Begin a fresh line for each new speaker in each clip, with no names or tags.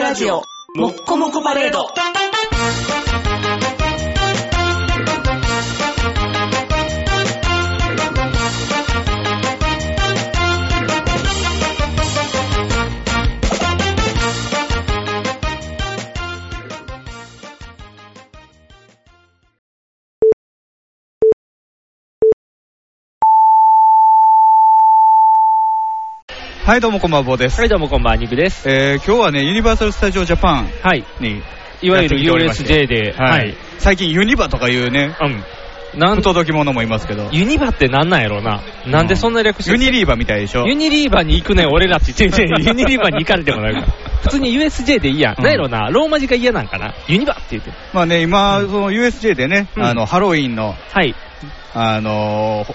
ラジオ、もっこもこパレード。
はい、どうもこんばんは、坊です。
はい、どうもこんばんは、ニクです。
えー、今日はね、ユニバーサル・スタジオ・ジャパン
はい。
に、
いわ
やっ
ゆる
てきておりまして
USJ で、はい。
最近ユニバとかいうね、
うん。な
不
ん
届き者もいますけど、
ユニバってなんなんやろうな。なんでそんな略して
ユニリーバみたいでしょ
ユニリーバに行くねん、俺 らって言ってんねんユニリーバに行かれてもらうから。普通に USJ でいいやん。
うん
なんやろうな、ローマ字が嫌なんかな。ユニバって言って。
まあね、今、その USJ でね、
うん
あの、ハロウィンの、
はい。
あのー、ほ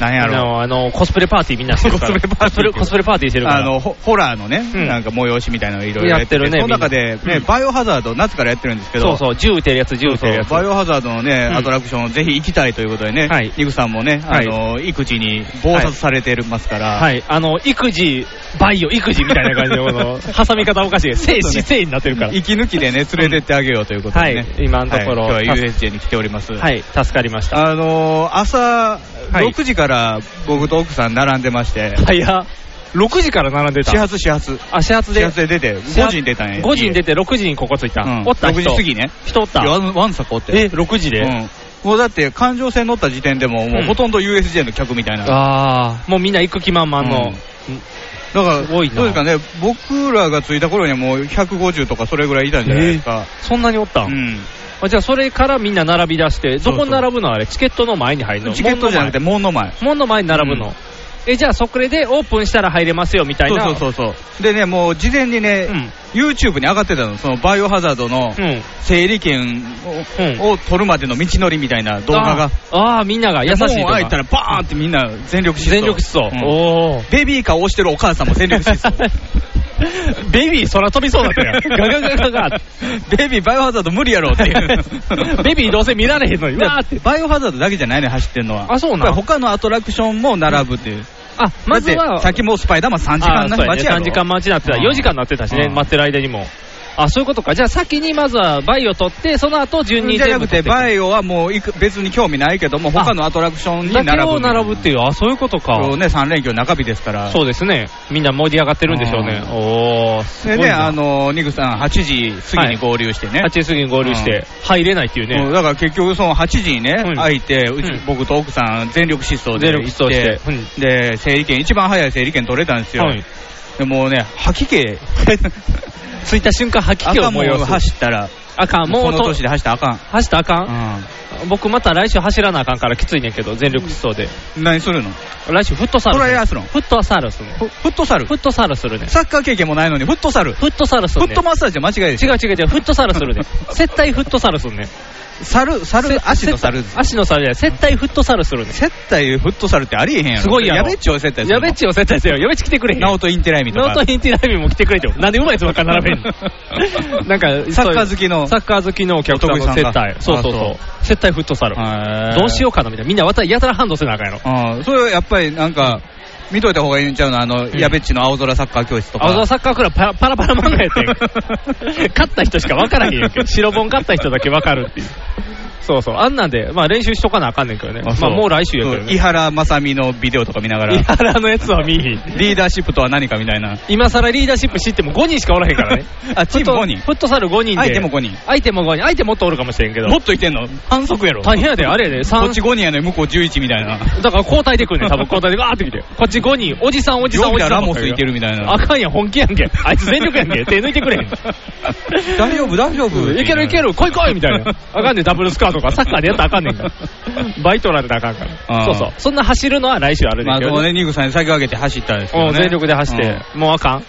なんや
あ
ろ
の、あのコスプレパーティーみんなしてるから。
コスプレパーティー
コスプレコスプレパーティーしてるか
あ
ら。
の、ほホラーのね、
うん
なんか催しみたいなのいろいろ
やってるね
その中で、
みんな
ね、バイオハザード、夏からやってるんですけ
そう
ど、
そう、銃撃てるやつ、銃撃てるやつ。
バイオハザードのね、
うん
アトラクションをぜひ行きたいということでね、
はい
ニグさんもね、あのー、育児に暴殺されてますから、
はい、あの、育児、バイオ、育児みたいな感じの、こ の、挟み方おかしい。生死、生になってるから。
息抜きでね、連れてってあげようということでね。
はい今のところ
はい今日は USJ に来ております。
はい、助かりました。
あのー朝、
はい
6時から僕と奥さん並んでまして、
早6時から並んでた
始発始発。
あ始発
始
で
発で出て、5時に出たんや。
5時に出
て、
て6時にここ着いた、
うん、
おった人
6時過ぎね。
人おった
いやわんさかおって。
え6時で、
うん。もうだって、環状線乗った時点でもう、もううんほとんど USJ の客みたいな。だか
ああもうみんな行く気満々
う
の、
んら、
すごいな
どうですかね、僕らが着いた頃にはもう150とかそれぐらいいたんじゃないですか。
そんなにおった、
うん。
あじゃあそれからみんな並び出してどこに並ぶのあれチケットの前に入るの
チケットじゃなくて、門の前。
門の前門の前に並ぶの、
うん
えじゃあそこでオープンしたら入れますよみたい
そう
な
そうそうそう。でね、もう事前にね、YouTube に上がってたの、そのバイオハザードの
うん、うん
整理券
うん
を,、取るまでの道のりみたいな動画が、
あーあーみんなが優しい
もう
とか
開いたら、バーンってみんな全力疾走、
全力疾走、
うん
おお
ベビーカーを押してるお母さんも全力疾走、
ベビー空飛びそうだったよ。ガガガガガ
ベビー、バイオハザード無理やろっていう、
ベビーどうせ見られへんのに、わーって。
バイオハザードだけじゃないね、走ってるのは、
あそうなん
やっぱり他のアトラクションも並ぶっていう、
あ、まず
だっ
は、
てさっきもうスパイダーマン3時間
あそうやね
待ちやろ、
3時間待ちになってた。
うん
4時間なってたしね、
うん
待ってる間にも。あ、そういうことか。じゃあ先にまずはバイを取って、その後順に
じゃなくて、
イ
バイオはもういく別に興味ないけども、他のアトラクションに並ぶ
だけを並ぶって
いう、
いう。あ、そういうことか。
そうね、3連休中日ですから。
そうですね。みんな盛り上がってるんでしょうね。
う
おー、すご
で
い
ね、
な。
あの、ニグさん、8時過ぎに合流してね。
8時過ぎに合流して、入れないっていう
うん
ね。
だから結局、その8時にね、
うん
空いて、うち
うん
僕と奥さん、全力疾走で
全
行
力
っ
疾
て、
走して。うん
で、整理券、一番早い整理券取れたんですよ。
はい。
でもうね、吐き気、
着いた瞬間吐き 気を
赤も
催す。
走ったら、
あかん、も
こ
う
の
と
年で走ったらあかん。
走ったらあかん
う
僕また来週走らなあかんからきついねんけど、全力疾走で。
ん、何するの
来週フットサル
ト
する。
ライアスロン
フットサルするね。
フフットサル
フットサルするね。
サッカー経験もないのに、フットサル、
フットサルす
フ
るね
ット。マッサージじゃ間違いです
違う違う違う、フットサルす るね。接待フットサルするね。
サル、サル
せ、
足のサルです
接。足のサルじゃない、接待フットサルするね。
接待フットサルってありえへんやろ。
すごいやろ
べっちを接待するの。
やべっちを接待せよ。やべっち来てくれへ ん。
ナオトインテライミとか。
ノートインティライミも来てくれてよ。なんで上手いやつばっかり並べんの なんか、
サッカー好きの
サッカー好きのお客さんの
お
接待。
得意さん
そ
が
うそう
あ
そう。接待フットサル。ど
ど
うしようかなみたいな。みんなわたやたらハンドせなあかんやろ。
うん、それはやっぱりなんか、見といた方がいいんちゃうの、あの、
ん
やべっちの青空サッカー教室とか。
青空サッカークラブパラパラパラ漫画や ってん勝った人しか分からへんやんけ白本勝った人だけ分かるっていうそうそうあんなんで、まあ、練習しとかなあかんねんけどねまあ、もう来週やけど
うん伊
ね
原正美のビデオとか見なが
伊
ら、
原のやつは見いひん
リーダーシップとは何かみたいな。
今更リーダーシップ知っても5人しかおらへん からね
あチーム5人
フットフットサル5人で
相手も5人。
相手も5人相手もっとおるかもしれんけど
もっといてんの反則やろ。
大変やであれやで
こ
三
っち5人やのに向こう11みたいな。
だから交代でくんねん多分交代でわーって来てこっち5人おじさんおじさんお
4
じ
だ
さん
ラ
ばっ
モ
か
ス
り
いてるみたいな
あ。かんやん本気やんけあいつ全力や んけ手抜いてく れへん
大丈夫、大丈夫。
いけるいける、来い来いみた いな。あかんねん、ダブルスカートとか、サッカーでやったらあかんねんから。バイトられたらあかんか
あー
ら。そうそう。そんな走るのは来週あるね
ま
ん
あ、
け
そ
ど
の
ね。
ね、ニグさんに先駆けて走ったんですけど
うん
ね。
全力で走って、もうあかん。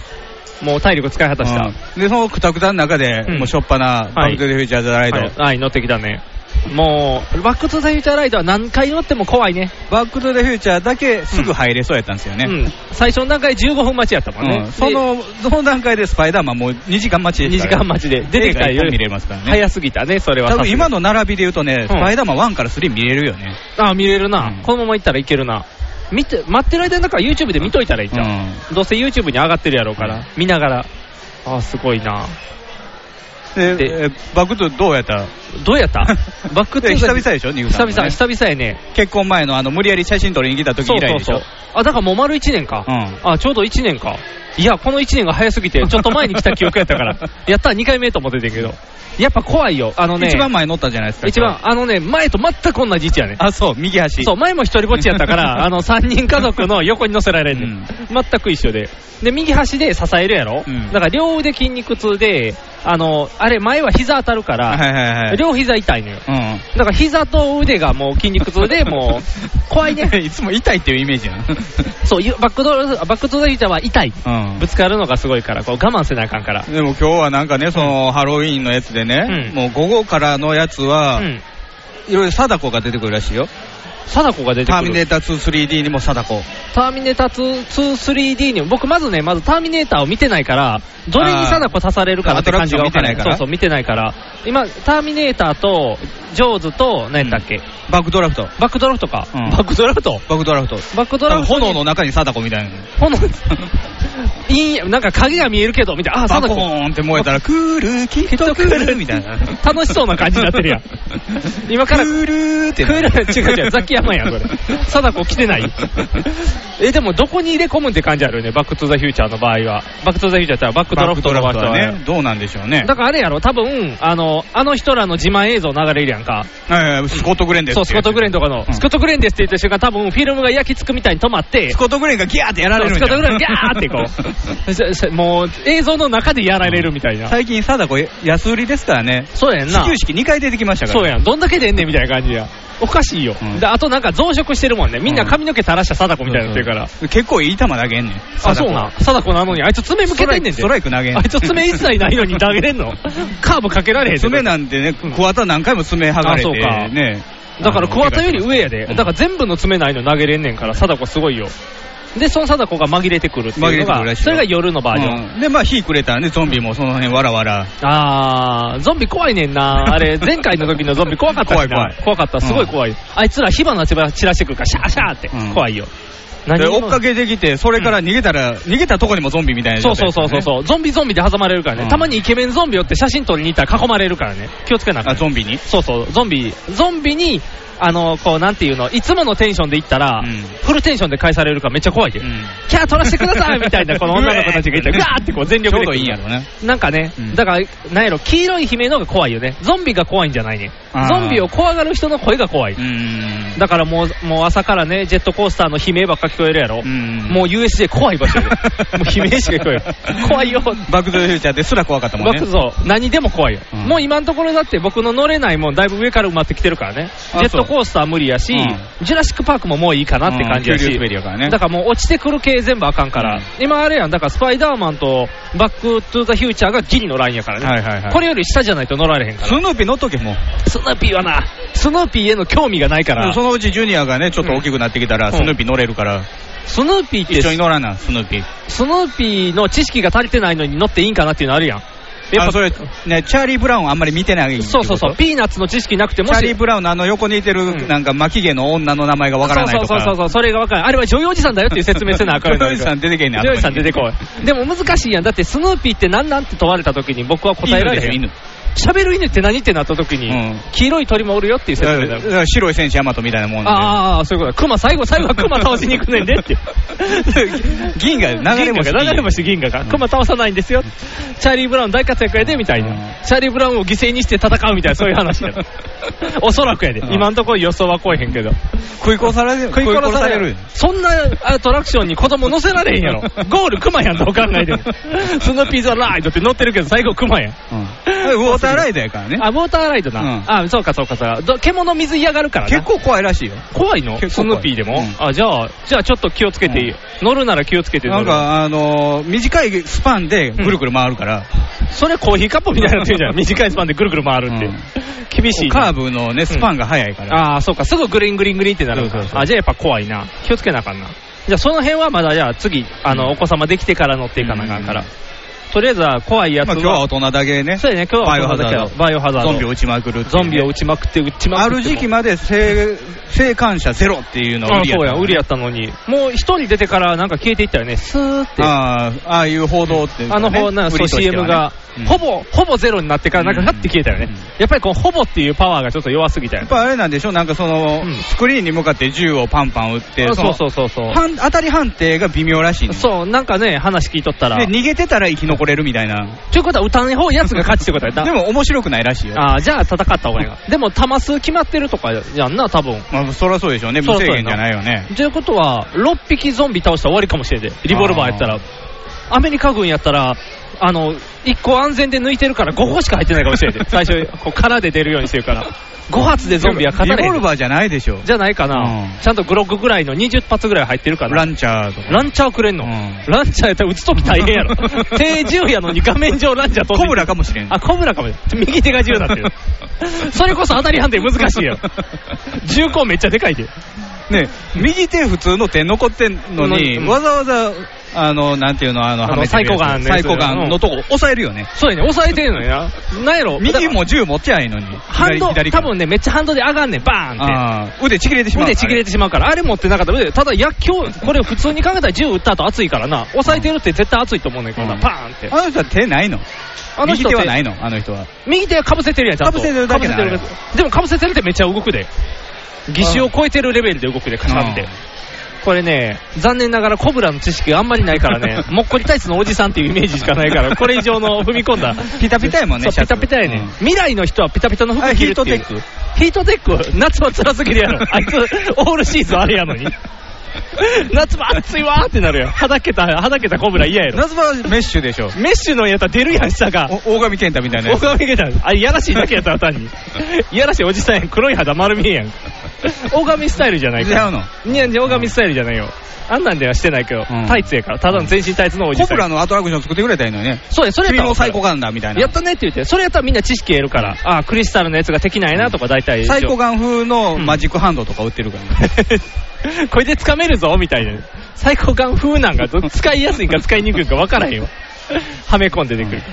もう体力使い果
う
た
ん。
した。
うんで、そのくたくたの中で、
うん
もうしょっぱな、バックトゥザフューチャーズライド。
はいはい、乗ってきたね。もう、バックトゥザフューチャーライドは何回乗っても怖いね。
バックトゥザフューチャーだけすぐ入れそうやったんですよね。
うん。最初の段階15分待ちやったもん
う
ね。
んそのその段階でスパイダーマンもう2時間待ち
2
です
時
から
間待ちで出てき
映
た
画一本
よ
見れますからね
早すぎたね、それは。
多分今の並びで言うとね、
ん
スパイダーマン1から3見れるよね、
あ、見れるな、
うん
このまま行ったらいけるな。見て、待ってる間だから YouTube で見といたらいいじゃん。どうせ YouTube に上がってるやろうから、見ながら。あ、すごいな。
で
で
えバックトゥどうやった
どうやった バックトゥ
え
ー
久
ザ
々でしょニグさ
久
んもね
々、久々やね。
結婚前のあの無理やり写真撮りに来た時以来でしょ。
あ、だからもう丸1年か。
うん
あ、ちょうど1年か。いや、この1年が早す ぎて、ちょっと前に来た記憶やったから。やったら2回目と思っててんけど。やっぱ怖いよ。あのね、
一番前乗ったじゃないですか。
一番、あのね、前と全く同じ位置やね。
あ、そう、右端。
そう、前も一人ぼっちやったか ら、あの、3人家族の横に乗せられんねん。全く一緒で。で、右端で支えるやろ、
うん
だから両腕筋肉痛で、あの、あれ、前は膝当たるから、
はいはいはい。
両膝痛いのよ。
うん。
だから膝と腕がもう筋肉痛 で、もう、怖いね。
いつも痛いっていうイメージやん。
そう、ゆバックドール、バックドールフューチャーは痛い。
うん
ぶつかるのがすごいから、こう我慢せなあかんから。
でも今日はなんかね、そのハロウィーンのやつでね、
うん
もう午後からのやつ
う
は、
ん。
いろいろ貞子が出てくるらしいよ。
貞子が出て
タ
く
ーミネ
る。
ーター 2-3D にも貞子。
ターミネーター 2, 2 3D にも、僕まずね、まずターミネーターを見てないから、どれに貞子足されるかなって感じがわから
アトラ
そ
ク
う
シ
そ
ョ
う、見てないから。今、ターミネーターと、ジョーズと、何やったっけ、
バックドラフト。
バックドラフトか。
うん
バックドラフト
バックドラフト。
バックドラフトに。
炎の中に貞子みたいな。
炎。いいなんか影が見えるけど、みたいな。あ、
バ
貞
コ
子。
ーンって燃えたら、クールー、きっとクールみたいな。
楽しそうな感じになって るやん。今から
クールーって。
クール違う違う、ザキヤマやん、これ。 貞子来てない。え、でもどこに入れ込むって感じあるよね、バックトゥザフューチャーの場合は。バックトゥザフューチャーやったらバックド
バ
ラ
ッ
フ
ク
ト
ド
の
ラ
場
フ
所
ト
は
はね、どうなんでしょうね
だ。からあれやろ、多分、あの、あの人らの自慢映像流れるやんか。
はいはいスコット・グレンです。
そう、スコットグレンとかの、
うん
スコットグレンですって言った瞬間、多分フィルムが焼きつくみたいに止まって、
スコット・グレンがギャーってやられるみ
スコ
た
ッ
いな
トグレンがギャーって こ うせせ、もう映像の中でやられるみたいな。
最近、貞子、安売りですからね。
そうやんな。
始球式2回出てきましたから。
そうやん、どんだけ出んねんみたいな感じや。おかしいよ、
うん
であとなんか増殖してるもんね、みんな髪の毛垂らした貞子みたいになってるから、
結構いい球投げんねん。
あ、そうなん、貞子なのに、あいつ爪向けてんねんで、
ストライクストライク投げん
あいつ爪一切ないのに投げ れんの、カーブかけられへん
爪
い
なんてね、桑田何回も爪剥がれて、
あそうか
ね。
だから桑田より上や
う
で、
ん
だから全部の爪ないの投げれんねんから、貞子すごいよ。で、その貞子が紛れてくるっていう
紛
の
れてくる
が、
らしいよ
それが夜のバージョン。
うんで、まあ、火くれたんで、ゾンビもその辺わらわら。
あー、ゾンビ怖いねんな。あれ、前回の時のゾンビ怖かったしな
怖い怖い
かった、すごい怖い。あいつら火花散らしてくるから、シャーシャーって、
うん
怖いよ。
で、
も
追っかけてきて、それから逃げたら、逃げたとこにもゾンビみたいな
そ
状態で
うそう
すよ
そう
ね。
そうそう、ゾンビゾンビで挟まれるからね、
うん
たまにイケメンゾンビ寄って写真撮りに行ったら囲まれるからね、気をつけなあか
あ、
ん
ゾンビに
そうそう、ゾンビ、ゾンビに、あの、こう、なんていうの、いつものテンションで行ったら、
うん
フルテンションで返されるからめっちゃ怖いで、
うん
キャー撮らせてくださいみたいな、この女の子たちがいて、
うえー
ガーってこう全力で。
ちょうどいいんやろね。
なんかね、
うん
だから、なんやろ、黄色い悲鳴の方が怖いよね。ゾンビが怖いんじゃないね
あ。ー
ゾンビを怖がる人の声が怖い。
うん。
だからもう、もう朝からね、ジェットコースターの悲鳴ばっか聞こえるやろ。
うん
もう USJ 怖い場所よもう悲鳴しか聞こえる。怖いよ。
バックドゥフューチャーですら怖かったもんね。
僕そう、何でも怖いよ、
うん
もう今のところだって僕の乗れないもん、だいぶ上から埋まってきてるからね、ジ
あ
ェットコースター無理やし、
う
ジュラシック・パークももういいかなって感じやし、
うん急流滑りやからね
だからもう落ちてくる系全部あかんから、
うん
今あれやん、だからスパイダーマンとバック・トゥ・ザ・フューチャーがギリのラインやからね、
はいはいはい
これより下じゃないと乗られへんか
ス
ら、
ヌーピー乗っとけ、もう。
スヌーピーはな、スヌーピーへの興味がないから、
そのうちジュニアがね、ちょっと大きくなってきたら、
うん
スヌーピー乗れるから、
スヌーピーって
一緒に乗らな、スヌーピー。
スヌーピーの知識が足りてないのに乗っていいんかなっていうのあるやん。
あそれ、ね、チャーリー・ブラウンあんまり見てないってこと
そうそうそう、ピーナッツの知識なく
チ
て、も
ャー
し
リー・ブラウンのあの横にいて
うん
る、なんか巻き毛の女の名前がわからないとか。
そうそうそうそう、それがわからない。あれは女優おじさんだよっていう説明せなあかんようになる
女
から
優さん出てけんねん
女優さん出てこい。でも難しいやん。だってスヌーピーって何なんって問われた時に僕は答えられへ
犬
ん
で。
喋る犬って何ってなった時に、
うん
黄色い鳥もおるよっていう
す
説明
犬
にな
だ
る
か。ら白い戦士ヤマトみたいなもんで。
あーあー、そういうことだ。熊、最後、最後は熊倒しに行くねんでっていう
銀河流れ星
銀河が流れ星銀河が。熊倒さないんですよ。チャーリー・ブラウン大活躍やで、みたい
うん
な。チャーリー・ブラウンを犠牲にして戦うみたいな、そういう話や。 おそらくやで
う。ん
今のところ予想は来えへんけど。
食い殺される。
食い殺される
食い殺。
そんなアトラクションに子供乗せられへ んやろ。ゴールクマやんとお考えでも。スヌーピーザライドって乗ってるけど最後クマやん。
されるうんウォーターライダーやからね。
あ、ウォーターライドな。
うん
あ、そうかそうかそうか。ど獣水嫌がるからな。
結構怖いらしいよ。
怖いの
結
ス
構
ヌ
怖
ー
い
ピーでも、
うん
あ、じゃあ、じゃあちょっと気をつけていい、乗るなら気をつけて乗
な
る。
んか、あのー、短いスパンでぐるぐる回るから、
それコーヒーカップみたいになってるじゃ ん。短いスパンでぐるぐる回るって。厳しいな。
カーブのね、スパンが速いから。
ああ、そうか、すぐグリングリングリンってなるのか
そうそうそう
あ、じゃあやっぱ怖いな。気をつけなあかんな。じゃあその辺はまだ、じゃあ次、あの、お子様できてから乗っていかなあかんから。とりあえずは怖いやつ
まあ
は、
今日は大人だけね。
そうやね、今日は
バイオハザ
そ
ー
うだけ
ド。
どバイオハザード。
ゾンビを撃ちまくるっていう
ゾ
ね
ンビを撃ちまくって、撃ちま
あ
くって。
る時期まで生、生還者ゼロっていうのを
あ
売りやっ
そう
た
や、売りやったのに。もう一人出てからなんか消えていったよね、スーって。あ
ああ、ああいう報道っていうかね
の方な、
売
そう
りとしては
CM が
ねうん、
ほぼ、ほぼゼロになってからなんかガッて消えたよね
うんうん。
やっぱりこう、ほぼっていうパワーがちょっと弱すぎたよ
やっ
ね。
ぱあれなんでしょなんかその、
うん
スクリーンに向かって銃をパンパン撃って、そ
あそう
の
そうそうそう。
判当たり判定が微妙らしいね、
そう、なんかね、話聞いとったら。
で逃げてたら生き残れるみたいな。
ということは、歌の方やつが勝ちってことやった
で。も面白くないらしいよ。
ああ、じゃあ戦った方がいいな。でも、弾数決まってるとかやんな、多分。
まあ、そりゃそうでしょうね。
そ
無
らそ
制
うや
限
な
じゃないよね。
ということは、6匹ゾンビ倒したら終わりかもしれんで、リボルバーやっ
あ
たら。アメリカ軍やったら、あの、1個安全で抜いてるから5個しか入ってないかもしれ んで、最初、こう殻で出るようにしてるから。5発でゾンビは勝たれ
リ
へ
ボ
ん
ル
で。
バーじゃないでしょ。
じゃないかな
うん。
ちゃんとグロックぐらいの20発ぐらい入ってるかな
ラ。ンチャーとか。
ランチャーくれんの、
うん。
ランチャーやったら撃つとき大変やろ 低銃やのに画面上ランチャー飛んで
コブラかもしれん。
あ、コブラかもね。右手が銃だって る。それこそ当たり判定難しいよ。銃口めっちゃでかいで。
ね、右手普通の手残ってんのに、
うん
わざわざ、あの、なんていうの、あの、
あの
はめてるやつ
サイコガンのや
サ
つ
イコガンのとこ押さえるよね。
そうやね、抑えてんのや。なんやろ。
右も銃持っちゃいいのに。
ハンド、
左左
多分ね、めっちゃハンドで上がんねん、バーンっ。
あー腕ちぎれてしてまう。
腕ちぎれてしまうから、あれ持ってなかったら腕、ただ薬莢、これ普通に考えたら銃撃った後熱いからな、押さえてるって絶対熱いと思うねんけど
う
な、
ん
パーンって。
あの人は手ないの
あの
右
人っ
手
て
はないのあの人は。
右手はかぶせてるやん、ちゃんと。
被せてるだけな
被せてるでもかぶせてるってめっちゃ動くで。義手を超えてるレベルで動くで、カシャンっ
う
て
ん。
これね、残念ながらコブラの知識があんまりないか らね、もっこり体質のおじさんっていうイメージしかないから、これ以上の踏み込んだ。
ピタピタやもんね、
そう、ピタピタやね、
うん
ん。未来の人はピタピタの
あ
服着る
ヒー
っていう
トテッ
ヒートテック夏は辛すぎるや ろ。あいつ、オールシーズンあれやのに。夏も暑いわーってなるやん。はだけた、はだけたコブラ嫌やろ。
夏場はメッシュでしょ。
メッシュのやったら出るやん、下が。
お大神健太みたいなやつ。
僕は見けたんあ、いやらしいだけやったら 単に。いやらしいおじさんやん。黒い肌丸見えやん。大神スタイルじゃないから。
違うの
いや、大神スタイルじゃないよ。あんなんではしてないけど、
ん
タイツやから。ただの全身タイツのおじ
コ
さ
ブ
ん。
ラのアトラクション作ってくれたらいいのにね。
そうや、それ
君
や
の
った
サイ
ら
コ。ガンだみたいな。
やったねって言って、それやったらみんな知識得るから、あクリスタルのやつができないなとか大体。
サイコガン風のマジックハンドとか売ってるからね。
これで掴めるぞみたいな。最高感風なんがど使いやすいんか使いにくいんか分からへんわ。はめ込んで出てくる。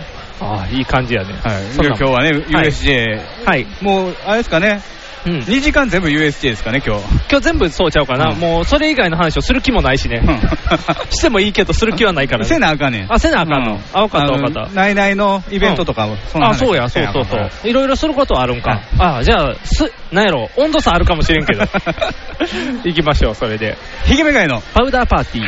ああ、いい感じやね。
はい。
そん
今
なん
日はね、
はい
USJ。
はい。
もう、あれですかね。
うん
2時間全部 USJ ですかね、今日。
今日全部そうちゃうかな、
うん
もうそれ以外の話をする気もないしね、
う
してもいいけど、する気はないから、
せ
ね、
なあかんねん。
あせなあかんのあわかった
あの
わかった
ナイナイのイベントとかも、んな
あ
話
そうや、そ
せ
うそう
なあかん
そう、いろいろすることはあるんか、あじゃあ、すなんやろ、温度差あるかもしれん けど、行きましょう、それで、
ヒゲメガイの、
パウダーパーティー。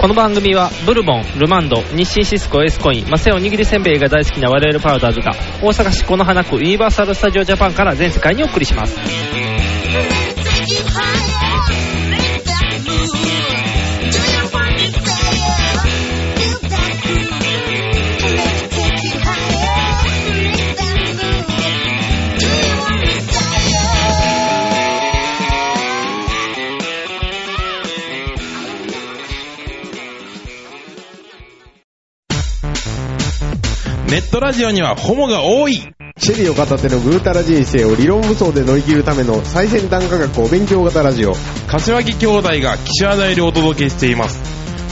この番組はブルボン、ルマンド、日清シスコ、エースコイン、マセオ、おにぎりせんべいが大好きな我々パウダーズが大阪市この花区ユニバーサル・スタジオ・ジャパンから全世界にお送りします。
ネットラジオにはホモが多い
シェリーを片手のぐうたら人生を理論武装で乗り切るための最先端科学お勉強型ラジオ。
柏木兄弟が岸和田よりお届けしています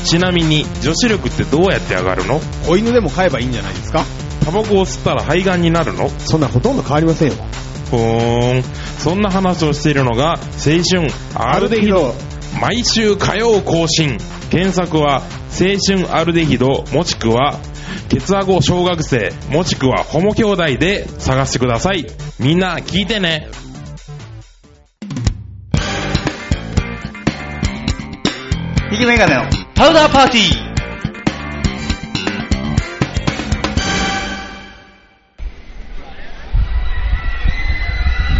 ちなみに女子力ってどうやって上がるの
子犬でも飼えばいいんじゃないですか
タバコを吸ったら肺がんになるの
そんなんほとんど変わりませんよ。
ふーんそんな話をしているのが青春アルデヒド毎週火曜更新検索は青春アルデヒドもしくはケツアゴ小学生もしくはホモ兄弟で探してくださいみんな聞いてね
ヒゲメガネの、
パウダーパーティー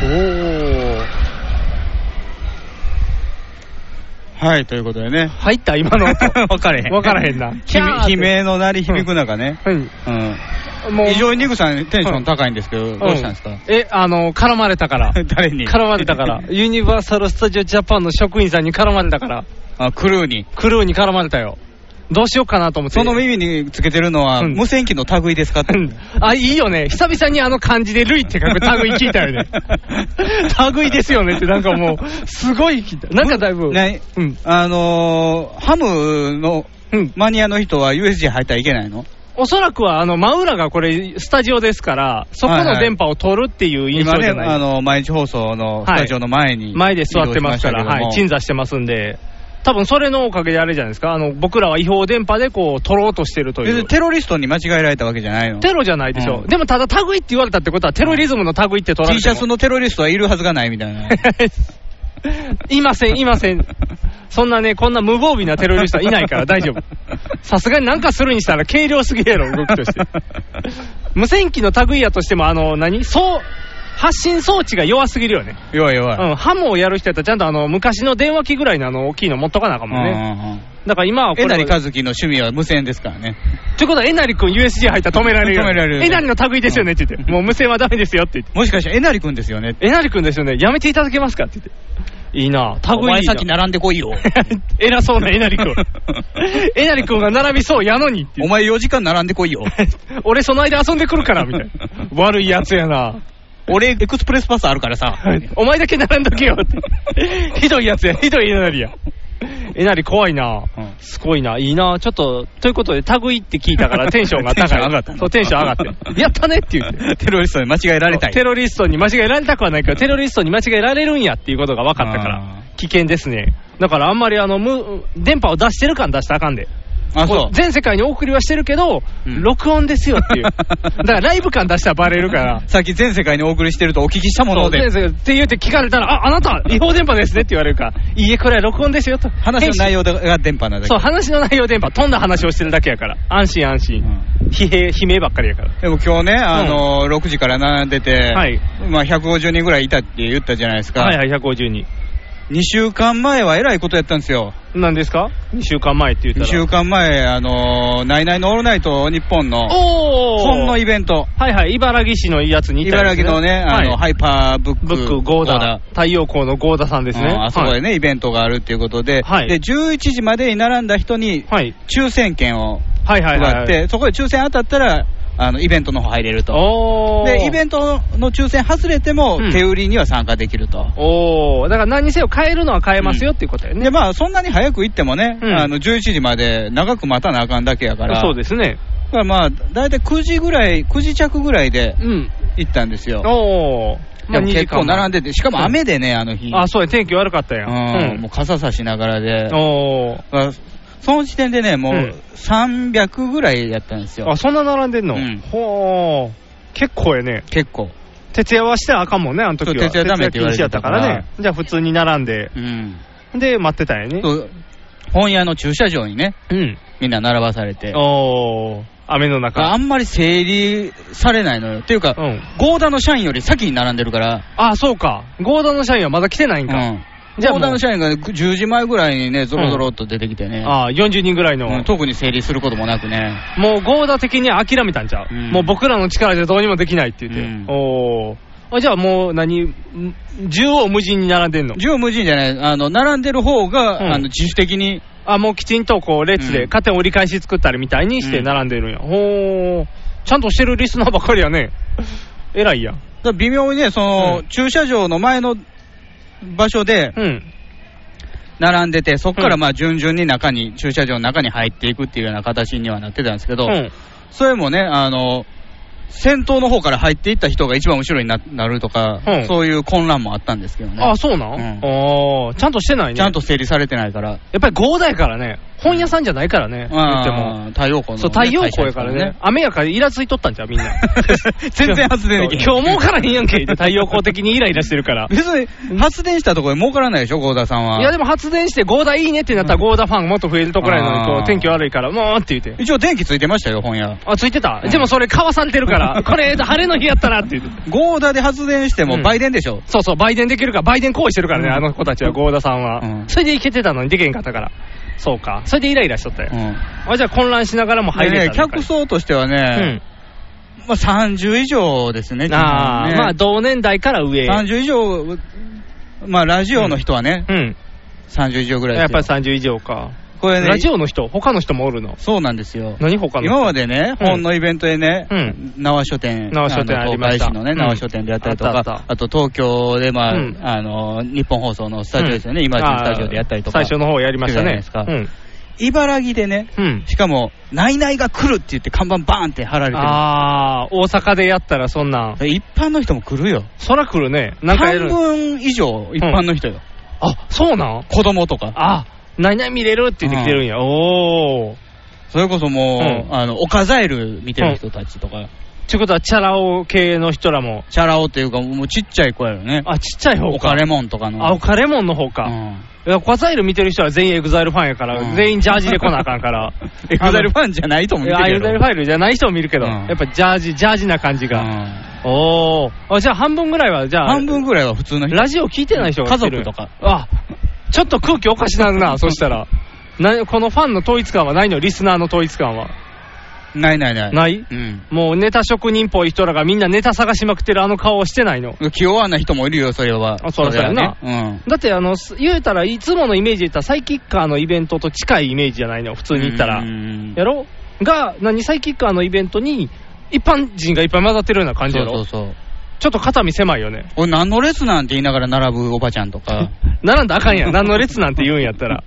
おー。
はい、ということでね。
入った今の音。
分かれへん。
分からへんな
ひ悲鳴の鳴り響く中ね。うん。
も
非常にニグさんテンション高いんですけど、どうしたんですか
え、あの、絡まれた から。
誰に
絡まれ たから。ユニバーサル・スタジオ・ジャパンの職員さんに絡まれたから。
あ、クルーに。
クルーに絡まれたよ。どうしようかなと思って。
その耳につけてるのは、
うん
無線機の類ですかって
う。ん あ、いいよね。久々にあの漢字でルイって書く類聞いた よね。類ですよねってなんかもう、すごい聞いた。なんかだいぶ。
ね
うん。
あのー、ハムの
うん。
マニアの人は USJ 入ったらいけないの
おそらくは、あの、真裏がこれ、スタジオですから、そこの電波を取るっていう印象
今
じ
ね、
ゃない
あの、毎日放送のスタジオの前に、
前で座ってますから、
移動しし
はい、
たけども
鎮座してますんで、多分それのおかげであれじゃないですか、あの僕らは違法電波でこう取ろうとしてるとい
別に
う。
テロリストに間違えられたわけじゃないの。
テロじゃないでしょ、
うん
でもただ、類って言われたってことは、テロリズムの類って取られ
T
て
シ
も
ャツのテロリストはいるはずがないみたい な。
いません、いません、そんなね、こんな無防備なテロリストはいないから大丈夫、さすがになんかするにしたら軽量すぎやろ、動きとして。無線機の類やとしても、あの何そう発信装置が弱すぎるよね。
弱い弱い。
うん、ハムをやる人やったら、ちゃんとあの昔の電話機ぐらいのあの大きいの持っとかなあかんもんね。
ね。
だから今はこれ
え
は。
なりかずきの趣味は無線ですからね。
ということは、えなり君 USJ 入ったら止められるよ。
止められる
えなりの類ですよねって言って。もう無線はダメですよって言って。
もしかしてえなりくんですよね。
えなり君ですよね。やめていただけますかって言って。いいな類
お前
いいな
先並んでこいよ。
偉そうなえなり君。えなり君が並びそうやのにって言
お
って。
前4時間並んでこい よ。
俺その間遊んでくるから、みたいな。悪いやつやな。
俺エクスプレスパスあるからさ。
お前だけ並んどけよ って。ひどいやつや、ひどいえなりや。えなり怖いな。
うん
すごいな、いいな、ちょっと、ということで、類って聞い たからテンションが
テ
高い。
ンション上がったの
そう、テンション上がって。やったねって言って。
テロリストに間違えられたい。
テロリストに間違えられたくはないけど、テロリストに間違えられるんやっていうことが分かったか
あ
ら、危険ですね。だからあんまりあの無電波を出してる感出したらあかんで、
あ、そう。
全世界にお送りはしてるけど、
うん
録音ですよ っていう、だからライブ感出したらバレるから、
さっき全世界にお送りしてるとお聞きしたも
そ
の
う
で
全。世界って言うて聞かれたら、ああなた、違法電波ですねって言われるから、いいえ、これは録音ですよと、
話の内
容
容が電波なだけ
そう、話の内容電波、飛んだ話をしてるだけやから、安心安心、
う
疲弊、悲鳴ばっかりやから。
でも今日ね、あの6時から並んでて、
はい
まあ、150人ぐらいいたって言ったじゃないですか、
はいはい、152。
2週間前はえらいことやったんですよ、
何ですか ?2 週間前って言った
2
ら。
週間前、あのナイナイのオールナイト日本の、
おお
ほんのイベント、
はいはい、茨城市のやつに行った
茨
やつ
城のね、あの
はい
ハイパーブック
ブック、ゴーダ、太陽光のゴーダさんですね。
うんあそこでね、イベントがあるっていうことで,、
はい
で、11時までに並んだ人に
はい。
抽選券を
はい、は
配っ
い、
て、
はいはいはい。
そこで抽選当たったら、あのイベントの方入れると。
おー
でイベントの抽選外れても
うん、
手売りには参加できると。
おーだから何にせよ変えるのは変えますよっていうことやね。
でまあ、そんなに早く行ってもね、
うん
あの11時まで長く待たなあかんだけやから、
そうですね。
だからまあ、大体9時ぐらい、9時着ぐらいで
うん。
行ったんですよ、
おー
でも結構並んでて、しかも雨でね、あの日、
あ、そうや、天気悪かったや
うん
ん。
もう傘差しながらで、
うん。おー
だからその時点でね、もう
うん
300ぐらいやったんですよ、
あ、そんな並んでんの
うん
ほー結構やね。
結構。
徹夜はしてあかんもんね、あの時は。
そう徹夜ダメって言われてたから
徹夜禁止やったからね。じゃあ普通に並んで、
うん
で、待ってたんやね。
そう本屋の駐車場にね、
うん。
みんな並ばされて、
おー、雨の中。
あんまり整理されないのよ。っていうか、
うん。
ゴーダの社員より先に並んでるから、
あ、そうか。ゴーダの社員はまだ来てないんか。
じ
じ
ゃ
ゃ
あ、講
あもう
談の社員が10時前ぐらいにね、ゾロゾロっと出てきてね、
あ40人ぐらいの。
うん特に整理することもなくね、
もうゴーダ的に諦めたんちゃう、
うん
もう僕らの力じゃどうにもできないって言って。
うん
おーあじゃあもう何、ん縦横無尽に並んでんの
縦横無尽じゃない、あの並んでる方が、
うん
あの自主的に、
あ、もうきちんとこう列
う
で、
ん
カテン折り返し作ったりみたいにして並んでるんや。ほー。ちゃんとしてるリスナーばっかり やね。偉いや。
だから微妙にね、その、
うん
駐車場の前の場所で
うん。
並んでて、そこから
うん
まあ順々に中に、駐車場の中に入っていくっていうような形にはなってたんですけど、
うん。
それもね、あの、先頭の方から入っていった人が一番後ろにななるとか、
うん
そういう混乱もあったんですけどね。
あ、そうな
う
ん、
ん
あーちゃんとしてないね。
ちゃんと整理されてないから、
やっぱり豪大からね、本屋さんじゃないからね、言っても。
あー太陽光のね、。
そう、太陽光やからね、雨やからイラついとったんじゃう、みんな
全然発電できへん
今日もうからへんやんけ、って太陽光的にイライラしてる から。
別に発電したところで儲からないでしょ、郷田さんは。
いや、でも発電して、ゴーダいいねってなったら、ゴーダファンもっと増えるところやのに、
あー
こう天気悪いから、もうって言って。
一応、電気ついてましたよ、本屋。
あ、ついてた、
うん
でもそれ、かわされてる から、これ、晴れの日やったなって言って。
ゴーダで発電して
う
も
ん
売電でしょ。
そうそう、売電できるから、売電行為してるからね、
うん
あの子たちは、ゴーダさんは。
うん
それでいけてたのに、できへんかったから。そうか。それでイライラしとったよ。
うん
あ、じゃあ混乱しながらも入
で
れた
ね
の、か
客層としては
うん
ね、。まあ、30以上ですね、基本ね
ああ、まあ同年代から上。
30以上、まあ、ラジオの人はね、
うん。
30以上ぐらい
や
で
っ
す
ぱ
よ
り30以上か。
これね
ラジオの人、他の人もおるの。
そうなんですよ。
何他の人
今までね、
うん
本のイベントでね、
うん
縄書店、
縄書店
あの
ありました
東海市のね、
うん
縄書店でやったりと
あ
か、
ったあった
あと東京で、まあ、
うん
あの、日本放送のスタジオですよね、今のスタジオでやったりとか。
あー最初の方やりましたね。
してたじゃ
う
ない
ん。
茨城でね、
うん。
しかも、ナイナイが来るって言って看板バーンって貼られてる。
ああ、大阪でやったらそんなん。
一般の人も来るよ。
そら来るね。なんかや
半
る。
分以上、一般の人よ。
あ、そうなん
子供とか。
あ、何々見れるって言ってきてるんや。おー。
それこそもう、
うん
あの、オカザエル見てる人たちとか、
ちゅうことは、チャラ男系の人らも。
チャラ男っていうか、もうちっちゃい子やよね。
あ、ちっちゃい方
オ
か。
カレモンとかの。
あ、オカレモンの方か。
うん
いやコザイル見てる人は全員エグザイルファンやから、
うん
全員ジャージで来なあかんから。
エグザイルファンじゃないと思っ
い
て
や
る
エ
や
グザイ
ろ
ルファイルじゃない人も見るけど、
うん
やっぱジャージ、ジャージな感じが。
うん
おーあ。じゃあ半分ぐらいは、じゃあ、
半分ぐらいは普通の人。
ラジオ聞いてない人が来て
家
る
族とか
あ、ちょっと空気おかしなる な、そしたら。なこのファンの統一感はないのリスナーの統一感は。
ないないない。
ない
うん。
もうネタ職人っぽい人らがみんなネタ探しまくってるあの顔をしてないの。
気弱な人もいるよ、それは。
あそうだよな
それはね
だってあの、す言うたらいつものイメージで言ったらサイキッカーのイベントと近いイメージじゃないの、普
う
通
ん。
に言ったら
う。ん
やろが、何、サイキッカーのイベントに、一般人がいっぱい混ざってるような感じ
そ
や
う
ろ。
そうそう。
ちょっと肩身狭いよね。
俺、何の列なんて言いながら並ぶおばちゃんとか。
並んだらあかんやん。何の列なんて言うんやった ら。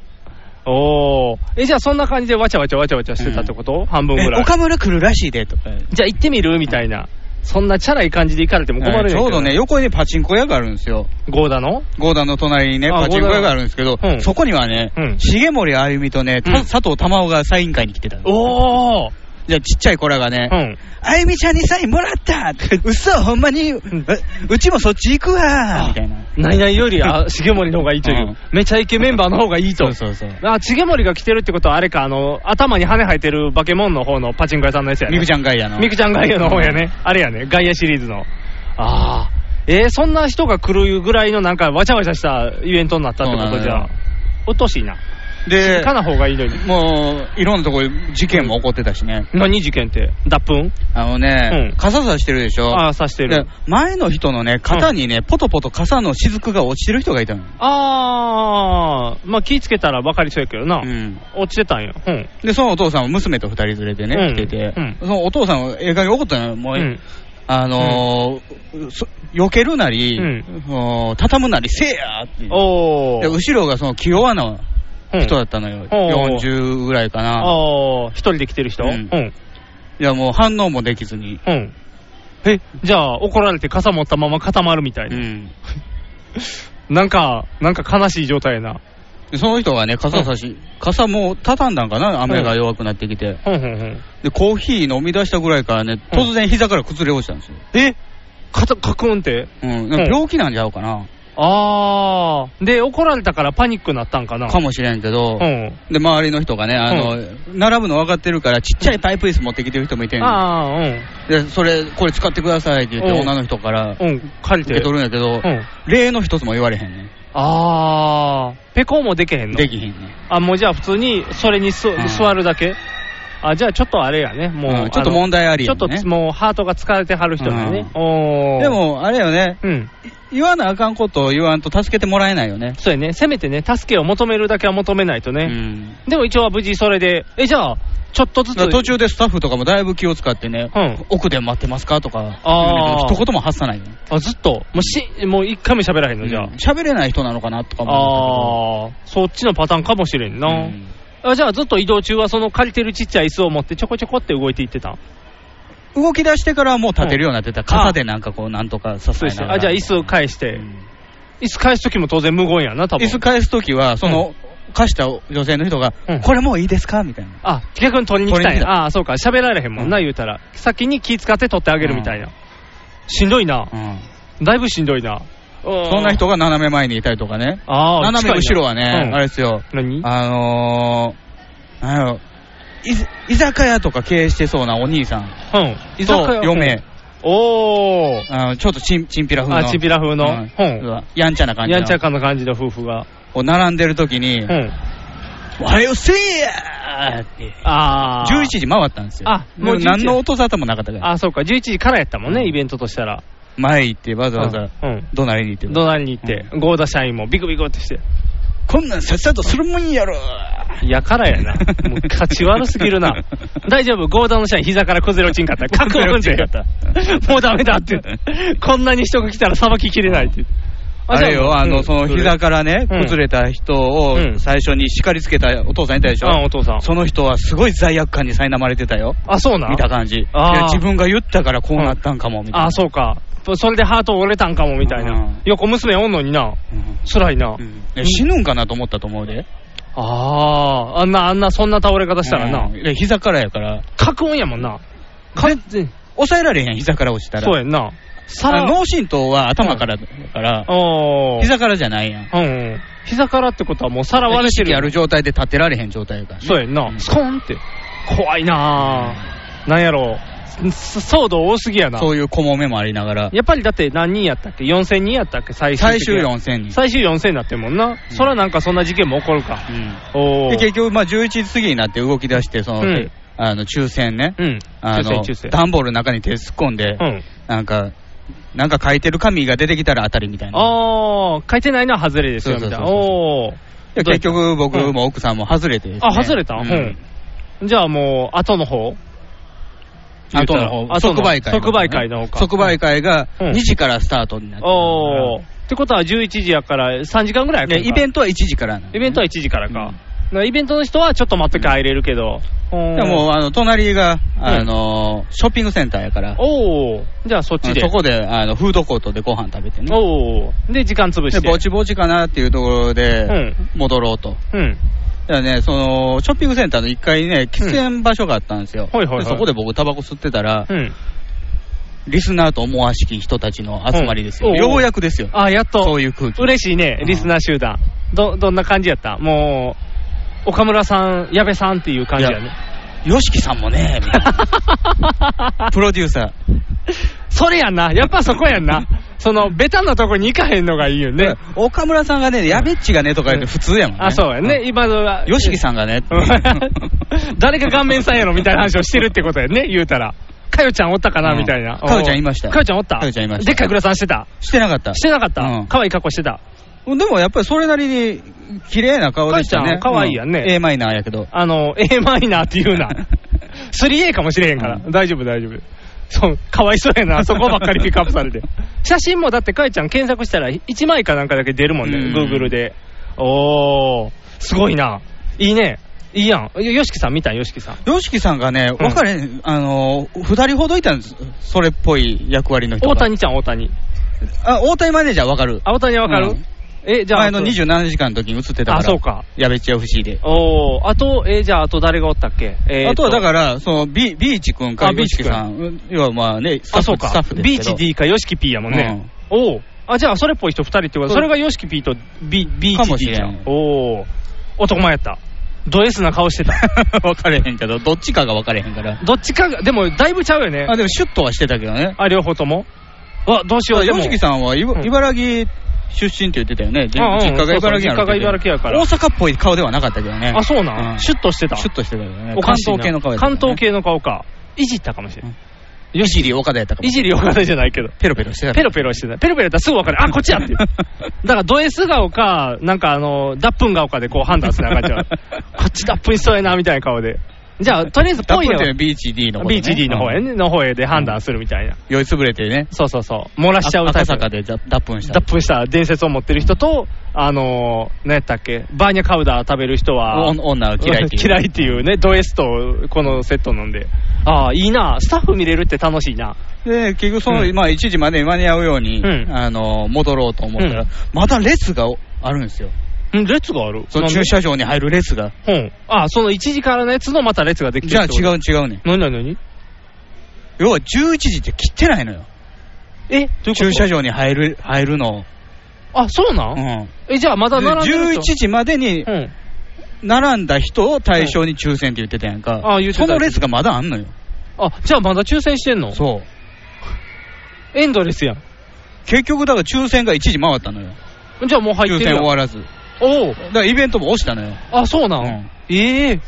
おー。え、じゃあそんな感じでわちゃわちゃわちゃわちゃしてたってこと、半分ぐ
え
らい。
岡村来るらしいで、とか。
じゃあ行ってみるみたいな。そんなチャラい感じで行かれても困る
ち
やん
ょ
け
う
ど
どね、。横にパチンコ屋があるんですよ。
ゴーダの
ゴーダの隣にね、
あ
パチンコ屋があるんですけど
ゴーダ、うん
そこにはね
うん、
重森あゆみとね、た
うん
佐藤珠緒がサイン会に来てたの
おー。
じゃあ、ちっちゃい子らがね
う、ん。
あゆみちゃんにサインもらったって、嘘、ほんまに、ううちもそっち行くわみたいな。
ないないより、 あ、重森の方がいいという。
うん
めちゃイケメンバーの方がいいと。
そうそうそう。
あ、重森が来てるってことは、あれか、あの、頭に羽生えてるバケモンの方のパチンコ屋さんのやつやね。
ミクちゃんガイアの。
ミクちゃんガイアの方やね。あれやね。ガイアシリーズの。ああ。えー、そんな人が来るぐらいのなんかわちゃわちゃしたイベントになったってこと
そう
じ
な
ゃ
の
あ
よ。
うっとうしいな。
で
静、かな方がいいのに。
もう、いろんなとこで事件も起こってたしね。
何事件って脱粉
あのね、
うん
傘さしてるでしょ。
ああ、刺して
で
る。
前の人のね、肩にね、ポトポト傘の雫が落ちてる人がいたの。
ああ、まあ気ぃつけたら分かりそうやけどな。
うん。
落ちてたんや。うん。
で、そのお父さんは娘と二人連れてね、
うん
来てて、
うん
そのお父さんはええ加減怒ったのよ、もう、
うん
あのーそ避けるなり、
うん
その畳むなりせえやって。
お
で、
ー。
後ろがその気弱な
うん
人だったのよ。
おう
40ぐらいかな。
ああ、一人で来てる人、う
うんん、いや、もう反応もできずに。
うん。え、じゃあ怒られて傘持ったまま固まるみたいな。
うん
なんか、なんか悲しい状態やな。
でその人がね、傘差し、傘もう畳んだんかな、雨が弱くなってきて。
うんうんうん。
で、コーヒー飲み出したぐらいからね、
うん
突然膝から崩れ落ちたんですよ。
えかた、カクンって。
うん。なんか病気なんちゃうかな、
あー。で、怒られたからパニックになったんかな。
かもしれんけど、
うん。
で、周りの人がね、あの、並ぶの分かってるから、ちっちゃいパイプ椅子持ってきてる人もいてんの
あー、
で、それ、これ使ってくださいって言って、
うん
女の人から
うん。うん、借り
受
て。
け取るんやけど、
うん。
例の一つも言われへんね。
あー。ペコもでけへんの
できへんね。
あ、もうじゃあ普通に、それにす、
うん
座るだけあ、じゃあちょっとあれやね。もう。
うんちょっと問題あり
ち
や
ょっ
ね
とつもうハートが疲れてはる人だよね。
う
おー。
で、も、あれよね、
うん。
言わなあかんことを言わんと助けてもらえないよね。
そうやね。せめてね、助けを求めるだけは求めないと
う
ね。
ん。
でも一応は無事それで、え、じゃあ、ちょっとず
だから
つ。
途中でスタッフとかもだいぶ気を使ってね、
うん
奥で待ってますかとか、
あー
一言も発さないよね。
あ、ずっと。もうし、もう一回も喋らへんの、じゃあ。
喋れない人なのかなとかも
ああ、そっちのパターンかもしれんな、
思ったけど。うん
あじゃあずっと移動中はその借りてるちっちゃい椅子を持ってちょこちょこって動いていってたん
動き出してからはもう立てるようになってた。傘でなんかこう、なんとか支
そう
え
です
なが
ね
ら。
あじゃあ椅子返して、椅子返す時も当然無言やな多分
椅子返すときは、その、貸した女性の人が
うん、
これもういいですかみたいな。
あ逆に取りに来たん
取りに来
や
た
ああそうか喋られへんもんな、
うん
言うたら先に気使って取ってあげるみたいな、しんどいな
うん
だいぶしんどいなそ
そんな人が斜め前にいたりとかね。
ああ
斜め後ろはね、
近いなうん
あれですよ。
何
あのー、なんやろ、いず居酒屋とか経営してそうなお兄さん
うん居酒
と
屋
嫁、
おお
あのちょっとチンチンピラ風の。
あチンピラ風の
うん
うん
やんちゃな感じの。
やんちゃかの感じの夫婦が
こう並んでる時に、
うん
おはようせえやーって。
ああ
11時回ったんですよ。
あも
も
う
う
11時
何の音沙汰もなかったから。
あ、そうか、11時からやったもんね、
うん
イベントとしたら。
前行ってわざわざ
うん。
怒鳴りに行って、
怒鳴りに行って、ゴーダ社員もビクビクってして。
こんなんさっさとするもんやろ
やからやな。もう勝ち悪すぎ るな。大丈夫、ゴーダウン社員膝から崩れ落ちんかった。覚悟運転やった。 もうダメだって。こんなに人が来たらさばききれないって。
あれよ、あの、その膝からね、
うん
崩れた人
うん
を最初に叱りつけたお父さんいたでしょ
あ、お父さん。
その人はすごい罪悪感に苛まれてたよ。
あ、そうな
見た感じ。い
あー
や自分が言ったからこうなったんかも、みたいな。。
あ、そうか。それでハート折れたんかもみたいうなん横娘おんのにな。
うん
辛いな。
え死ぬんかなと思ったと思うで。
ああ、あんな、あんな、そんな倒れ方したらな
うん。で膝からやから、
確音やもんな。完全
抑えられへん、膝から落ちたら。
そうやんな。さ
あ
ら、
脳震盪は頭からだから、
おー
膝からじゃないやん。
うんうん。膝からってことはもう皿割れ
意
てる
識
や
あ
ん
る状態で立てられへん状態やからね。
そうやんな、
ん
スコーンって、怖いなぁ、なんやろう、そ騒動多すぎやな、
そういう小もめもありながら、
やっぱりだって何人やったっけ、4000人やったっけ、最終
最
的
終
に
4000人。
最終4000になってんもんな、そらなんかそんな事件も起こるか、
うん
お
で
ー
結局、まあ、11時過ぎになって動き出して、その、
うん
あの抽選ね、
うん、
あ
抽選、
の
抽選、
段ボールの中に手突っ込んで、
うん、
なんか、なんか書いてる紙が出てきたら当たりみたいな。
あー、書いてないのは外れですよみたいな、
そうそうそう
お
で
ー、
結局、僕
うん
も奥さんも外れてですね、
あ、外れた、
う
う
ん
ん、じゃあもう、後の方
後の方、
後の
即売会の方ね。
即売会の方か
即売会が
うん
2時からスタートになってる
おー、ってことは11時やから、3時間ぐらい
でイベ
ト
ントは1時からなのね
イベントは1時からか。だからイベントの人はちょっと待って帰れるけど。
でも、あの、隣が、
ん
あの、ショッピングセンターやから、
おおじゃあそっちで。
そこで、あの、フードコートでご飯食べてね。
おおで、時間潰し
で、
て。
ぼちぼちかなっていうところ
う
で、
ん。
戻ろうと。
うん。
だからね、その、ショッピングセンターの1階にね、喫煙場所があったんですよ。
うんはいはいはい
でそこで僕、タバコ吸ってたら、
うん。
リスナーと思わしき人たちの集まりですよ。
うんおう
ようやくですよ。
あ、やっと。
そういう空気。
嬉しいね
う、ん
リスナー集団。ど、どんな感じやったもう、岡村さん、矢部さんっていう感じ
い
やね。
よしきさんもね、みたい なプロデューサ
それやんな。やっぱそこやんな。その、ベタなとこに行かへんのがいいよ
ー。
ね
で。岡村さんがね、やべっちがねとか言って普通やもんね。
あ、そうやね。今のは。
うん。よしきさんがね、
うん 誰が顔面さんやろみたいな話をしてるってことやね、言うたら。かよちゃんおったかな、
うん
みたいな。
かよちゃんいました
かよちゃんおった
かよちゃんいました
でっかいグラサンしてた
してなかった。
してなかった、
うん
かわいい格好してた。
でもやっぱりそれなりに綺麗な顔でしたね。
かっちゃん可愛いやんね
う A マイナーやけ ど。
あの、A マイナーって言 うな。3A かもしれへんから。
う
大丈夫、大丈夫。そう、かわいそうやな、そこばっかりピックアップ されて。写真もだってかよちゃん検索したら1枚かなんかだけ出るもんね、
うん
Google で。おー、すごいな。いいね。いいやん。よしきさん見たん、よしきさん。
ヨシキさんがね、
うん
分かれん、あの、二人ほどいたんです。それっぽい役割の人が。
大谷ちゃん、大谷。
あ、大谷マネージャー分かる。
あ、大谷わかる、
うん
え、じゃあ。
前の27時間の時に映ってたから。
あそうか。
やべっち FC で。
おーあと、えーじゃあ、あと誰がおったっけ、えー、
あとはだからら、そのビビーチ君か
あビ
ビ
ー
ー
チ
チ
君
さん、うん要はまあね、スタ
あ、
ッフ
そうか
スタッフ、です
ビー
け
チ
ど
D かヨシキ P やもんね。おおあ、じゃあ、それっぽい人2人ってこと
そう
それがヨシキ P とビビー
か
チ
もし
D
れ
じ
ん
ゃん。おお男前やった。ド S な顔して た。
分かれへんけど、どっちかが分かれへんから。
どっちかが、でも、だいぶちゃうよね。
あ、でもシュッとはしてたけどね。
あ、両方とも。あ、どうしよう。
ヨシキさんは
うん
茨茨城出身って言ってたよね。で
うんうん
実家が茨城やろ
そうそう実家が茨城やから
大阪っぽい顔ではなかったけどね。
あ、そうなん、
うん
シュッとしてた。
シュッとしてたけどね。
お
関
かしいな
東系の顔やった、
関東。系の顔か。いじったかもしれん。
ヨシリ岡田やったかも
い。じりよかったじゃないけど。
ペロペロしてたか
ペ
ら。
ロペロしてた。ペロペロやったらすぐ分か る。あ、こっちやっていう。だから、ド S 顔か、なんかあの、脱粉顔かでこう判断するな感じは。 こっち脱粉しそうやな、みたいな顔で。じゃあ、とりあえず、
ダ
ぽ
ッ
い
プ
の
っていうのは BHD の方ね
BGD の方へ、
うん
ね、の方へで判断するみたいな。
酔いつぶれてね。
そうそうそう。漏らしちゃうタイ
赤
プ。
坂で脱粉した
脱。粉した伝説を持ってる人と、あのー、何やったっけ、バーニャカウダー食べる人は、
お女を嫌いっていう。
嫌いっていうね、ド S とこのセットなんで。ああ、いいな。スタッフ見れるって楽しいな。
で、結局その、
うん
まあ1時までに間に合うように、
うん
あの、戻ろうと思ったら、
うん
また列があるんですよ。
ん列がある
その駐車場に入る列が。
うん。あ、その1時からのやつのまた列ができて
じゃあ違
う。
う違うねん。
何何何
要は11時って切ってないのよ。
えどういうこと
駐車場に入る、入るの。
あ、そうな、
うんん。
え、じゃあま
で
だ並んでる
11
人
時までに
うん。
並んだ人を対象に抽選って言ってたやんか。
うんあ言ってた
その列がまだあんのよ。
あ、じゃあまだ抽選してんの
そう。
エンドレスやん。
結局だから抽選が1時回ったのよ。
じゃあもう入っ
抽
てる
選
やん
終わらず。
おう
だからイベントも押したのよ。
あ、そうなん、
うん
ええ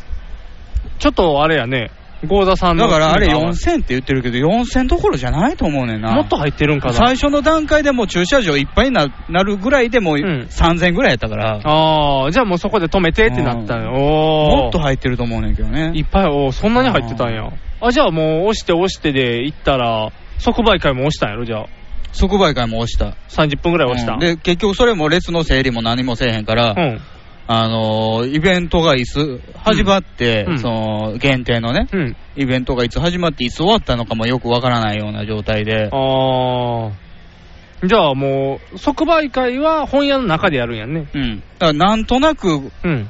ちょっとあれやね。ゴーザさんの。
だからあれ
も
4000って言ってるけど、4000どころじゃないと思うねんな。
っと入ってるんかな。
最初の段階でもう駐車場いっぱいにななるぐらいでもううん3000ぐらいやったから、
ああ、じゃあもうそこで止めてってなったの。おー
もっと入ってると思うねんけどね。
いっぱい、おーそんなに入ってたんや。あ、じゃあもう押して押してで行ったら、即売会も押したんやろ、じゃあ。
即売会も押した。
30分ぐらい押した。
うんで、結局それも列の整理も何もせえへんから、
うん。
あのーイベントがいつ始まって、
うん
その限定のね、
うん。
イベントがいつ始まって、いつ終わったのかもよくわからないような状態で、
ああ。じゃあもう、即売会は本屋の中でやるんやんね。
うん、だからなんとなく
うん。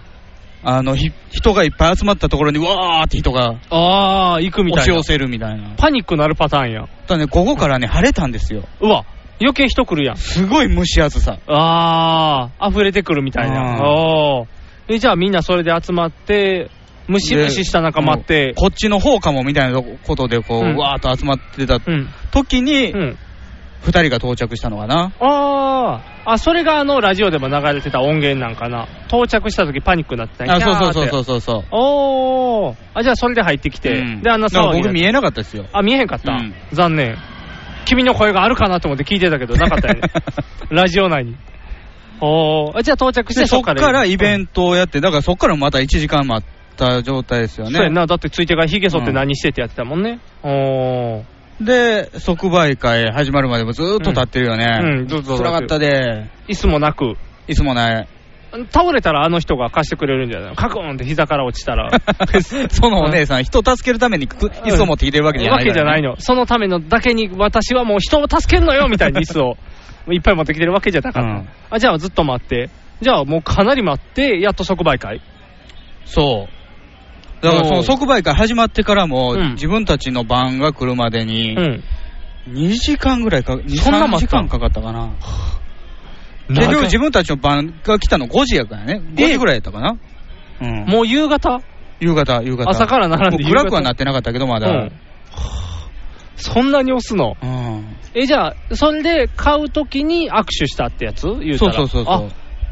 あのひ人がいっぱい集まったところに、わーって人が
ああ、行くみ
押
たい
し
な
寄。せるみたいな、
パニックなるパターンや。
ただね、ここからね、晴れたんですよ、
うわ、余計人来るやん。
すごい蒸し暑さ、
ああ、溢れてくるみたいな。
うん
おーえじゃあみんなそれで集まって、ムシムシした中待って、
こっちの方かもみたいなことでこう、
うん
わーっと集まってた
うん。
時に、
う
2
ん。
人が到着したのかな。
ああ、あ、それがあの、ラジオでも流れてた音源なんかな。到着した時パニックになってたんや
あそうそう
キャーって
そうそうそう。
おーあ、じゃあそれで入ってきて、
うん
で、あんな
だから
騒ぎ
僕見
え
えなかったですよ。
あ、見えへんかった、
うん
残念。君の声があるかなと思って聞いてたけど、なか ったよね。ラジオ内に。おーあ、じゃあ到着して
でそっからイベ
ト、
ントをやって、だからそっからまた1時間待った状態ですよ
うんそうやん
ね。
な。だってついてからヒゲ剃って何してってやってたもんね。おー
で、即売会始まるまでもずーっと立ってるよ
うんう
ね。
んずっと立ってる
つらかったで、
椅子もなく。
いつもない。
倒れたらあの人が貸してくれるんじゃないカクーンって膝から落ち たら。
そのお姉さん、人を助けるためにく椅子を持ってきてるわけじゃない、
わけじゃない。の。そのためのだけに私はもう人を助けるのよみたいに椅 子をいっぱい持ってきてるわけじゃなかった。
うん
あじゃあずっと待って。じゃあもうかなり待って、やっと即売会。
そう。だからそ
お
の
う
即売会始まってからも、
うん
自分たちの番が来るまで
う
に、
ん。
2時間ぐらいか、2、
そんな
3時
待った
間かかったかな。結局自分たちの番が来たの5時やからね。5時ぐらいやったかな。うん
もう夕方
夕方、夕方。
朝から並んで
もう暗く
夕
は
方
なってなかったけど、ま
うん
だ。うん。
そんなに押すのえ、じゃあ、それで買うときに握手したってやつ言うた
そう
ら
そうそうそう。
あ、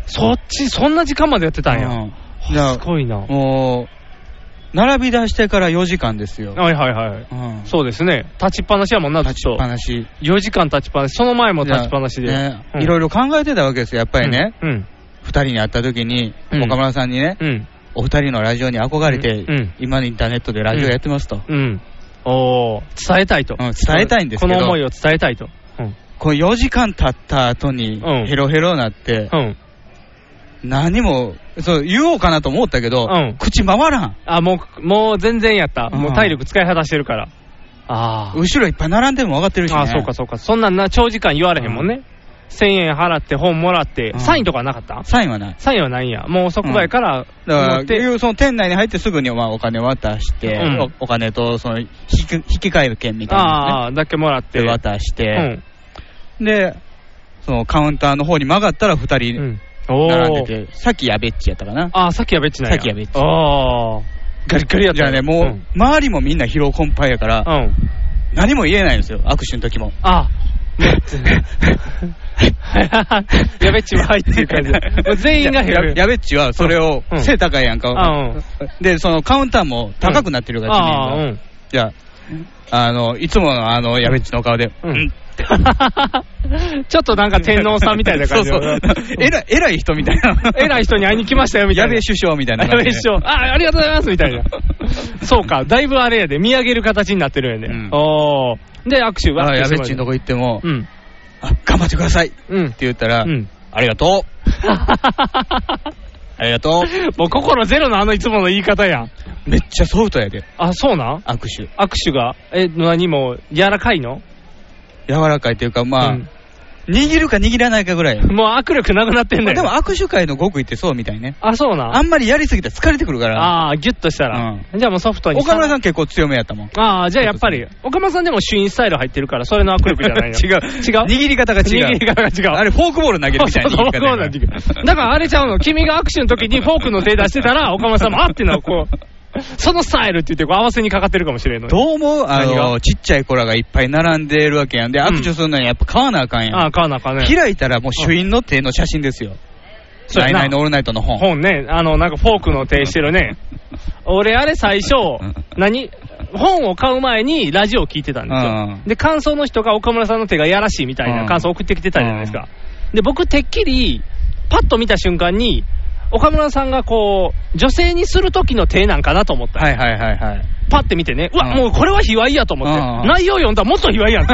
そっち、そんな時間までやってたんや。
うんじゃ
あ
あ
すごいな。は
もう、並び出してから4時間ですよ。
いはいはい。
うん。
そうですね。立ちっぱなしやもんな、ずっ
立ちっ
と
ぱ。なし。
4時間立ちっぱなし。その前も立ちっぱなしで。
じゃあね
うん
いろいろ考えてたわけですよ。やっぱりね、
うん。うん
二人に会った時に、
うん
岡村さんにね、
うん。
お二人のラジオに憧れて、
うんうん
今インターネットでラジオやってますと。
うん。おー伝えたいと。
うん伝えたいんですけど
この思いを伝えたいと。うん。
こう4時間経った後に
うん、
ヘロヘロになって、
うん。
何も、そう、言おうかなと思ったけど、
うん
口回らん。
あ、もう、もう全然やった。
うん
もう体力使い果たしてるから。あー
後ろいっぱい並んでるのも分かってるしね。
あー、そうかそうか。そんなんな、長時間言われへんもんね。1000円払って本もらって
う、ん
サインとかなかった
サインはない。
サインはないんや。もう即売から
だ
持
か
っ
ら、
て。
いうその店内に入ってすぐに、まあ、お金渡して、
うん
おお金とその引き引き換える券みたいなのね
ああ、だけもらっ
で
て。
渡し
う
て、
ん。
で、そのカウンターの方に曲がったら2
う
人
ん。お
並ん
ー。
でて、さっきやべっちやったかな。
ああ、さっきは別なんや。
さっきは別
ああ。ガリガリやった
じゃあね、もう、
うん
周りもみんな疲労困憊やから、
うん。
何も言えないんですよ、握手の 時も。
あ、 やべっちはいっていう 感じで。もう全員が
い
減
やや
る。
やべっちはそれを
うん
背高いやんか、
あうん。
でそのカウンターも高くなってるから、
あ
地
あ、う
面が
ん。
じゃああのいつものあのやべっちの顔で、
うん
う ん
ちょっとなんか天皇さんみたいな感じ
そう そうえら偉い人みたいな
偉い人に会いに来ましたよみたいな
やべえ首相みたいな
や
感
べ
じで
っしょ。あ、ありがとうございますみたい な。そうか、だいぶあれやで、見上げる形になってるんやで。
うん
おお。で、握手は
あやべっちのとこ行っても、
うん。
あ頑張ってくださいって
うん。
言ったら、
うん。
ありがとうありがと
もう心ゼロのあのいつもの言い方やん。
うめっちゃソフトやで
あ、そうなん
握手
握手が、え、何も、柔らかいの
柔らかいっていうかまあ、
うん
握るか握らないかぐらい
もう握力なくなってん
ま
だ
あで
よ。
も握手会の極意ってそうみたいね
あ、そうなん
あんまりやりすぎたら疲れてくるから
ああー、ギュッとしたら。じゃあもうソフトに。
岡村さ
ん。
ん結構強めやったもん
ああ、じゃあやっぱり、岡村さんでも主因スタイル入ってるから、それの握力じゃない の。
違う。
違う。
握り方が違う。
握り方が違う
あれ、フォークボール投げるみたいな
そうそう
握り方や
そうそうだからあれちゃうの、君が握手の時にフォークの手出してた ら、岡村さんもあってな、こう、そのスタイルって言って、こう合わせにかかってるかもしれんのに。
どう思うあ
何が
の、ちっちゃい子らがいっぱい並んでるわけやん。で、
ん
握手するのにやっぱ買わなあかんや
ああ、
ん。
買わなあかんね。
開いたらもう主因の手の写真ですよ。
そ
ナ
うや
イ
な
ナイのオールナイトの本。
本ね、あの、なんかフォークの手してるね。俺あれ最初
うん、
何本を買う前にラジオを聞いてたんですよ
うん。
で、感想の人が岡村さんの手がやらしいみたいな感想を送ってきてたじゃないですか。で、僕、てっきり、パッと見た瞬間に、岡村さんがこう、女性にする時の手なんかなと思ったんですよ
はいはいはいはい。
パッて見てね、うわ、
うん
もうこれは卑猥やと思って、
うん
内容読んだらもっと卑猥や んって、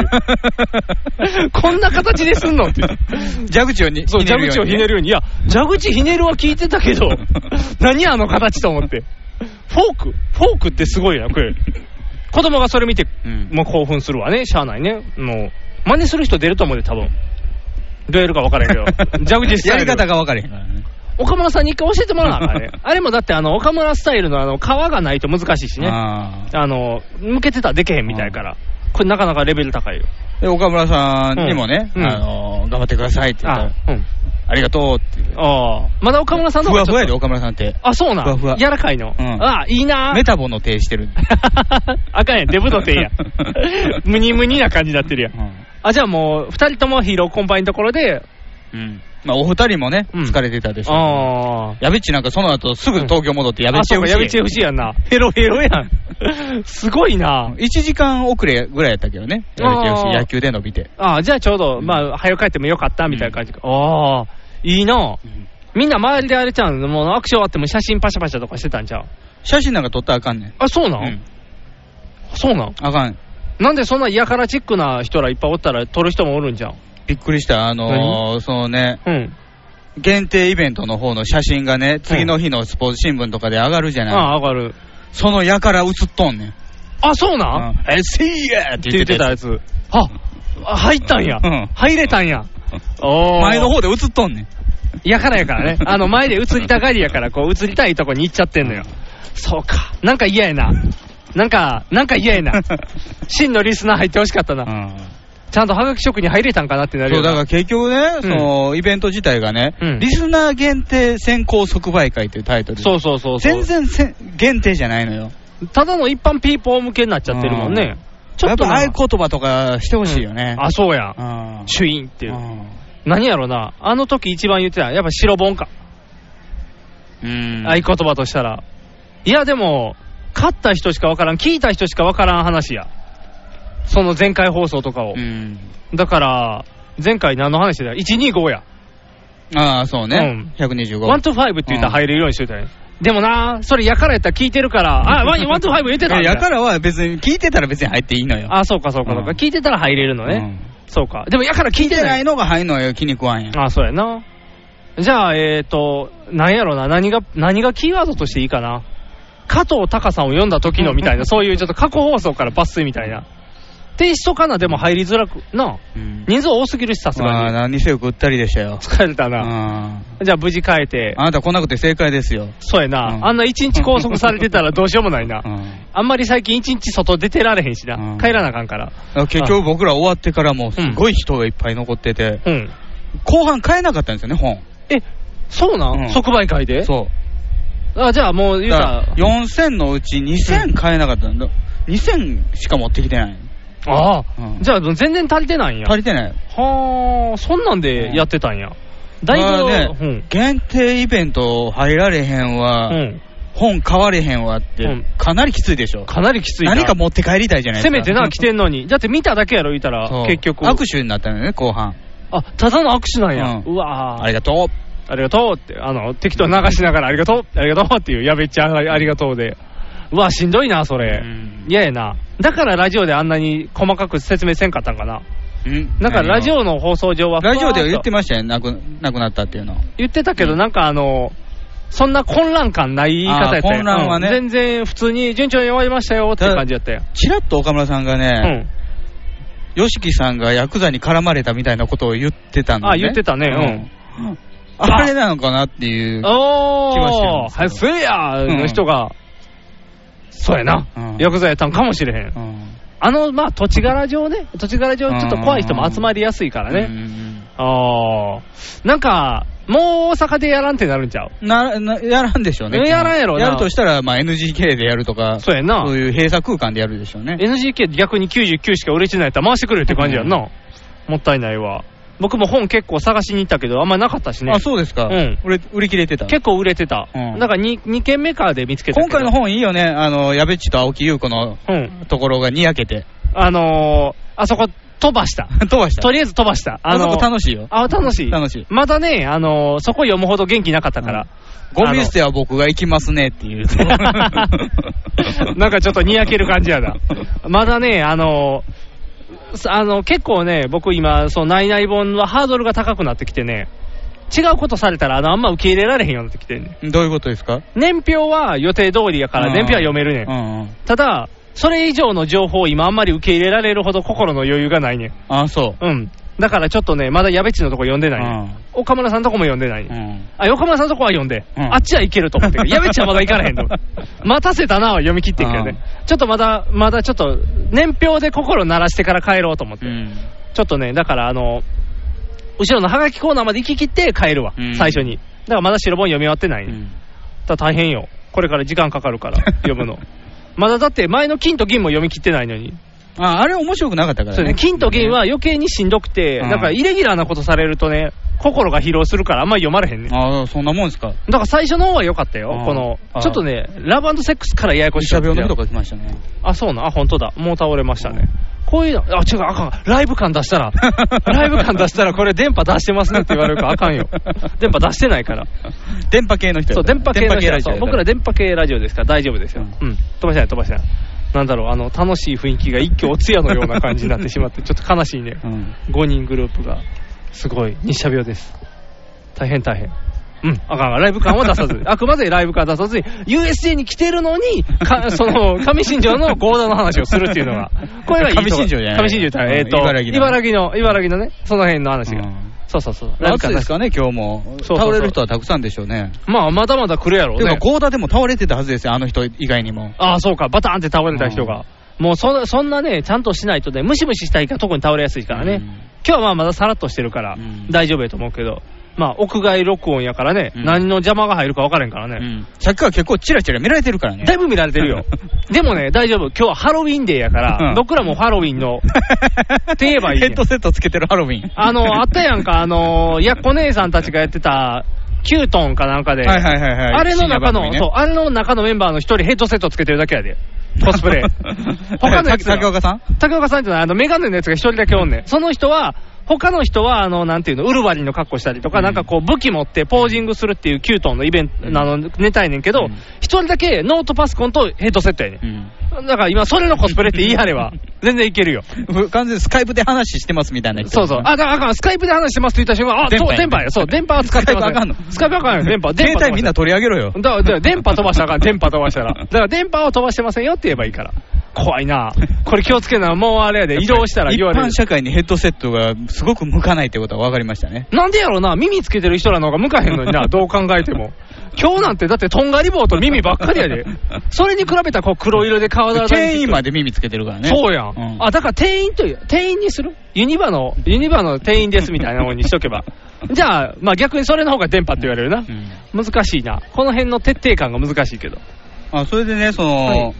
こんな形ですんのって。
蛇口をに
そう、蛇口をひねるように、いや、蛇口ひねるは聞いてた けど、何あの形と思って。フォークフォークってすごいな、これ。子供がそれ見て、
うん
もう興奮するわね、しゃあないね。もう、真似する人出ると思うで、多分。どうやるか分からへんけど。 蛇口スタ
や
イ
り
ル
方が分かれへんからね。
岡村さんに一回教えてもらわなあかんね。あれもだって、あの、岡村スタイルのあの、皮がないと難しいしね。
あ
あの、向けてたらでけへんみたいやから。これなかなかレベル高いよ。
ーで岡村さんにもね、
うん
あのー頑張ってくださいって言った
あ
ら、
うん。
ありがとうって。
ああ。まだ岡村さんの
ふ
方
わ
が
ふ
ちょっと
わやで、岡村さんって。
あ、そうなん。
ふわふわ
柔らかいの。
うん
ああ、いいな
メタボの手してる。
あかんやん、デブの手や。ムニムニな感じになってるや。
うんん
あ、じゃあもう、二人ともヒーローコンパイのところで、
うん。まあ、お二人もね、
うん
疲れてたでしょうね。
ああ。
やべっちなんかその後すぐ東京戻ってやべっ
あ、
ち
そうか、
FC。
やべち FC やんな。ヘロヘロやん。すごいな。
1時間遅れぐらいやったけどね。やべっち
あ
FC
ー
野球で伸びて。
ああ、じゃあちょうど、まあ、早く帰ってもよかったみたいな感じか。ああ、いいな。みんな周りであれちゃうの、もう握手終わっても写真パシャパシャとかしてたんちゃう
写真なんか撮ったらあかんねん。
あ、そうな、
うんん。
そうなん
あかん。
なんでそんな嫌からチックな人らいっぱいおったら撮る人もおるんじゃん。
びっくりした。あのー、そのね、
うん。
限定イベントの方の写真がね、次の日のスポーツ新聞とかで上がるじゃない。
ああ、上がる。
そのやから映っとんねん。
あ、そう
う
なん、っ
んえ、せいやって
て
言
言
っ
ってて
た
た
や
や
つ。
つ。あ、あ入ったんや。
うん
入れたんや。おー
前の方で映っとんねん。
やからや からね。あの、前で映りたがりやから、こう、映りたいとこに行っちゃってんのよ。そうか。なんか嫌やな。なんか、なんか嫌 やな。真のリスナー入ってほしかったな。ちゃんとハガキ職に入れたんかなってなる
そ
よ
う、
な
だから結局ね、その、イベント自体がね
うん、
リスナー限定先行即売会っていうタイトルで
そうそうそうそう
全然せん限定じゃないのよ。
ただの一般ピーポー向けになっちゃってるもんね。ちょっとな
やっぱ合言葉とかしてほしいよね。
あ、そうや。
あ
シュインっていう。
う
何やろな。あの時一番言ってた。やっぱ白本か。
ん。
合言葉としたら。いや、でも、勝った人しかわからん、聞いた人しかわからん話や。その前回放送とかを
う。ん。
だから、前回何の話だよ ?125 や。
ああ、そうね。125。
1と5って言ったら入れるようにしといたね。でもな、それやからやったら聞いてるから、あ、1と5言ってたん
い
だ
ややからは別に、聞いてたら別に入っていいのよ。
あ、そうかそうかそうか。
うん
聞いてたら入れるの
う
ね。
ん
そうか。でもやから聞
聞
い
い
て
て
な
ないいのが入んのよ、気に食わんやん。
あ、そうやな。じゃあ、えっ、ー、と、なんやろな、何が、何がキーワードとしていいかな。加藤隆さんを読んだ時のみたいな、そういうちょっと過去放送から抜粋みたいな。ってしとかな、でも入りづらく、なあ、
うん
人数多すぎるし、さす
ま
が
あ、
に。
何せよくったりでしたよ。
疲れた
うん
な。
あ
じゃあ、無事帰って、
なた来なくて正解ですよ。
そうやな、
うん
あんな一日拘束されてたらどうしようもないな。
うん
あんまり最近一日外出てられへんしな、
うん
帰らなあかんから。
結局僕ら終わってからもうすごい人がいっぱい残ってて、
うん。
後半買えなかったんですよね、本。
え、そうなん、
うん
即売会で
そう。
あ、じゃあもう言う
だ
た
からら、4000のうち2000買えなかったんだ。2000しか持ってきてない。
ああ、
うん
じゃあ全然足りてないんや。
足りてない。
はあ、そんなんでやってたんや。だ
ま
い
あ
ぶ、
ね、限定イベント入られへんわ、
うん、うん、
本買われへんわって、
うん
かなりきついでしょ。
かなりきついな。
何か持って帰りたいじゃないで
せ
すか。
めてな、来てんのに。だって見ただけやろ、言ったら
そう、
結局。
握手になったのよね、後半。
あ、ただの握手なんや。う
うん
わ
あ
あ
りがと。
ありがとうって、あの、適当に流しながら、ありがとう、ありがとうっていう、やべっちゃんありがとうで。うわしんどいな、そうれ。
ん
嫌やな。だからラジオであんなに細かく説明せんかったんかな。
うん
なんかラジオの放送上は、
ラジオでは言って
ま
ましたよね、なくなくなったっていうの。
言ってたけど、なんかあの、そんな混乱感ない言い方やったよ
あー混乱はね
うん全然普通に順調に終わりましたよっていう感じやったよ。
ちらっと岡村さんが
う
ね、
ん。
ヨシキさんがヤクザに絡まれたみたいなことを言ってたんだよね。
あ言ってたねうん
うん。あれなのかなっていう。気はしてるん
お
で
ー、
すけ
は
ど
い、せいやーの人が、そうやな、
うん
ヤクザやったんかもしれへん。
うん
あの、まあ、土地柄上ね、土地柄上ちょっと怖い人も集まりやすいから
う
ね。
ん
あー、なんか、もう大阪でやらんってなるんちゃう
ななやらんでしょうね。
えやらんやろな
やるとしたら、まあ、NGK でやるとか、
そうやな
そういう閉鎖空間でやるでしょうね。
NGK 逆に99しか売れてないやったら回してくれよって感じやんな。もったいないわ。僕も本結構探しに行ったけど、あんまなかったしね。
あ、そうですか。
うん
俺、売り切れてた。
結構売れてた。
うん
だから 2, 2軒目からで見つけたけ
今回
ど。
の本いいよね。あの、矢部っちと青木優子の
うん。
ところがにやけて。
あのー、あそこ飛ばした。
飛ばした。
とりあえず飛ばした。
あそ
の
こ楽しいよ。
あ、楽しい。
楽しい
まだね、あのーそこ読むほど元気なかったから。
ゴミ捨ては僕が行きますねっていう。
なんかちょっとにやける感じやな。まだね、あのーすあの結構ね、僕今、そう、ナイナイ本はハードルが高くなってきてね、違うことされたら、あの、あんま受け入れられへんようになってきてんねん
どういうことですか
年表は予定通りやから、年表は読めるねん
う。んうん。
ただ、それ以上の情報を今あんまり受け入れられるほど心の余裕がないねん。
あ、そ
うん。だからちょっとね、まだ矢部っちのとこ読んで
う。う
ないねん。
ん。
岡村さんとこも読んでないねん。
うん
あ、横村さんのとこは読んで、
うん
あっちは行けると思って る。やべっちはまだ行かれへんと思って。待たせたなは読み切ってんけどね。ちょっとまだ、まだちょっと、年表で心鳴らしてから帰ろうと思って。
うん。
ちょっとね、だからあの、後ろのハガキコーナーまで行き切って帰るわ、
うん
最初に。だからまだ白本読み終わってない、ねだから大変よ。これから時間かかるから、 読むの。まだだって前の金と銀も読み切ってないのに。
あ、あれ面白くなかったから
そうね、金と銀は余計にしんどくて、
うん
だからイレギュラーなことされるとね、心が疲労するからあんまり読まれへんね。
ああ、そんなもんですか。
だから最初の方は良かったよ
あ、ー
この
あー、
ちょっとね、ラブセックスからややこ
医
しい
者病の人が来ましたね。
あ、そうな、あ、本当だ、もう倒れましたね。こういうの、あ、違う、あかん、ライブ感出した ら、ライブ感出したら、これ、電波出してますねって言われるからあかんよ、電波出してないから、
電波系の人
そう、電波系の人
ラ
だ
ジ
そ
オ
う僕ら電波系ラジオですから、大丈夫ですよ、
う
うん、飛ばしてない、飛ばしてない、なんだろう、あの楽しい雰囲気が一挙お通夜のような感じになってしまって、ちょっと悲しいね、
うん。
5人グループが、すごい、日射病です。大変大変。うん、あかんあかんライブ感は 出さずに、あくまでライブ感は出さずに、USJ に来てるのに、 かその上新庄の合田の話をするっていうのが、これはいいとこ
上新庄じゃない
上新庄じゃない、えっ、と、
うん茨城の
茨城の、茨城のね、その辺の話
う
が。
ん
そうそうそう、ライブ
暑
感
い
出
です
す
かね、今日も。
そうそうそう
倒れる人はたくさんでしょうね。
まあ、まだまだ来るやろ
て
う
いうか、
ね。
ゴーダでも倒れてたはずですよ、あの人以外にも。
ああ、そうか、バターンって倒れた人が。もうそそんなね、ちゃんとしないとね、ムシムシしたいから特に倒れやすいからね。
うん
今日はまあまださらっとしてるから
うん、
大丈夫やと思うけど、まあ、屋外録音やからね、
うん
何の邪魔が入るか分からへんからね。
うんさっきは結構チラチラ見られてるからね。
だいぶ見られてる よ。でもね、大丈夫。今日はハロウィンデーやか
うん
ら、僕らもハロウィ ンの、って言えばいい
ヘ
ね
ッドセットつけてるハロウィン。
あの、あったやんか、あ の、やっこ姉さんたちがやってた、キュートンかなんかで、
はいはいはいはい。
あれ
深
の中
夜番組
の、
ね。
そう、あれの中のメンバーの一人ヘッドセットつけてるだけやで。コスプレ 他のやつら
竹岡さん
竹岡さんじゃない、あの、メガネのやつが一人だけおんねん。その人は、他の人は、あの、なんていうの、ウルヴァリンの格好したりとか、
うん
なんかこう、武器持ってポージングするっていうキュートンのイベント、
うん
あの、ネタやねんけ
う
ど
ん、
一、人だけノートパソコンとヘッドセットやねん。だから今、それのコスプレって言い張れ ば、全然いけるよ。
うん。完全にスカイプで話してますみたいな人。
そうそう。あ、だからあかん、スカイプで話してますって言った瞬間、あ、
電波や
そう、
ね
電波や。そう、電波は使ってます、
スカイプあかんの
スカイプあかんよ、電波。電波
携帯みんな取り上げろよ。
だから、だから電波飛ばしたらあかん、電波飛ばしたら。だから電波を飛ばしてませんよって言えばいいから。怖いなこれ気をつけな、もうあれやで、移動したら
一
言われ
般
る。
社会にヘッドセットがすごく向かないってことは分かりましたね。
なんでやろな、耳つけてる人らの方が向かへんの にな、どう考えても。今日なんて、だってとんがり棒と耳ばっかり やで。それに比べたら、こう黒色で顔だらけ
店員まで耳つけてるからね。
そうやん。
うん
あ、だから店員という、店員にするユニバの、ユニバの店員ですみたいなもんにしとけ ば。じゃあ、まあ逆にそれの方が電波って言われるな。
うん
難しいな。この辺の徹底感が難しいけど。
あそれでね、その、
はい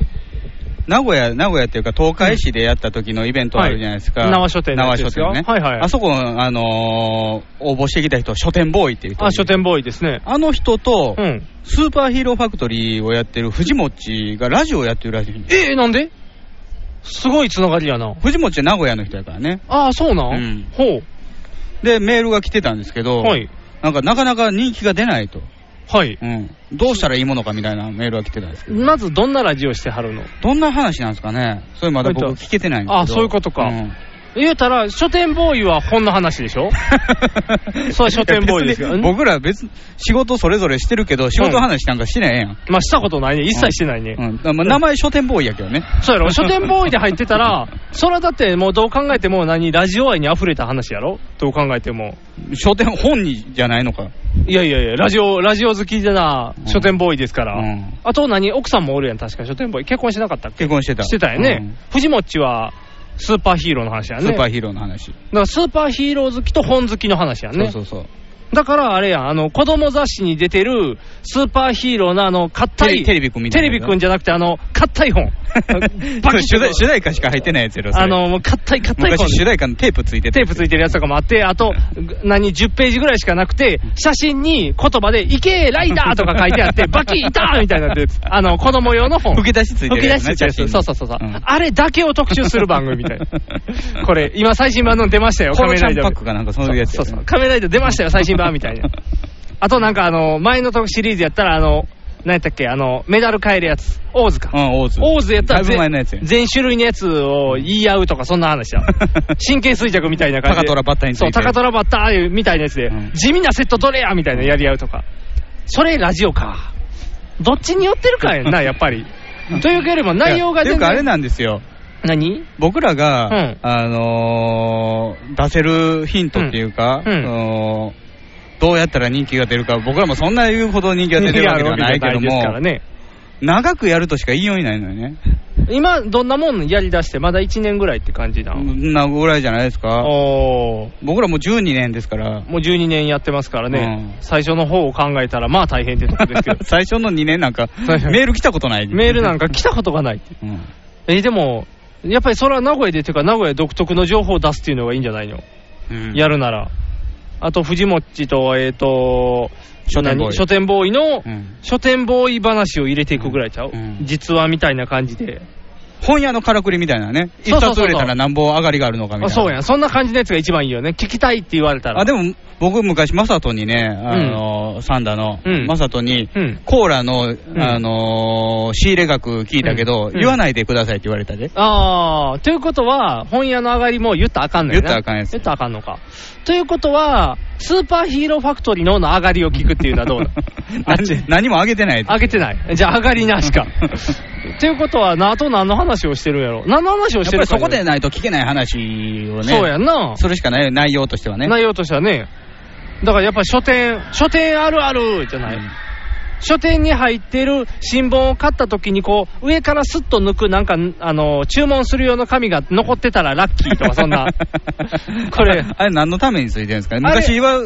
名古屋、名古屋っていうか、東海市でやった時のイベントあるじゃないですか。
はい縄書店の
縄
やつ
書
です
店
よ
ね。
はいはい
あそこ、あのー応募してきた人、書店ボーイっていう人。
あ、書。店ボーイですね。
あの人と、
うん。
スーパーヒーローファクトリーをやってる藤持がラジオをやってるらしいんです。
えー、なんですごいつながりやな。
藤持って名古屋の人やからね。
ああ、そうなん、
うん
ほ
で、メールが来てたんですけ
う。
ど、
はい。
なんかなかなか人気が出ないと。
はい。
うん。どうしたらいいものかみたいなメールが来てたんですけど。
まずどんなラジオしてはるの
どんな話なんですかねそれまだ僕聞けてないんですけど。
あそういうことか
ん
言うたら、書店ボーイは本の話 でしょ それは書店ボーイですよ
いや別に僕ら別に仕事それぞれしてるけど、仕事話なんかしてないやん。
まあ、したことないね。一切してないね。
うん。まあ名前書店ボーイやけどね。
そうやろ、書店ボーイで入ってたら、それはだってもうどう考えても何、ラジオ愛に溢れた話やろどう考えても。
書店本にじゃないのか。
いやいやいや、ラジオ、ラジオ好きでな
う、ん
書店ボーイですから。
うん
あと何奥さんもおるやん、確か書店ボーイ。結婚してなかったっけ
結婚してた。
してたよ
う
ね
ん。。
藤もっちは、スーパーヒーローの話やね。
スーパー
だか
ヒーローの話。
らスーパーヒーロー好きと本好きの話やね。
そ うそうそう。
だからあれや、あの、子供雑誌に出てるスーパーヒーローのあの、硬
テ
い。
レテレビくんみたいな。
テレビくんじゃなくて、あの、硬い本
それ主題主題歌しか入ってないやつやろ、それ
あの、もう硬い硬い本
昔。主題歌のテープついて
テープついてるやつとかもあって、あと、何、10ページぐらいしかなくて、写真に言葉で、いけライダーとか書いて あって、バキいたみたいなやつ。あの、子供用の本。
吹き出しついてるやつね
吹き出しついてる
写
やつ
真に
そうそうそうそう。
うん
あれだけを特集する番組みたいな。これ、今最新版の出ましたよ、
コ
カ
ロ
メ
ちゃ
ラ
ん
イダー。
パックかなんかそういうやつや
そ
ね
うそう。仮面ライダー出ましたよ、最新版みたいな。あとなんかあの、前のシリーズやったら、あの、何やったっけ、あの、メダル変えるやつ。オーズか。
うん、オーズ。
オーズやったら
だいぶ
全
前のやつやね
全種類のやつを言い合うとか、そんな話 だ。神経衰弱みたいな感じで。
高虎バッターについて
そう、高虎バッターみたいなやつで、
うん
地味なセットどれやみたいなやり合うとか。それラジオか。どっちに寄ってるかや んな、やっぱり。というよりも内容が
いや
全
ていうかあ
然。
れなんですよ。
何
僕らが、
うん
あのー出せるヒントっていうか、
うんうん
あのーどうやったら人気が出るか、僕らもそんな言うほど人気が出てるわけではないけど
人気があるわけじゃないですか
も
ら、ね。
長くやるとしか言いようにないのよね。
今、どんなもんやりだして、まだ1年ぐらいって感じだ。
なぐらいじゃないですか。
おー
僕らもう12年ですから、
もう12年やってますからね、
う
最初の方を考えたら、まあ大変ってとこですけど、
最初の2年なんか、
最初
メール来たことない。
メールなんか来たことがないって。
うん、
えでも、やっぱりそれは名古屋でっていうか、名古屋独特の情報を出すっていうのがいいんじゃないの、
うん
やるなら。あと、藤もっちと、えっ、と、
書店ボーイ
何書店ボーイの、
うん
書店ボーイ話を入れていくぐらいちゃう、
うん
実話みたいな感じで。
本屋のからくりみたいなね、一
そうそ
冊
うそうそう
売れたらなんぼ上がりがあるのかみたい
あ
な。
そうやん、そんな感じのやつが一番いいよね。聞きたいって言われたら。
あでも僕、昔、マサトにね、あのサンダの、
うん
マサトに、
うん
コーラの、あの仕入れ額聞いたけど、
うんうん
言わないでくださいって言われたで、
ああ、ということは、本屋の上がりも言ったらあかんのやな
言ったらあかんやつ
言ったらあかんのか。ということは、スーパーヒーローファクトリーのの上がりを聞くっていうのはどう だあっち
何何もあげてない
上げてない。じゃあ上がりな しか。ということは、なあと何の話をしてるんやろ。何の話を
や
し
ってぱり
るか
そ
によ
こ
る
でないと聞けない話をね、
そうやんな。
それしかない内容としてはね。
内容としてはね。だからやっぱり書店、書店あるあるじゃない。
うん
書店に入ってる新聞を買った時にこう上からスッと抜くなんかあの注文する用の紙が残ってたらラッキーとかそ んなこれ
ああれ、何のためについてるんですかね、
あれ
昔は必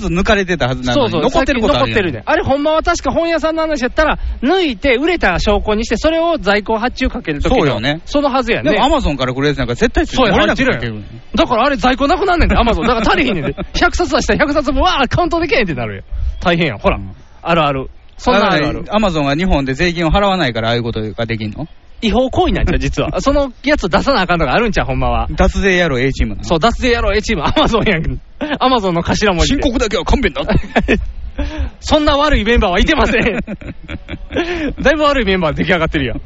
ず抜かれてたはずな
そ
の
う
に、
そう
残ってることある
さっき残ってるねあれほんまは確か本屋さんの話やったら抜いて売れた証拠にしてそれを在庫発注かけるとき
そうよね
そのはずやね
でも、アマゾンから来るやつなんか絶対ついて
そうや、
漏れ
入
な
って
く
る
な
や
ってる
ん。だからあれ在庫なくなんねんで、アマゾン。だから足りひんねん で。100冊出したら100冊分、わー、カウントできへんってなるやん。大変やん。ほら、
うん
あるある。そんなあるある。
アマゾンが日本で税金を払わないから、ああいうことができんの
違法行為なんちゃう、実 は。そのやつ出さなあかんのがあるんちゃう、ほんまは。
脱税やろ、A チームなの
そう、脱税やろう、A チーム。アマゾンや ん。アマゾンの頭文字
申
で。
告だけは勘弁だ
そんな悪いメンバーはいてま せん。だいぶ悪いメンバー出来上がってるやん。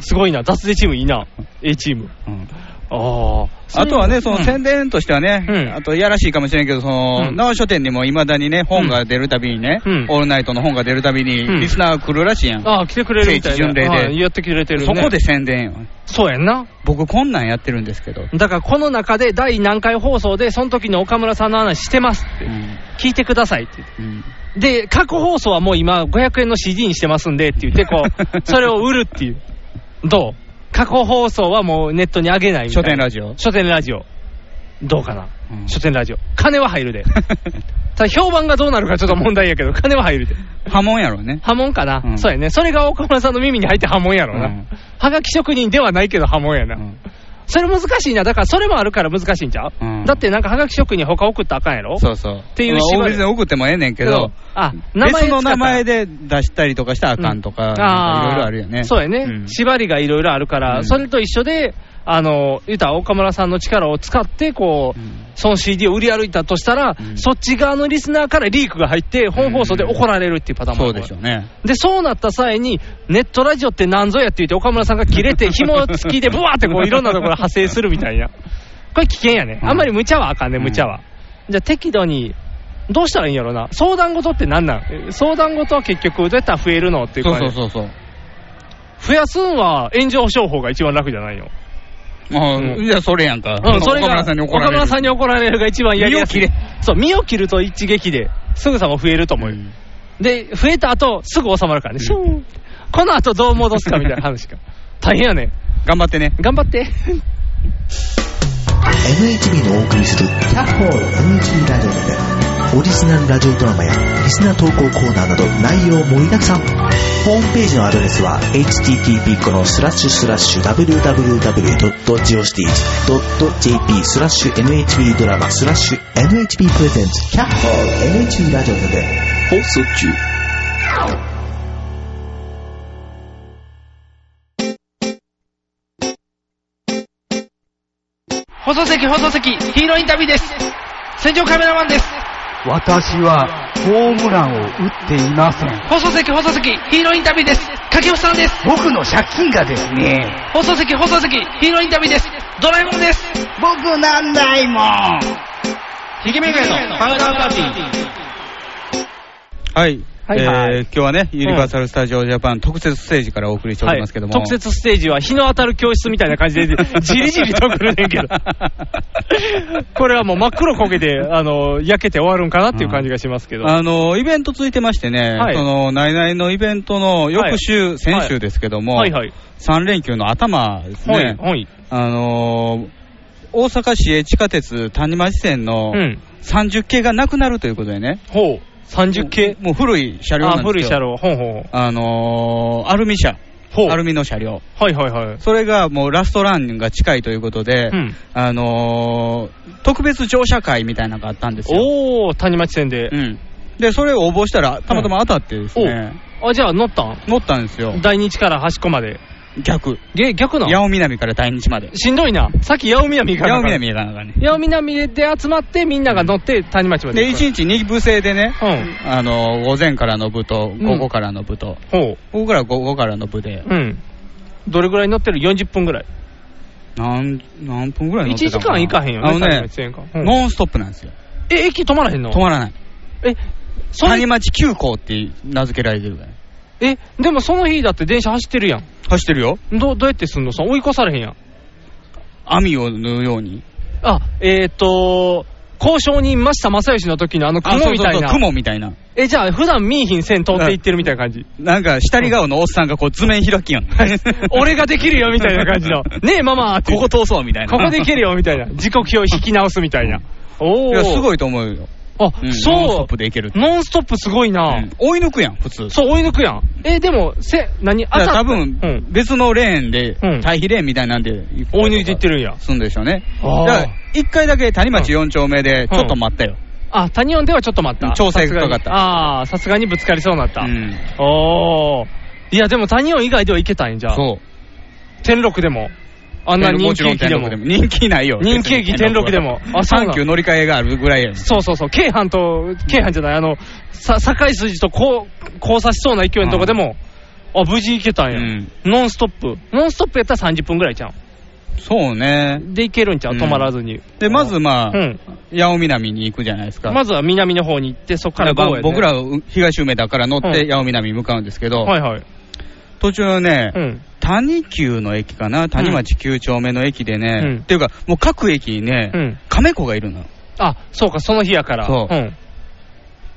すごいな、脱税チームいいな。A チーム。
うん
ああ。
あとはね、その
うん
宣伝としてはね、
うん
あといやらしいかもしれんけど、その、
うん
直書店にもいまだにね、本が出るたびにね、
うん
オールナイトの本が出るたびに、
うん
リスナーが来るらしいやん。
ああ、来てくれるみたい
聖地巡礼で
な。はいやってくれてる
そ
ね。
こで宣伝よ。
そうやんな。
僕こんなんやってるんですけど。
だからこの中で第何回放送で、その時の岡村さんの話してますって。
うん
聞いてくださいって言っ
うん
て。で、過去放送はもう今500円の CD にしてますんでって言って、こう、それを売るっていう。どう過去放送はもうネットに上げないみた
書
いな。
店ラジオ。
書店ラジオ。どうかな、
うん
書店ラジオ。金は入る で。ただ評判がどうなるかちょっと問題やけど、金は入るで。
波紋やろね。
波紋かな、
うん
そうやね。それが岡村さんの耳に入って波紋やろうな。
うん
はがき職人ではないけど波紋やな。
うん
それ難しいな。だからそれもあるから難しいんちゃう、
うん
だってなんかはがき職人他送ったらあかんやろ
そうそう。って
いう縛り
別に送ってもええねんけ
う
ど
ん、あ、名前
別の名前
で。
で出したりとかしたらあかんとか、
あ
い
ー
ろいろあるよね。
そうやね、
ん
縛りがいろいろあるから、
うん
それと一緒で、あの、言うたら岡村さんの力を使って、こう、
うん
その CD を売り歩いたとしたら、
うん
そっち側のリスナーからリークが入って、本放送で怒られるっていうパターンも
そ
あ
う
る、
でしょうね。
で、そうなった際に、ネットラジオってなんぞやって言って、岡村さんが切 れて、紐付きでブワーってこういろんなところ派生するみたいな。これ危険やね。あんまり無茶はあかんね、
うん
無茶は。じゃあ適度に、どうしたらいいんやろな。相談事ってなんなんえ相談事は結局、どうやったら増えるのっていう
そ
感
う
じ。
そうそうそう。
増やすんは炎上商法が一番楽じゃないよ。
ああ
うん
じゃあそれやんか。
うん、それが、
岡村さんに怒られる。
岡村さんに怒られるが一番やりやすい。
身を切
そう、身を切ると一撃で、すぐさま増えると思うよ。
うん
で、増えた後、すぐ収まるからね。シューンこの後どう戻すかみたいな話 か。大変やね。
頑張ってね。
頑張って。
NHB のお送りする「キャッホール NHB ラジオ」でオリジナルラジオドラマやリスナー投稿コーナーなど内容盛りだくさんホームページのアドレスは http このスラッシュスラッシュ www.geocities.jp スラッシュ NHB ドラマスラッシュ NHB プレゼンツキャッホー NHB ラジオで
放送中。
放送席、放送席、ヒーローインタビューです。戦場カメラマンです。
私はホームランを打っていません。
放送席、放送席、ヒーローインタビューです。掛布さんです。
僕の借金がですね、
放送席、放送席、ヒーローインタビューです。ドラえもんです。
僕なんないもん。
ひげめがのパウダーパーティー。
はい。
はいはい
えー今日はね、ユニバーサル・スタジオ・ジャパン特設ステージからお送りしておりますけども。
はい特設ステージは日の当たる教室みたいな感じで、 じりじりとくるねんけど、これはもう真っ黒焦げて、あの焼けて終わるんかなっていう感じがしますけど、
あのイベント続いてましてね、
はい
そのナイナイのイベントの翌週、
はい
先週ですけども、
はいはい、
3連休の頭ですね、
はい、はい、
あのー大阪市営地下鉄谷町線の
うん、
30系がなくなるということでね、
ほう、30系、
もう古い車両なん
あ
ですよ
古い車両、ほうほう、
あのーアルミ車、
ほう、
アルミの車両、
はいはいはい、
それがもうラストランが近いということで、
うん
あのー特別乗車会みたいなのがあったんですよ。
おー、谷町線で
う、ん、で、それを応募したら、たまたま当たってですね。
あじゃあ乗ったん
乗ったんですよ、
第日から端っこまで、
逆、
げ逆な
八
ん
尾南から大日まで、
しんどいな、さっき八尾南行か
八尾
なかった
南がなんかね、
八尾南で集まって、みんなが乗って谷町まで
で
行く
1日2部制でね、
うん
あの午前からの部と午後からの部と、
ほう
午後から午後からの部で、
うん。どれぐらい乗ってる ?40 分ぐらい。
なん何分ぐらい乗
1
ってた
時
かな
間行かへんよね。
あの
谷
ね
町、線かうん
ノンストップなんですよ、
え、駅止まらへんの
止まらない、
え、それ
谷町急行って名付けられてるからね、
え、でもその日だって電車走ってるやん。
走ってるよ、
どどうやってすんのさ、追い越されへんやん。
網を縫うように、
あ、えっ、ー、と、交渉人、真下正義の時のあの
あそ
雲
う
み
そ
た
う
い
そう
な。
雲みたいな、
え、じゃあ、普段見いひん線通っていってるみたいな感じ。
なんか、下り顔のおっさんがこう図面開きやん、
俺ができるよみたいな感じ の。ねえ、ママって。
ここ通そうみたいな、
ここでいけるよみた いな。自己記を引き直すみたいな。お
い
ー。
や、すご
い。
いと思うよ。
あ、
うん
そう。
ノンストップでいけるって
ノンストップすごいな。
うん追い抜くやん、普通。
そう、追い抜くやん。え、でも、せ、何当
だ
た
か
った
ら多分
う、ん。
別のレーンで
うん、
対比レーンみたいなんで、
追い抜いていってるんや。
すんでしょうね。
あー
だから、一回だけ谷町4丁目で、ちょっと待ったよ。
あ、タニオンではちょっと待った。
調整がかかった
さすがにああ、さすがにぶつかりそうになった。
うん
おー。いや、でもタニオン以外ではいけたんやじゃあ。
そう。
天禄でも。あんな人
も
気
ちろん
駅
天
で
禄
も
で。も。人気ないよ。
人気駅天禄でもあそうなの
3級乗り換えがあるぐらいやん。
そうそうそう、京阪と、京阪じゃない、あの、さ、堺筋とこう交差しそうな勢いのとこでも、あ、無事行けたんや、
うん
ノンストップ。ノンストップやったら30分ぐらいちゃう
そうね。
ん。で行けるんちゃう
うん
止まらずに。
で、まずまあ
うん、
八尾南に行くじゃないですか。
まずは南の方に行って、そこから午後やね
僕ら、東梅田から乗っ
う
て、
ん
八尾南に向かうんですけど、
はいはい。
途中のね
う、ん。
谷急の駅かな、谷町9丁目の駅でね、
うん
っていうか、もう各駅にね、
うん
亀子がいるの。
あ、そうか、その日やから。。
そうん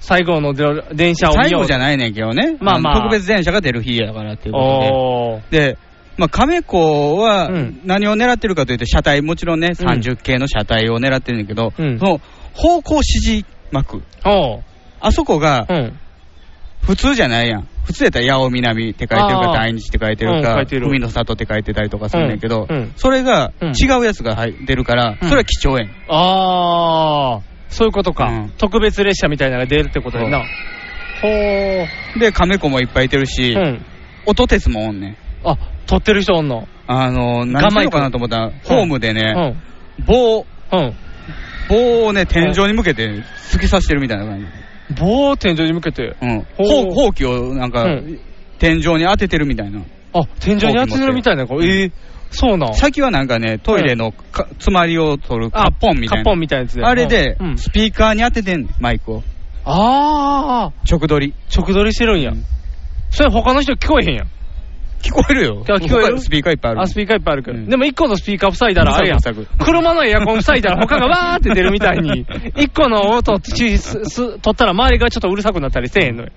最後ので電車を見
最
よう
後じゃないねんけどね、
まあまあ
の特別電車が出る日やからっていうこ
おー。
とで、で、まあ、亀子は
うん
何を狙ってるかというと、車体、もちろんね、30系の車体を狙ってるんだけど、
うん
その方向指示幕、
おー。
あそこが
うん。
普通じゃないやん。普通やったら、八尾南って書いてる
あ
か、
ー
大日って書いてる
うん書
か、
いてる
海の里って書いてたりとかするんだけど、
うんうん
それが
うん
違うやつが入出るから、それは貴重やん。
あー。そういうことか。
うん
特別列車みたいなのが出るってことやな。ほー。
で、亀子もいっぱいいてるし、
うん。
音鉄もおんねん。
あ、撮ってる人おんの。
あの、何しようかなと思ったら、ホームで
う
ね、
ん。
棒、
うん。
棒をね、天井に向けて突き刺してるみたいな感じ。
棒を天井に向けて。
うん。
ほう
ほうほうきをなんか、
うん
天井に当ててるみたいな。
あ、天井に当ててるみたいな。こうえー、そうなん。
先はなんかね、トイレのか詰まりを取るカ
あ
ッポンみたい
カッポ
な
ン。みたいなやつで。
あれで
う、ん。
スピーカーに当ててんねんマイクを。
あー。
直撮り。
直撮りしてるんや。それ他の人聞こえへんやん。
聞こえるよ。
あ聞こえる
スピーカーいっぱいある。
あ、スピーカーいっぱいあるけど。
うん
でも1個のスピーカー塞いだらあれやん。
塞ぐ塞ぐ
車のエアコン塞いだら他がわーって出るみたい に、1個の音を取ったら周りがちょっとうるさくなったりせえへんのよ。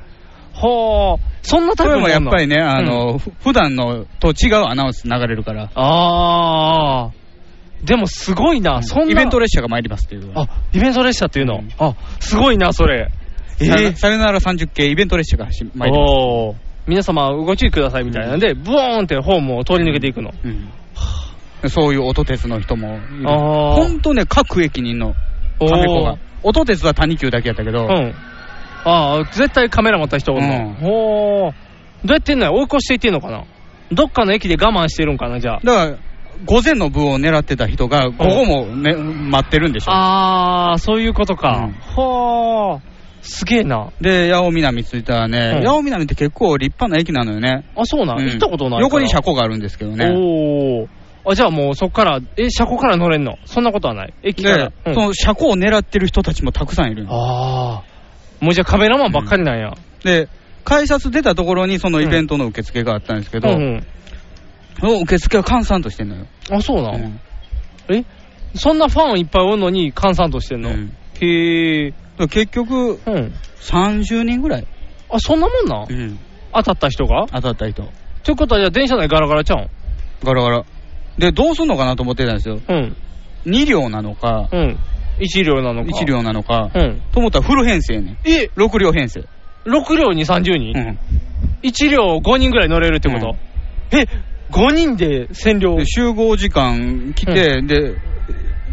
ほー。そんなタイ
こ
プ
れもやっぱりね、
もおんの
あ、
うん
の、ふ普段のと違うアナウンス流れるから。
あー。
でもすごいな、そんな。
イベント列車が参りますっていう。
あ、イベント列車っていうの。あ、すごいな、それ。
さよさよなら30系イベント列車が走参ります。
おー皆様ご注意くださいみたいなんで、ブーンってホームを通り抜けていくの。
うんそういう音鉄の人もいる。
あー
ほんとね、各駅にいんの、
おー
カメコが。音鉄は谷急だけやったけど、
うん。ああ、絶対カメラ持った人おるの。
うん
おーどうやってんのや追い越していってんのかなどっかの駅で我慢してるんかな、じゃあ。
だから、午前の部を狙ってた人が、午後も、ね待ってるんでしょ。
あー、そういうこと
う
か
ん。
ほー。すげえな。
で、八尾南着いたらね、
うん
八尾南って結構立派な駅なのよね。
あ、そうなん。
うん
行ったことないから。
横に車庫があるんですけどね。
おー。あ、じゃあもうそっから、え、車庫から乗れんのそんなことはない。駅
で
から。、うん
その車庫を狙ってる人たちもたくさんいるの
あー。もうじゃあカメラマンばっかりなんや。
で、改札出たところにそのイベントの受付があったんですけど、
うんうん
その受付は閑散としてんのよ。
あ、そうなん。
うん
えそんなファンいっぱいおるのに閑散としてんの、
うん
へえ。
だから結局、
うん。
30人ぐらい、
あ、そんなもんなん
うん
当たった人が
当たった人、
ということはじゃあ電車内ガラガラちゃうん
ガラガラ。で、どうすんのかなと思ってたんですよ。
うん。
2両なのか、
うん。1両なのか。
1。両なのか、
うん。
と思ったらフル編成やねん。
え、
6両編成。
6両に30人、
うん。
?1 両5人ぐらい乗れるってこと、え、5人で1000両
で集合時間来て、で、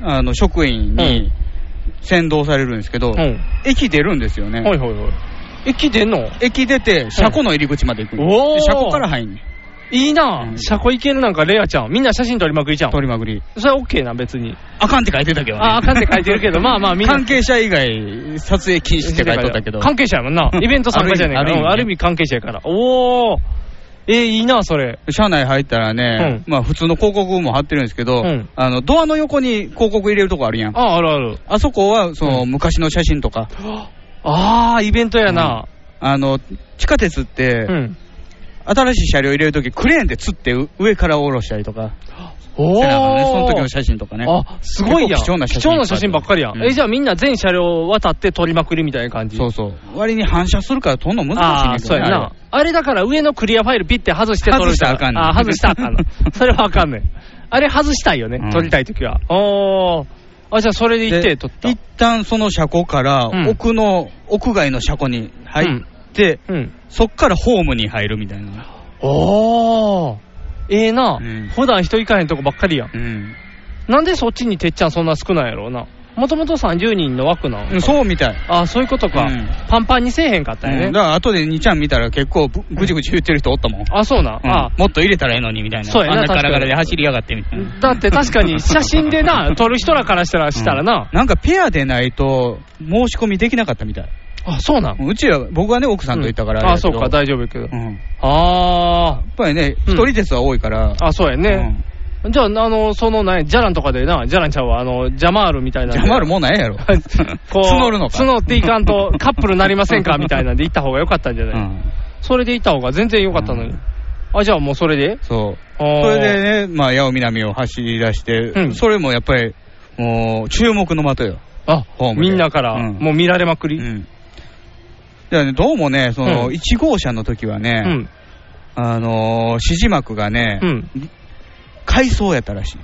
あの、職員
うん
に先導されるんですけど、
うん。
駅出るんですよね。
はいはいはい。駅出んの
駅出て、車庫の入り口まで行くの、
おー
で車庫から入んねん。
いいな、
うん
車庫行けるなんかレアちゃん。みんな写真撮りまくりちゃん。
取りまくり。
それは OK な、別に。
あかんって書いてたけどね。
ああかんって書い てるけどまあまあみんな
関係者以外、撮影禁止って書いてたけど。
関係者やもんな。イベント参加じゃねえか
ある
ら。
意味
うんある意味関係者やから。おー。えー、いいな、それ。
社内入ったらね、
う
まあ普通の広告も貼ってるんですけど、
うん
あのドアの横に広告入れるとこあるやん。あ
あ、あるある。
そこはその、昔の写真とか、
あー、イベントやな。
あの地下鉄っ
う
て、
ん。
新しい車両入れるとき、クレーンでつってう上から下ろしたりとか、
お
し
ー。
てなあかんねその時の写真とかね。
あ、すごいやん。
結構貴重な写真
貴重な写真ばっかりやん。
うん
え、じゃあみんな全車両渡って撮りまくりみたいな感じ。。
そううそう。割に反射するから撮んの難しい
あ
ね
あ、
ん
そうや
ね
な。あれだから上のクリアファイルピッて外して撮るみい
外
な
したらあかんねん
あー、外したらあ かんの。それはあかんねん。あれ外したいよね
うん。
撮りたいときは。おー。あ、じゃあそれで
で
行って撮った
一。旦その車庫から、
うん
奥の、屋外の車庫に入って、
うん。
そっからホームに入るみたいな。
おー。ええな、
うん
普段人行かへんとこばっかりやん。
うん。
なんでそっちにてっちゃんそんな少ないやろうな。もともと30人の枠なん。
そうみたい。
あそういうことか、
うん
パンパンにせえへんかったんや
うん
ね。
だから後で2ちゃん見たら結構ぶぐちぐち言ってる人おったもん。
あ、そうなん。あ
うんもっと入れたらええのにみたいな。
そうや
あん
な
なガ
確か
ラ
に
ガラで走りやがってみたいな。
だって確かに写真 でな、撮る人らからしたらしたらな
う、んなんかペアでないと申し込みできなかったみたい。
あ、そうなん。
うちは、僕はね、奥さんと行ったから
うん
れ
あ、
やけ
そ
ど
うか、大丈夫やけど。
うんや
あ
っぱりね、
うん
一人ですは多いから。
ー。あ、そうやね。じゃあ、あの、その、何、ジャランとかでな、ジャランちゃうわ、あの、ジャマールみたい
うん。
な。
じゃあ、まるもんないやろ。
こう
募るのか。
募っていかんと、カップルなりませ んかみたいなんで行った方が良かったんじゃ
う
ない、
ん。
それで行った方が全然良かったのに。
うん
あ、じゃあもうそれで
そう。
そ
それでね、まあ、八尾南を走り出して、
うん
それもやっぱり、もう、注目の的よ。
あ
ホー、ムで
みんなから、
うん
もう見られまく
う
り。うん。
ん。だからね、どうもね、その、
うん
1号車の時はね、
うん。
あのー指示幕がね、回送やったらし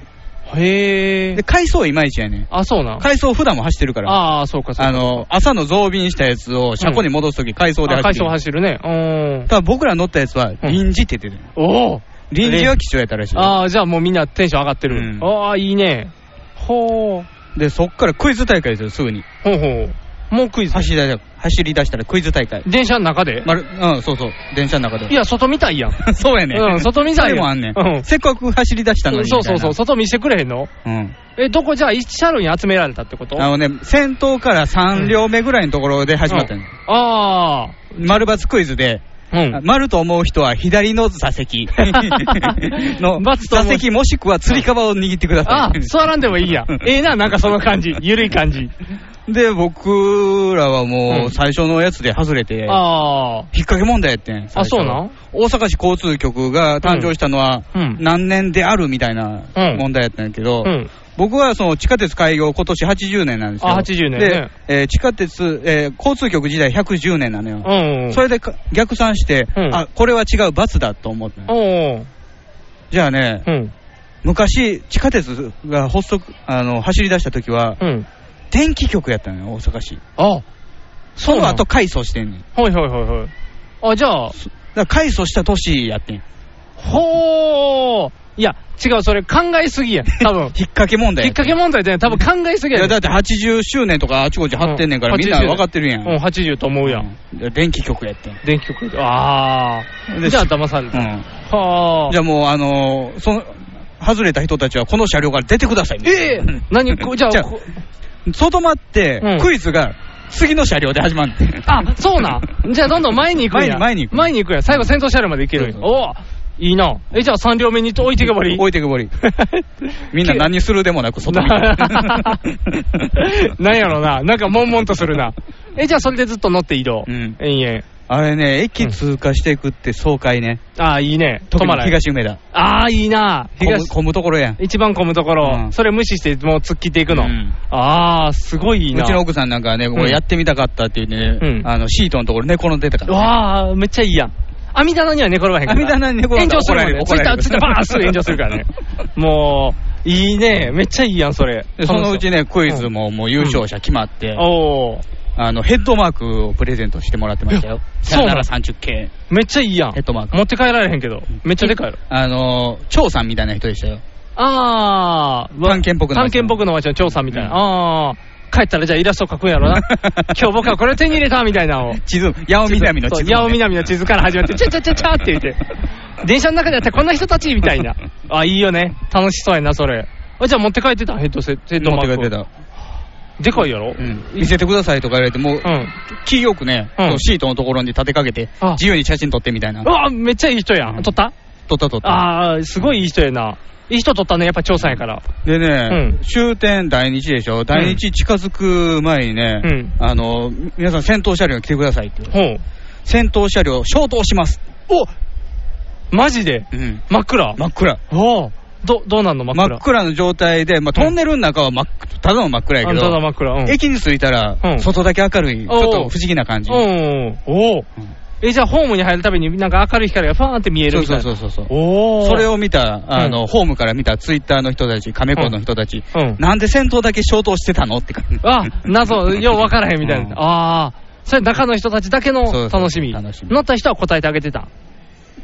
へ
い。
え
で、。回送いまいちやねん。
あ、そうなん。
回送普段も走ってるから。
ああ、そうか、そうか。
あのー朝の増便したやつを車庫に戻すとき、回送で
あ、
走
快
ってる。
速走るね。うーん。
ただ僕ら乗ったやつは、臨時って言ってたよ、
おお。
臨時は貴重やったらしい。
ああ、じゃあもうみんなテンション上がってる。
うん
ああ、いいね。ほう。
で、そっからクイズ大会ですよ、すぐに。
ほうほう。もうクイズ。
走り出した走り出したらクイズ大会。
電車の中で、
まる、うん、そうそう、電車の中
い
で。
や、外見たいやん。
そうやね。
うん外見たいよ
それもあんね
うん
ん。せっかく走り出したのに。
そうそうそう、
みたい
外見してくれへんの
なうん。
え、どこじゃあ、一車両に集められたってこと
あのね、先頭から3両目ぐらいのところで始まったの。
うんああ。
丸×クイズで、
うん。
丸と思う人は左の座席 の
バツと思
座
う
席もしくはつり革を握ってくださ、
あ
い。
座らんでもいいや。ええな、なんかその 感じ。ゆるい感じ。
で、僕らはも
うん
う最初のやつで外れて、
ああ。
引っ掛け問題やってん。最初
そうなん
大阪市交通局が誕生したのは
うん
何年であるみたいな
うん
問題やったんやけど、
うん。
僕はその地下鉄開業、今年80年なんですよ。
あ80年ね
で、えー地下鉄、えー交通局時代110年なのよ。
うん。
それでか逆算して、
うん
あ、これは違う罰だと思って。
うん。
じゃあね、
うん。
昔、地下鉄が発足、あの、走り出した時は、
うん。
電気局やったのよ、大阪市。
あ、
そ
そう
の
なの
後、改装してんねん。だ
はいはいはいはい。あ、じゃあ、
から改装した年やってん。。
ほー。いや、違う、それ考えすぎや。多 分
引っ掛け問題
き
や
っかけ問題って多分考えすぎ
い
や
や、だ
ね。
って80周年とかあちこち貼ってんねんから、
う
みんな分かってるやん。
うん、80と思うやん。
うん電気局やってん。
電気局ああ。
で
じゃあ、騙され
う
た。
ん。
はあ
じゃ。あもう、あのーその、外れた人たちはこの車両から出てくださいみたいな。
ええー、何こじゃあ、こ
外回って
うん、
クイズが次の車両で始まる
あ、そうなん。じゃあ、どんどん前に行くんや。
前に前に行く
前に行くや。最後、先頭車両まで行けるんや
そうそ
おおいいな。え、じゃあ、3両目に置いてけばいい
置 いてけぼり。みんな何するでも なく外見
な
る
なんやろな。なんか、悶々とするな。え、じゃあ、それでずっと乗って移動。
うん
延々。
あれね、駅通過していくって爽快ね。
ああ、いいね。
特
止ま
に
らない。
東梅田。
ああ、いいな。
混む
東。
混むところやん。
一番混むところ、
うん
それ無視して、もう突っ切っていくの。
うん
ああ、すごいいいな。
うちの奥さんなんかはね、これやってみたかったって言って
う
ね、
ん
あの、シートのところ寝転んでたから。
わあ、めっちゃいいやん。網棚には寝転ばへんから。
網棚に寝転ばへん
炎上するもんね。
怒
ツイ
られ
ッター、
る
ツイッターバーンすぐ炎上するから ね。もう、いいね。めっちゃいいやん、それ。
でそのうち
ね。
ね、クイズももう優勝者決まって、
おー。
あの、ヘッドマークをプレゼントしてもらってましたよ。さ
そうな
よ
の
なら30系。
めっちゃいいやん。
ヘッドマーク
持って帰られへんけど。めっちゃでかいやろ。
あの、張さんみたいな人でしたよ。
あー。
探検っぽくな。
探検っぽくの街の調査みたいな。あー。帰ったらじゃあイラスト描くんやろな 今日僕はこれ手に入れたみたいなのを。
地図、八尾南の地図もね、
そう八尾南の地図から始まって、ちゃちゃちゃちゃって言って、電車の中でやったらこんな人たちみたいな。あ、いいよね。楽しそうやな、それ。あじゃあ持って帰ってたヘッドセット。ヘッド
持っ
マ
て
ー
帰
ク
ってた。
でかいやろ
う。ん見せてくださいとか言われて、もう
う、ん。
気よくね、
うん
こうシートのところに立てかけて
あ、
自由に写真撮ってみたいな
う。わ、めっちゃいい人やん。撮った
撮った撮った。
あー、すごいいい人やな。いい人撮ったね、やっぱ調査やから。
でね、
うん
終点第日でしょ。第日近づく前にね、
うん
あの、皆さん先頭車両に来てくださいって。
ほう。
先頭車両、消灯します。
マジで
うん。
真っ暗
真っ暗。
おーど、どうなんの真っ
真
暗
っ。暗の状態で、まあ、トンネルの中は真っ、ただの真っ暗や
あ
け
んただ
ど、
真っ暗。うん。
駅に着いた
う
ら、
ん
外だけ明るい、ちょっと不思議な感じ。
うん。おー。え、じゃあホームに入るたびになんか明るい光がファーンって見える
そう
みたい
そ
な。
うそうそうそう。
おー。
それを見た、あの、
うん
ホームから見たツイッターの人たち、カメコの人たち、
うん
なんで先頭だけ消灯してたのって感じ。
あ、謎、よう分からへんみたいな。
うん
ああ、それ中の人たちだけの
そうそう
楽しみ。
楽しみ
乗った人は答えてあげてた。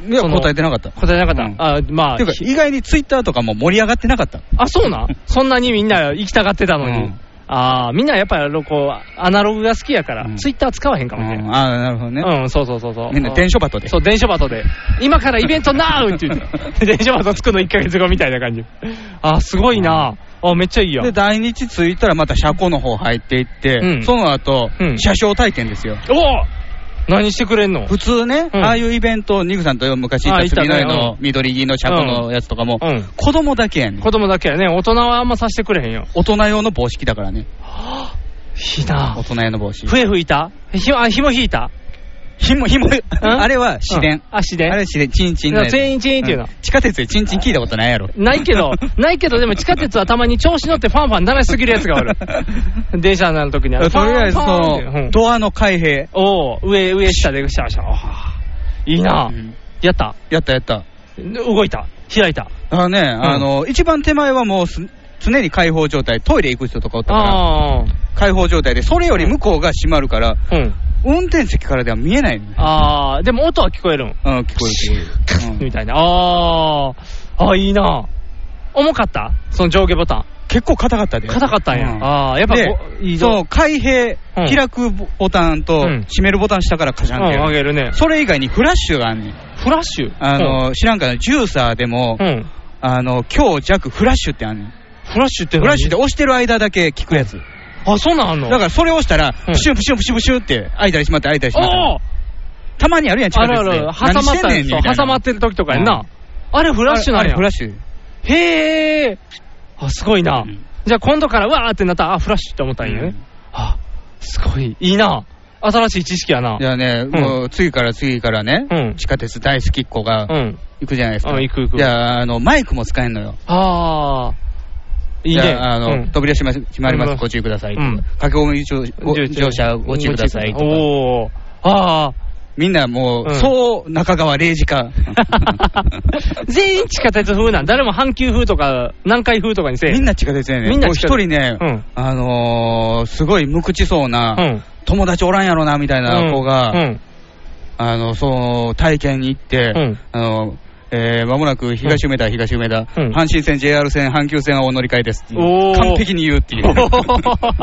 いや、
その
答えてなかった。
答えなかった。
うん
あまあ
ていう、か、
ひ
意外にツイッターとかも盛り上がってなかった。
あ、そうなんそんなにみんな行きたがってたのに。
うん
ああ、みんなやっぱりこう、アナログが好きやから、
うん
ツイッター使わへんか
う
もね。
ん、ああ、なるほどね。
うん、そうそうそうそう。
みんな電書バトで。
そう、電書バトで。今からイベントなーって 言って。電書バトつくの1ヶ月後みたいな感じ。あー、すごいなあ、めっちゃいいやん
で、大日着いたらまた車庫の方入っていって、
うん
その後、
うん
車掌体験ですよ。
おお何してくれんの
普通ね、
うん
ああいうイベント、ニグさんと昔行
あ
っ
行ったたね
次の絵の緑着の車庫のやつとかも、
うん
子供だけやねん。
子供だけやね。大人はあんまさしてくれへんよ。
大人用の帽子着だからね。
ひな
大人用の帽子。
笛吹いたひあ、紐引いた
ひも、ひも、あれは自
うん
然。
あ、市電
あれ自然、チンチンのやつ
全員チンっていうの
ん地下鉄でチンチン聞いた ことないやろ。
ないけど、ないけど、でも地下鉄はたまに調子乗ってファンファン鳴らしすぎるやつがおる。 電車になるときにあ
と
る。
りあえず、その、
ど
ドアの開閉。
おう上、上、下で、シャーシャー。おーいいな
うん
やった。
やったやった。
動いた。開いた。
あのね、あの、一番手前はもうす常に開放状態、トイレ行く人とかおったから、
ああ。
開放状態で、それより向こうが閉まるから、
うん。
運転席からでは見えないのね。
ああ、でも音は聞こえるん。
うん、聞こえる聞こえる。うん
みたいな。ああ。あ、いいな重かったその上下ボタン。
結構硬かったで。
硬かったんや。
う
ああ、やっぱ
で
こう、いい
そ
ぞ
の。開閉、
うん
開くボタンと、
うん
閉めるボタン下からカシャンってや
うん、
る
あげるね。
それ以外にフラッシュがあんねん。
フラッシュ
あの、知らんかな、ジューサーでも、
うん。うん
あの、強弱フラッシュってあんねん。
フラッシュって
フ
何
ラッシュで押してる間だけ効くやつ。
あ、そうなんあんの
だからそれを押したら、
うん
プシュンプシュンプシュンプシュンって開いたりしまったり開いたりしまった
お
り。
お
たまにあるやん、
あ
近く
る
で。
ある。挟まった
何してんねん
り、
み
そ
た
う
いな
挟まってる時とかやん
う
な。あれフラッシュなん
あれ
や
フ。ラッシュ。
へえ。あ、すごいな
うん。
じゃあ今度からわーってなったら、あ、フラッシュって思ったんや
う
ね
ん。
あ、すごい。いいな。新しい知識やな
じ。ゃあね、もう次から次からね、
うん
地下鉄大好きっ子が
うん。
行くじゃないですか。
うん行く行く
じゃあ、あの、マイクも使えんのよ。
ああ。いい
じ
ね。
ゃあ、あの、
うん
扉閉ま閉まりま
う
す、
ん
ご注意ください。
うん
駆け込み乗乗乗車ご注意くださいとか。
おお。ああ。
みんなもう、
うん
そう中川0時 か
全員地下鉄風なん。誰も阪急風とか、南海風とかにせえへ
みんな地下鉄やね
みんな
僕一
地下鉄
人ね、
うん
あのー、すごい無口そうな、
うん
友達おらんやろなみたいな子が、
うん
あのその体験に行って、
うん
あのえー、間もなく東梅田、東梅田、
うん
阪神線、JR 線、阪急線はお乗り換えですっていう
おー
完璧に言うっていう、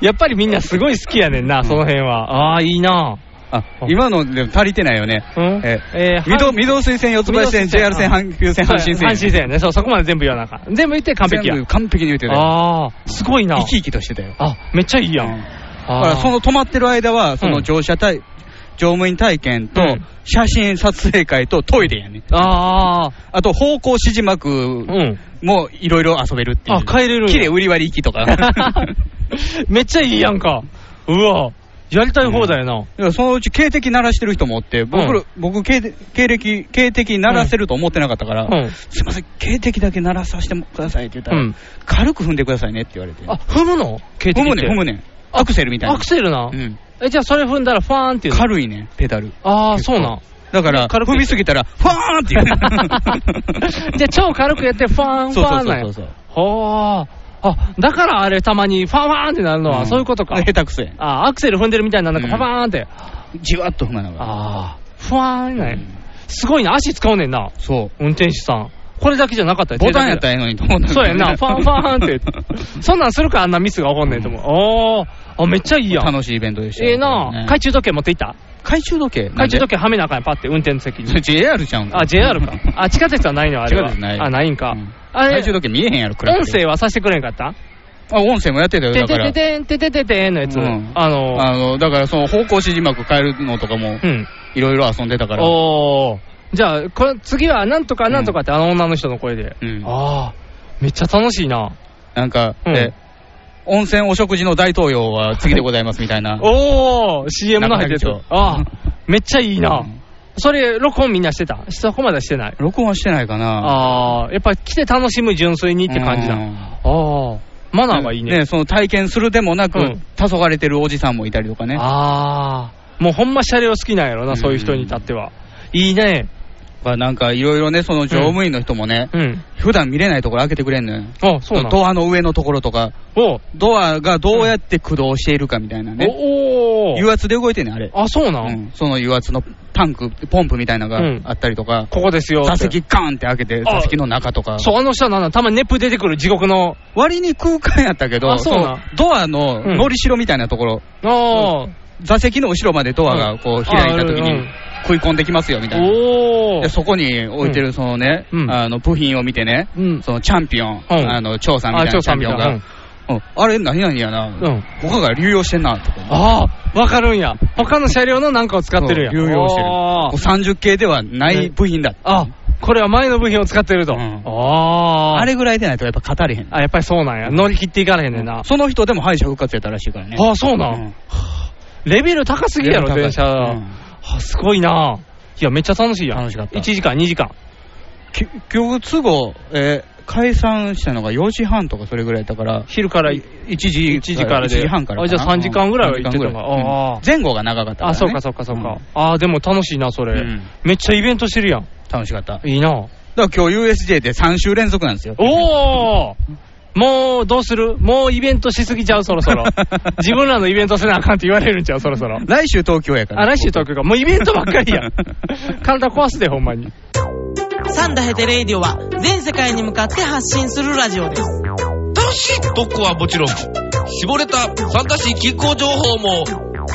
やっぱりみんなすごい好きやねんな、その辺は。ああー、いいな。
あ今のでも足りてないよね、
うん
え
えー
御堂御堂水線、四つ橋線、
水道
JR 線、阪急線、阪神線、
阪神線やね。そう、そこまで全部言わなあかん。全部言って完璧や
全。部完璧に言うてたよ、
ああ、すごいな
生。き生きとしてたよ、
あ、めっちゃいいやん。
うんだか
あ
らその止まってる間は、その乗車体、乗務員体験と、
うん
写真撮影会とトイレやね、
ああ、
あと方向指示幕
うん。
もいろいろ遊べるっていう、
あ帰れるんや
綺麗売り割り行きとか。
めっちゃいいやんか。うわ、やりたい放題やな。
いやそのうち警笛鳴らしてる人もおって、僕ら、
うん
僕警笛、警笛、警笛鳴らせると思ってなかったから、
うん
すいません、警笛だけ鳴らさせてくださいって言ったら、
うん
軽く踏んでくださいねって言われて、
あ、踏むの軽
踏
的
む
って
ねん、踏むねん、アクセルみたいな、
アクセルな
う。ん、
え、じゃあそれ踏んだらファーンっていうの。
軽いねん、ペダル、
ああ、そうなん。
だから、
軽く
踏みすぎたら、ファーンって言うねん
じゃあ超軽くやってファーンフ
そう
ァ
そう
ーンなん
そ
や
うそう、
ほーあ、だからあれたまにファーファーンってなるのは、
ん
そういうことか。
下手くそやん
あ、アクセル踏んでるみたいにななんか
うん
ファーファーンって。
じわっと踏まながら、
ああ、ファーンなんや
うん
すごいな、足使うねんな。
そ
運転手さん。これだけじゃなかった
う、
よ
ボタンやったら
手だけ
ええのにと思った
じゃそうやんな、ファンファンって。 そんなんするか、あんなミスが起こんねんと思う。おー、あ、めっちゃいいやん。
楽しいイベントでしたよ
ええな、
ね
懐中時計持っていった
懐中時計、
懐中時計はめなあかんやん、パって運転席
それ
に。
JR ちゃうん
あ、JR か。あ、地下鉄はないのあれは。
地下鉄ない
あ、ないんか。
うん
あれ
懐中、時計見えへんやろ、暗く
音
て
声はさしてくれんかった
あ、音声もやってたよ、
て
だか
て
ら
て。てん、ててててんのやつ。
うん
あの
あの、だからその方向指示幕変えるのとかも
う、ん。
いろいろ遊んでたから。
おー。じゃあ、これ次はなんとかなんとかって、あの女の人の声で。
うん
あー、めっちゃ楽しいな。
なんか、
うん
え温泉お食事の大統領は次でございますみたいな。
おー、CM の入って
中
る
谷。
ああ、めっちゃいいな。
うん
それ、録音みんなしてたそこまではしてない。
録音はしてないかな。
ああ、やっぱ来て楽しむ純粋にって感じだ。
う
あ
ん
あ、マナーはいいね。
その体験するでもなく、
うん
黄昏れてるおじさんもいたりとかね。
ああ、もうほんまシャレを好きなんやろ
う
な、
ん
そういう人に至っては。いいね。
まあなんかいろいろね、その乗務員の人もね、
うん。
普段見れないところ開けてくれんのよ。
あそうなん
ドアの上のところとか、
おう
ドアがどうやって駆動しているかみたいなね。
おお
油圧で動いてんねんあれ。
あ、そうなん、
うんその油圧のタンク、ポンプみたいなの
うん
があったりとか、
ここですよ。
座席ガーンって開けて、
あ
座席の中とか、
そう、あの人はなんだ、たまにネップ出てくる地獄の。
割に空間やったけど、
あそうなん
そのドアの
うん
のりしろみたいなところ、
ああ、
座席の後ろまでドアがこ
うん
う開いたとき
あう
に
ん、
食い込んできますよみたいな。
おお
でそこに置いてるそのね、
うん
あの部品を見てね、
うん
そのチャンピオン、
うん
あの長さんみたいな
あ
チ
長
ャ
さ
ン
ん
ピ
み
オ
た
ン
い
が、
な
うんあれ何々やな、
ん
他が流用してんなとか、
ああ、わかるんや。他の車両のなんかを使ってるんやん。
流用してる。
あ
こう30系ではない部品だった。
あ、あこれは前の部品を使ってると。
うん
ああ。
あれぐらいでないとやっぱ語れへん。
あ、やっぱりそうなんや。乗り切っていかれへんねんな。
その人でも敗者復活やったらしいからね。
ああ、そうなん。レベル高すぎやろ、
レベ
電
ル
車。
高い
はあ、すごいな。いや、めっちゃ楽しいやん。
楽しかった
1時間、2時間。
結局、都合、えー解散したのが4時半とかそれぐらいだから、
昼から
1時、
1時からで
1時半からかな。
あじゃあ3時間ぐらいは行ってたの
う
か
ん3時間ぐらい
ああ
うん前後が長かったから、ね。
あ、そうかそうかそうか。
ん
ああ、でも楽しいな、それ、
うん
めっちゃイベントしてるやん。
楽しかった。だか
いいな。
ら今日 USJ で3週連続なんですよ。
おおもう、どうするもうイベントしすぎちゃう、そろそ ろ。自分らのイベントせなあかんって言われるんちゃう、そろそろ。
来週東京やから。
あ、来週東京か。もうイベントばっかり やん。体壊すで、ほんまに。
サンダヘテレイディオは全世界に向かって発信するラジオです。
楽しい特攻はもちろん、絞れた参加し気候情報も、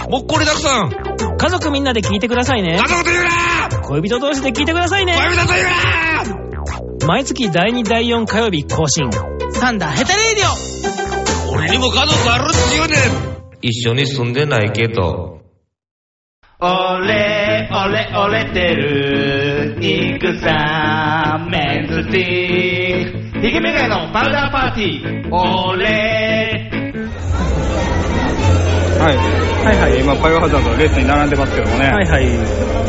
もっこりたくさん。
家族みんなで聞いてくださいね
家。族と言うな
恋人同士で聞いてくださいね。
恋人と言うな
毎月第2第4火曜日更新。サンダヘテレイディオ
俺にも家族あるっちゅうねん一緒に住んでないけど。
俺、俺、俺てる、イクサメンズティーク、ヒゲメガネのパウダーパーティー、俺、
はい。
はいはい
今バイオハザード列に並んでますけどもね、
はいはい。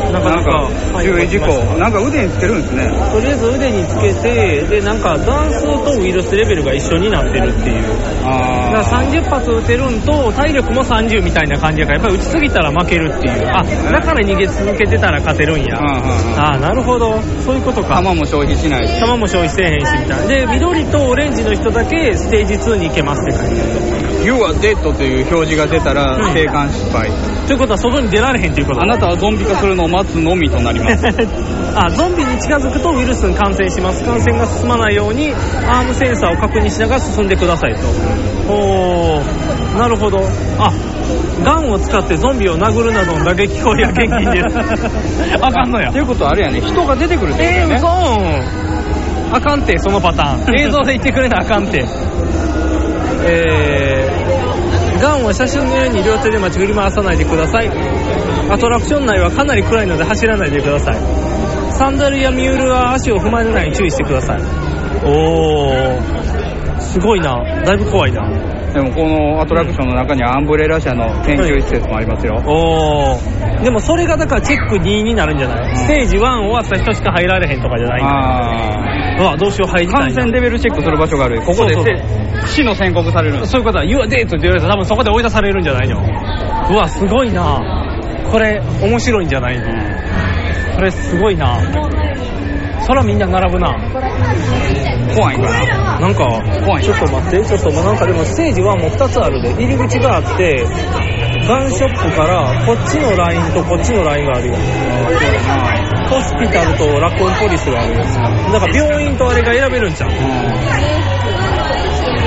なか
な
なんか、
か
はい
注意事項、なんか腕につけるんですね
とりあえず腕につけて、で、なんか、段数とウイルスレベルが一緒になってるっていう。だから
あ
30発打てるんと、体力も30みたいな感じやから、やっぱり打ちすぎたら負けるっていう。あ、だから逃げ続けてたら勝てるんや。
うんうんうん
ああ、なるほど。そういうことか。
弾も消費しないし
弾も消費せえへんし、みたいな。で、緑とオレンジの人だけ、ステージ2に行けますって感じ。
「You are dead」という表示が出たら
うん
生還失敗、
ということは、外に出られへんっていうこと
あなたはゾンビ化するのを待つのみとなります
あゾンビに近づくとウイルスに感染します感染が進まないようにアームセンサーを確認しながら進んでくださいとおーなるほどあガンを使ってゾンビを殴るなどの打撃行為は厳禁です あかんのや
ということはあれやね人が出てくるってこと
え
や
ー、
ね
うあかんてそのパターン映像で言ってくれなあかんてえー、ガンは写真のように両手で待ち振り回さないでくださいアトラクション内はかなり暗いので走らないでくださいサンダルやミュールは足を踏まれないように注意してくださいおーすごいなだいぶ怖いな
でもこのアトラクションの中にはアンブレラ社の研究施設もありますよ、
おーでもそれがだからチェック2になるんじゃない、ステージ1終わった人しか入られへんとかじゃないんだ
あ
うわどうしよう入
ー
りた
感
いな
染レベルチェックする場所があるここで
そうそう
死の宣告されるんです
そういうことは、You are dead って言われたら多分そこで追い出されるんじゃないのうわ、すごいなこれ、面白いんじゃないのこれ、すごいなそらみんな並ぶな
怖いんかな
なんか、
怖い
ちょっと待って、ちょっと、まあなんかでもステージはもう2つあるで、入り口があって、ガンショップからこっちのラインとこっちのラインがあるよ。ホスピタルとラコンポリスがあるよ。だから病院とあれが選べるんちゃう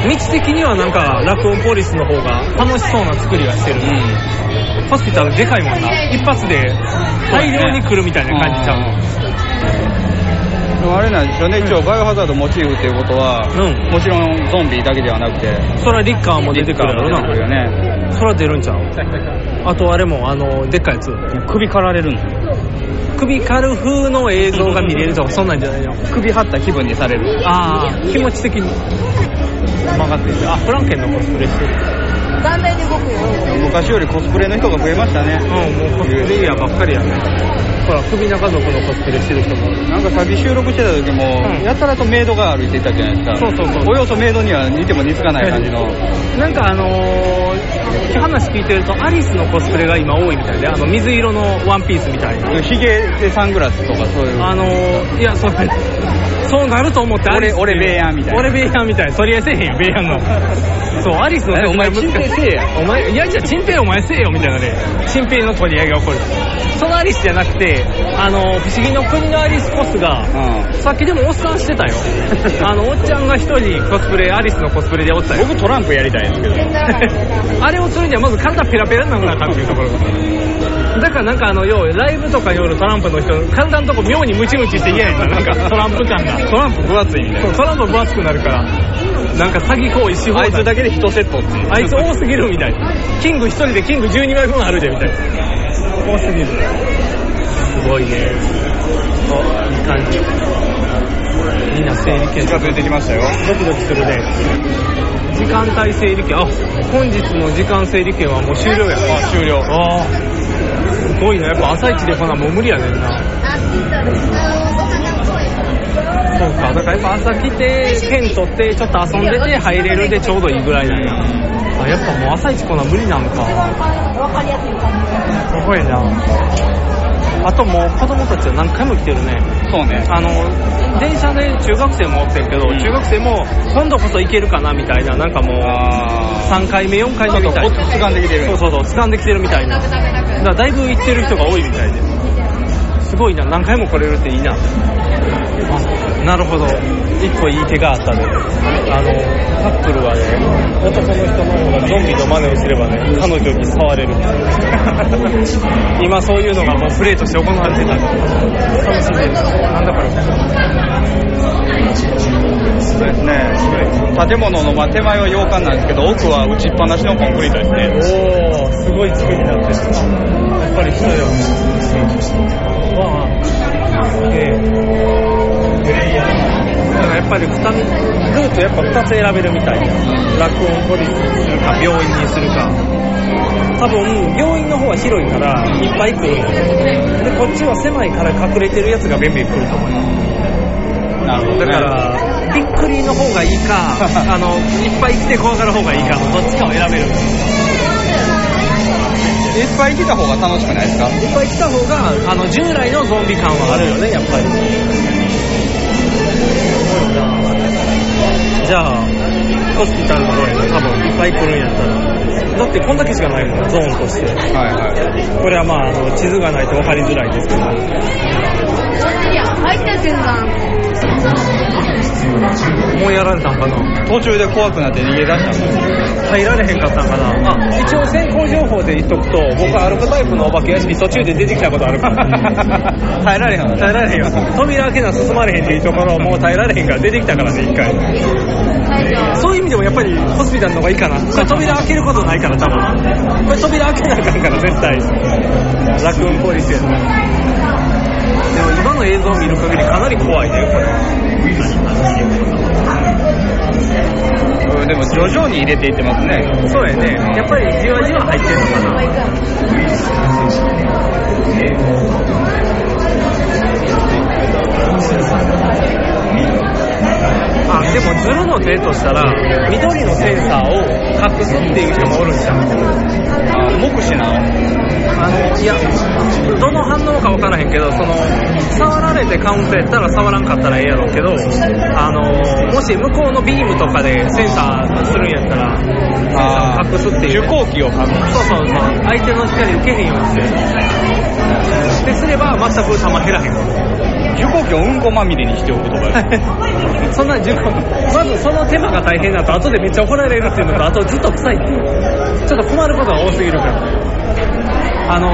道的にはなんかラクオンポリスの方が楽しそうな作りはしてる、ホスピタルでかいもんな一発で大量に来るみたいな感じちゃう
でもあれなんですよね、一応バイオハザードモチーフっていうことは、
うん
もちろんゾンビだけではなくて、
そらリッカーも出てくるやろ
出てくるよ
な
ね。
そら出るん ちゃうあとあれもあのでっかいやつ
首刈られるんだ
首狩る風の映像が見れるとかそんなんじゃないの
首張った気分にされる。
ああ気持ち的に曲がってるあフランケンのコスプレしてる
昔よりコスプレの人が増えましたね。
うんもうコスプレイヤーばっかりやねほら首中族のコスプレしてる人も
なんか旅収録してた時も、
うん
やたらとメイドが歩いていたじゃないですか。
そうそうそう
およそメイドには似ても似つかない感じの。
なんかあのー、話聞いてるとアリスのコスプレが今多いみたいであの水色のワンピースみたいな
ヒゲでサングラスとかそういう。
あのー、いやそう そうなると思ってアリスって
俺俺ベイヤーみたいな
俺ベイヤーみたいそり合いせえへんよベイヤー のそうアリスの
えお前チンペイせえや
お前いやじゃあチンペイお前せえよみたいなねチンペイの取り合いが起こるそのアリスじゃなくてあのー、不思議の国のアリスコスが
うん
さっきでもおっさんして たよあのおっちゃんが一人コスプレアリスのコスプレでおったよ
僕トランプやりたいんですけど。
あれをするにはまず体ペラペラにならなあかんっていうところだからなんかあの要はライブとかにおるトランプの人体のとこ妙にムチムチして嫌やななんかトランプ感が
トランプ分厚いみたい
そう
な。
トランプ分厚くなるからなんか詐欺行為し放
あ
題
いつだけで一セットっていう。
あいつ多すぎるみたいなキング一人でキング12枚分あるでみたいな多すぎるすごいねおいい感じみんな整理券
近づいてきましたよ。
ドキドキするね時間帯整理券あ本日の時間整理券はもう終了やあ終了あーすごいなやっぱ朝一でこんなんもう無理やねんなそうかだからやっぱ朝来て券取ってちょっと遊んでて入れるでちょうどいいぐらいなんやあやっぱもう朝一こんなん無理なんかすごいなあともう子供たちは何回も来てるね
そうね。
あの電車で中学生もおってんけど、中学生も今度こそ行けるかなみたいななんかもう3回目4回目みたいな
ちょっと掴んできてる
そうそうそう掴んできてるみたいなだからだいぶ行ってる人が多いみたいですごいな何回も来れるっていいなあなるほど一個いい手があったねあのカップルはね男の人の方がゾンビの真似をすればね彼女に触れる今そういうのがもうプレーとして行われてた楽しいねなんだこれ
そうですね。建物のまあ手前は洋館なんですけど、奥は打ちっぱなしのコンクリートですね。
おおすごい作りになってるやっぱり人よわあええだからやっぱり二つルートやっぱ2つ選べるみたいラクオンポリスにするか病院にするか多分病院の方は広いからいっぱい来ると思うでこっちは狭いから隠れてるやつがビンビン来ると思うなるほど、だからびっくりの方がいいかあのいっぱい来て怖がる方がいいかのどっちかを選べる
いっぱい来た方が楽しくないですか
いっぱい来た方があの従来のゾンビ感はあるよねやっぱりじゃあホスピタルの方やね多分いっぱい来るんやったらだってこんだけしかないもんゾーンとしてはいはいこれはまああの地図がないと分かりづらいですけどもうやられたんかな
途中で怖くなって逃げ出したんです
入られへんかったんかなあ一応先行情報で言っとくと僕は歩くタイプのお化け屋敷途中で出てきたことあるから耐えられへんわ耐えられへんよ扉開けな進まれへんっていうところをもう耐えられへんから出てきたからね一回そういう意味でもやっぱりホスピタルの方がいいかなこれ扉開けることないから多分これ扉開けなあかんから絶対ラクーンポリスやなでも今の映像を見る限りかなり怖いねこれ
うんでも徐々に入れていってますね
そうやねやっぱりじわじわ入ってるのかなあでもズルの手としたら緑のセンサーを隠すっていう人もおるんじゃんあ目視なあのいやどの反応か分からへんけどその触られてカウントやったら触らんかったらええやろうけどあのもし向こうのビームとかでセンサーするんやったらセンサーを隠すっていう受光器を隠すそうそうそう相手の光受けへんようにするですれば全く球減らへん受光器をうんこまみれにしておくとかそんな受光まずその手間が大変だと後でめっちゃ怒られるっていうのとあとずっと臭いっていうちょっと困ることが多すぎるからあの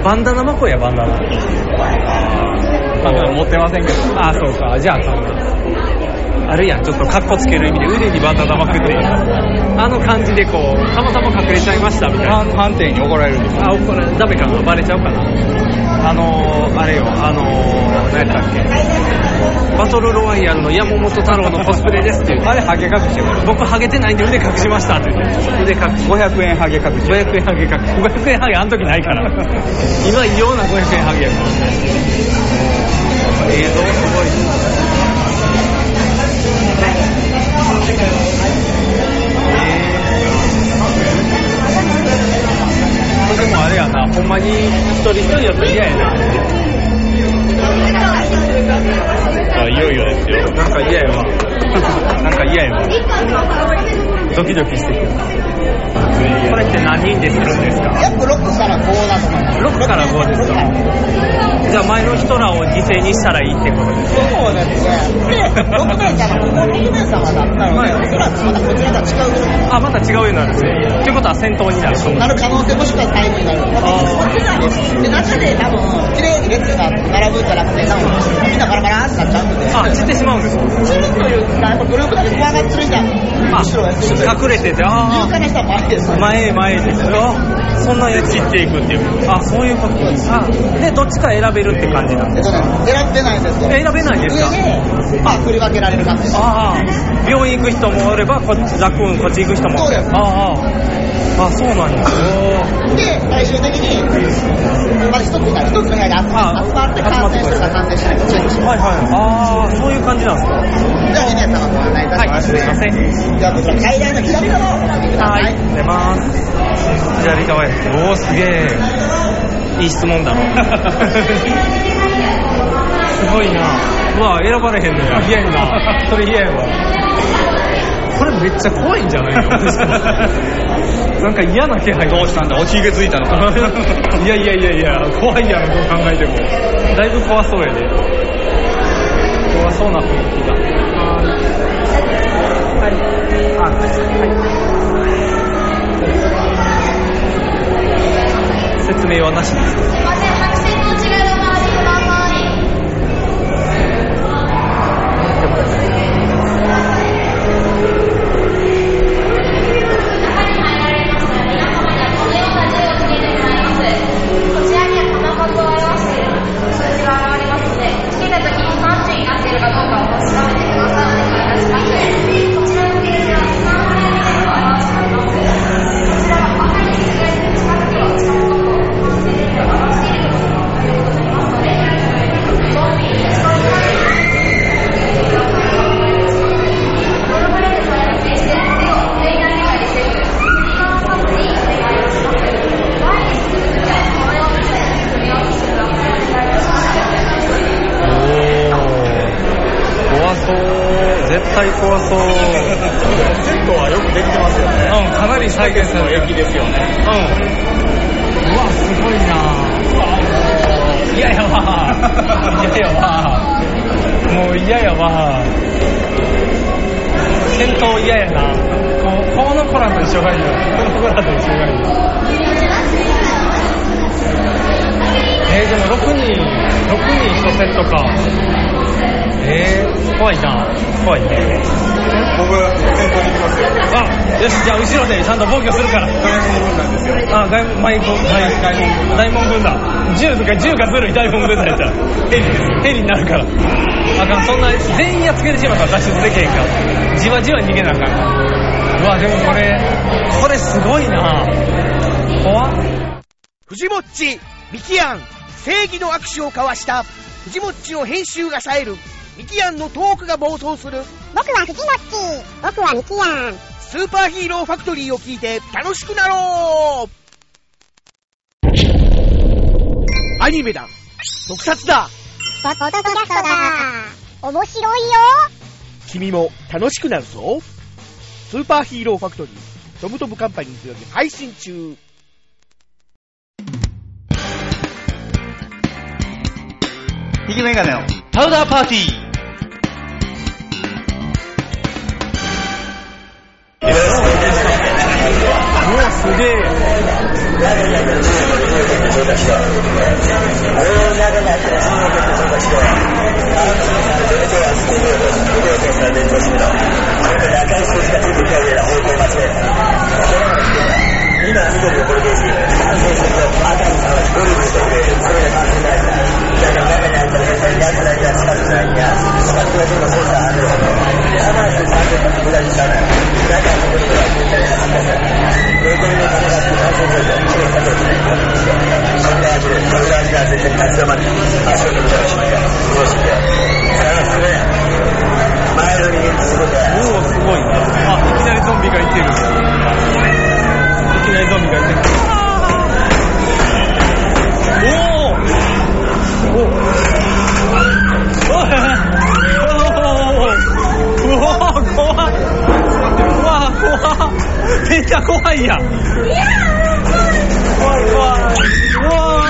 ー、バンダナ巻こうやバンダナバンダナ持ってませんけどああそうかじゃああるやんちょっとカッコつける意味で腕にバンダナ巻くっていうあの感じでこうたまたま隠れちゃいましたみたいな判定に怒られるあ怒られるダメかなバレちゃうかなあのー、あれよあのー、何やったっけバトルロワイヤルの山本太郎のコスプレですっていうあれハゲ隠して僕ハゲてないんで腕隠しましたって言って腕隠し500円ハゲ隠し500円ハゲ隠し500円ハゲあの時ないから今異様な500円ハゲやから映像すごいこれでもあれやなほんまに一人一人やったら嫌やな
あいよいよですよ
なんか嫌やわなんか嫌やわドキドキしてくるこれって何人でするんですか
約6から5だと思います
6から5ですかじゃあ前の人らを犠牲にしたらいいってことですね
そうですねで6名様ここ6名様だったのでおそらくまたこちらが違うように
あまた違うようになるんですねということは戦闘になる
なる可能性もしくは最後になるこっちなんですで中で多分綺麗に列が並ぶんじゃなくて多分みんなバラバラってなっちゃうので
あ散ってしまうんです
チームというかやっぱグループだけ怖がってるじゃん
あ隠れててああ
他の人は前です
前へ前へですよそんなやつ散っていくっていうあそういうことあでどっちか選べるって感じなんですか
選べないですよ
選べないですか
上でまあ振り分けられる感じです
ああ病院行く人もおればこっち楽運こっち行く人も
そうです
あああそうなんです
で最終的にまず一つが一つの部屋で集まって集まって感染してるか感染してないかチェックします
ああそういう感じなんですか
じゃあ姫様ご案内いたします
すいません
じゃあこちら階段の左側をご覧ください
出ます左側へおおすげえいい質問だすごいなうわ選ばれへんのや嫌やなそれ嫌やわこれめっちゃ怖いんじゃないのなんか嫌な気配どうしたんだおひげ ついたのかいやいやいやいや怖いやろどう考えてもだいぶ怖そうやで怖そうな雰囲気だ説明はなしです
こちらのページは3枚目でお待ちしております。こちらは赤に
に再現されてる。ですよね。うん。うわ、すごいなぁ。嫌やわ。嫌やわ。もう嫌やわ。戦闘嫌やな。こう、この子らと一緒がいいよ。この子らと一緒がいいよ。えー、でも6人、6人1セットか。えー、怖いな。怖いね。僕、先頭に行きますよ。あ、よし、じゃあ後ろでちゃんと防御するから。外門軍なんですよ。あ、外門、外門、外大門軍だ。銃とか銃がずるい大門軍団やったら。ヘリです。ヘリになるから。あかん、そんな、全員やっつけてしまったら脱出できへんから。じわじわ逃げなあかん。うわ、でもこれ、これすごいな。怖っ。
藤もっち、ミキアン、正義の握手を交わした。藤もっちの編集が冴える。ミキアンのトークが暴走する。僕は藤もっち、僕はミキアン。スーパーヒーローファクトリーを聞いて楽しくなろうアニメだ特撮だ
ポッドキャストだ面白いよ
君も楽しくなるぞスーパーヒーローファクトリー、トムトムカンパニーズより配信中
ひげメガネのパウダーパーティー。
うわ、すげえ。おおすごいなあいきなりゾンビがいてるいきなりゾンビがいてるおおおおおおおお怖っうわ怖っめっちゃ怖いやん怖い怖いうわ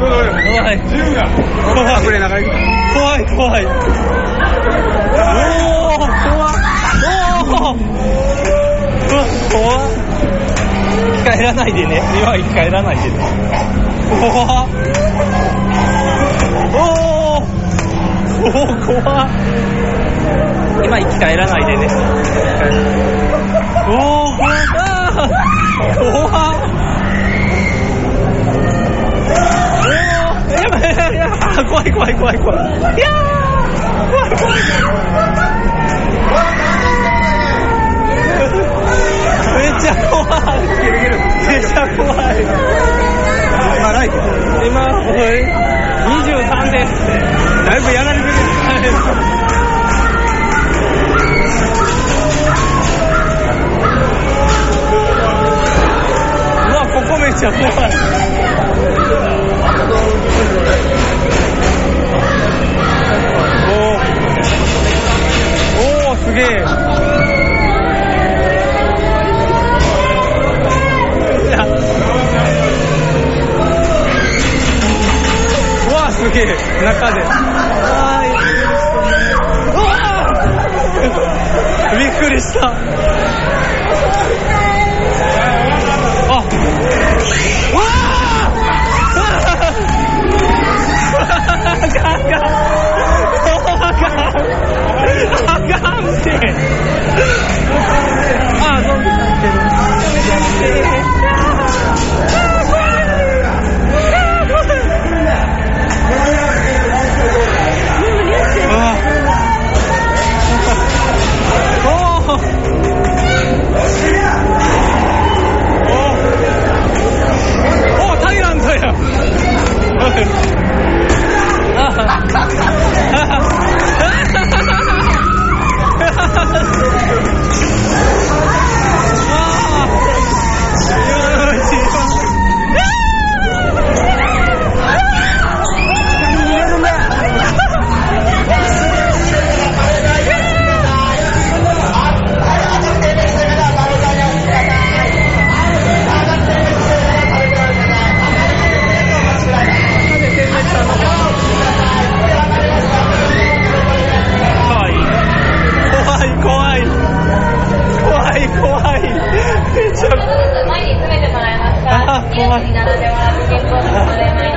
怖い銃が怖い怖い怖いおー怖っおーうわ怖っ生き返らないでね身は生き返らないでね怖っおーおー怖っ今生き返らないでねおー怖っあー怖っおーやばいやばいやばい怖い怖い怖い怖いいやー怖い怖いめっちゃ怖い。めっちゃ怖い。今ライト。今これ二十三です。だいぶやられてる。うわここめっちゃ怖い。おーおーすげえ。うわすげえ中でわーいうわーびっくりしたあわーあかんあかんあかんあかんってあゾンビになってるああおー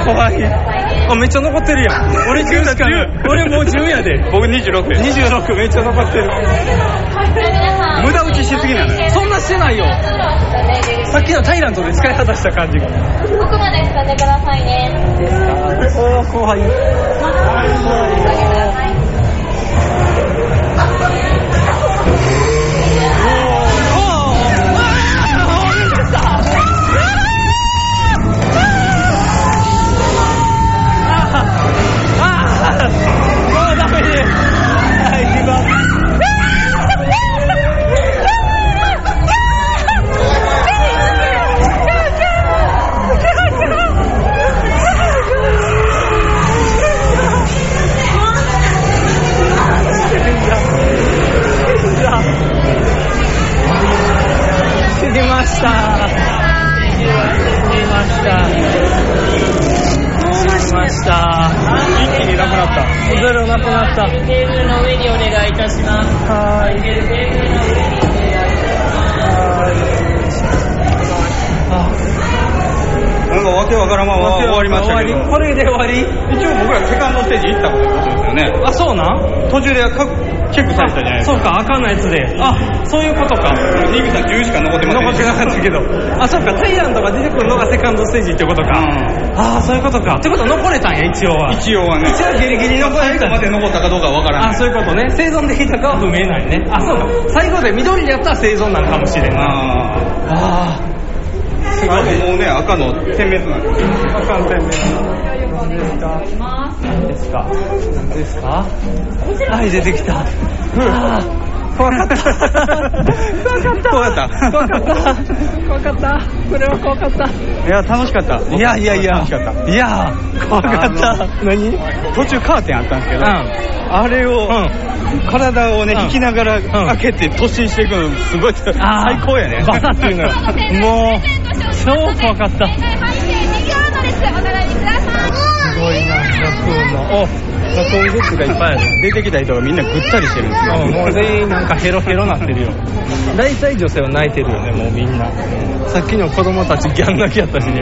怖い。あ、めっちゃ残ってるやん。俺10しかない。俺もう10やで。僕26で。26めっちゃ残ってる。無駄打ちしすぎなのそんなしてないよ。さっきのタイラントで使い果たした感じが。
奥まで進んでくださいね。
おー、怖い。出ました。出ました。出ました。一気になくなった。ゼロなくなった。
テーブルの上にお願いいたします。はーい。テーブルの上にお願いいたします。
なんかわけわからんまま終わりましたけど。
これで終わり
一応僕らセカンドステージ行ったことですよね。
あ、そうなん
途中で各チェックされたじゃないですか。
そうか、あかんなやつで。あ、そういうことか。
リグさん10しか残ってません
残ってなかったけど。あ、そうか、タイランドが出てくるのがセカンドステージってことか。ああ、そういうことか。ってことは残れたんや、一応は。
一応はね。
一応ギリギリ残
最後まで残ったかどうかわからない。
あ、そういうことね。生存できたかは不明ないね。あ、そうか。最後で緑でやったら生存なのかもしれんな。ああ。
すごいもうね、赤の点滅なんですよ。
赤の点滅。何ですか何ですかはい、出てきた。あー怖かった。怖かった。
怖かった
怖かった。怖かった。これは怖かった。
いや、楽しかった。
いやいやいや
楽しかった。
いやー、怖かった。何
途中カーテンあったんですけど、
うん
あれを、体をね、引きながら開けて突進していくの、すごい、最
あー
高やね。
バサっていうのが。もう、超怖かった。
すごいな、学校の。お学校グッズがいっぱいある。出てきた人がみんなぐったりしてるんですよ。
もう全員なんかヘロヘロなってるよ大体女性は泣いてるよねもうみんなさっきの子供たちギャン泣きやったしね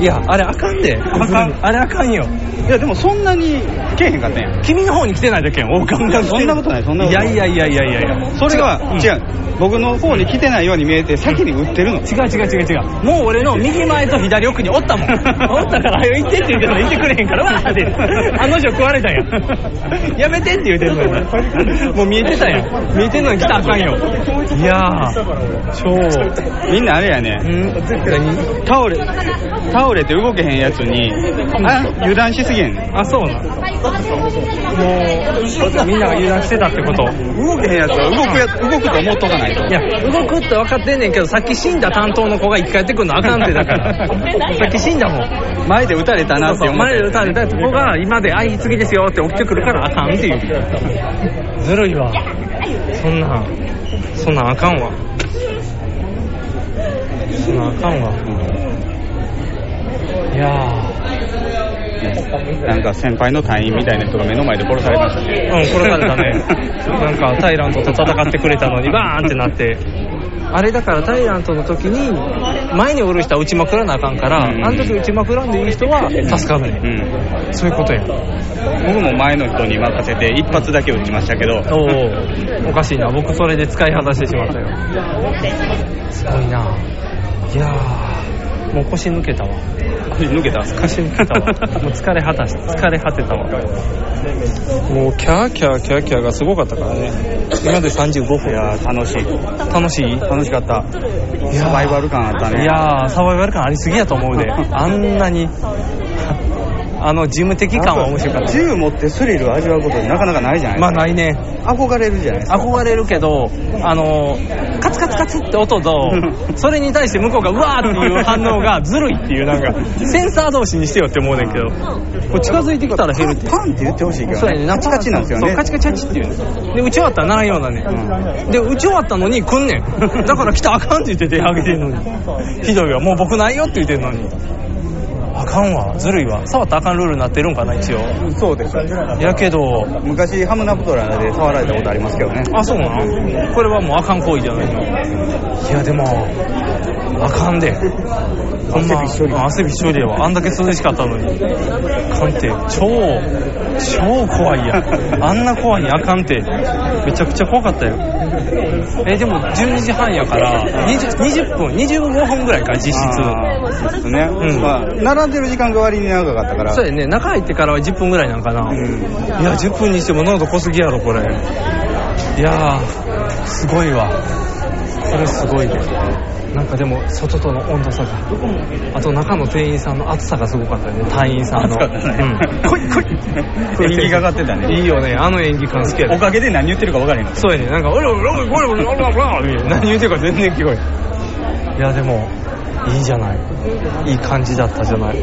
いやあれあかんであかんあれあかんよ
いや、でもそんなにけえへんかったんや。
君の方に来てないだけやんおかんが来てる
そんなことない、そんなことない。
いやいやいやいやいやいや
それは、違う。僕の方に来てないように見えて、先に打ってるの。
違う違う違う違うもう俺の右前と左奥におったもんおったから「あよ行って」って言うけど行ってくれへんからわーってあの人食われたんややめてって言うてるのにもう見えてたんや見えてんのに来たらあかんよいやー超
みんなあれやね、倒れ、倒れて動けへんやつに、あ油断しすぎやねん。
あそうなんもうみんなが油断してたってこと
動けへんやつは動くや、動くと思っとかないと。
いや動くって分かってんねんけどさっき死んだ担当の子が生き返ってくるのあかんってだからさっき死んだもん
前で打たれたなって
そうそう
思っ
前
て。
で打たれたとこが今で「あい次ですよ」って起きてくるからあかんっていうずるいわそんなんそんなんあかんわそんなんあかんわいや
なんか先輩の隊員みたいな人が目の前で殺されましたね。
ーうん殺され たねなんかタイラントと戦ってくれたのにバーンってなってあれだからタイラントの時に前におる人は打ちまくらなあかんから、
うん
あの時打ちまくらんでいい人は助かるね、
うん
そういうことや
僕も前の人に任せて一発だけ撃ちましたけど、
おおおかしいな僕それで使い果たしてしまったよすごいないやーもう腰抜けたわ
腰抜けたんすか
腰抜 けたわもう疲れ果たし疲れ果てたわもうキャーキャーキャーキャーがすごかったからね今で35分
いやー楽しい。
楽しい
楽しかった。サバイバル感あったね。
いやーサバイバル感ありすぎやと思うであん なにあの事務的感は面白かった
銃持ってスリルを味わうことってなかなかないじゃない
まあないね
憧れるじゃないですか。
憧れるけど、あのカツカツカツって音と、それに対して向こうがうわーっていう反応がずるいっていう、なんか、センサー同士にしてよって思うねんけど、こう近づいてきたら減るって。
パンって言ってほしいけど
そうやね
ね。カチカチなんですよね。
そうカチカチカチっていうねで打ち終わったらならんようなね、で打ち終わったのに来んねんだから来たらあかんって言って手上げてんのにひどいわもう僕ないよって言ってんのにあ
あかんわずるいわ触ったらあかんルールになってるんかな一応
そうです
やけど
昔ハムナプトラで触られたことありますけどね
あそうなんこれはもうあかん行為じゃないのいやでもあかんでほんま汗びっしょりやわあんだけ涼しかったのにあかんて超超怖いやんあんな怖いやんあかんてめちゃくちゃ怖かったよえでも12時半やから 20, 20分25分ぐらいか実質
そうですね、まあ並んでる時間が割に長かったから
そうやね中入ってからは10分ぐらいなんかな、いや10分にしても濃度濃すぎやろこれいやーすごいわこれすごいねなんかでも外との温度差があと中の店員さんの暑さがすごかったよね隊員さんの
暑かったね
うん、こいこい
演技がかってたね
いいよねあの演技感好きやね
おかげで何言ってるか分からへんかった
そうやねなんか「おらおらおらおらおらおらおら」みたいな何言うてるか全然聞こえへんいやでもいいじゃないいい感じだったじゃない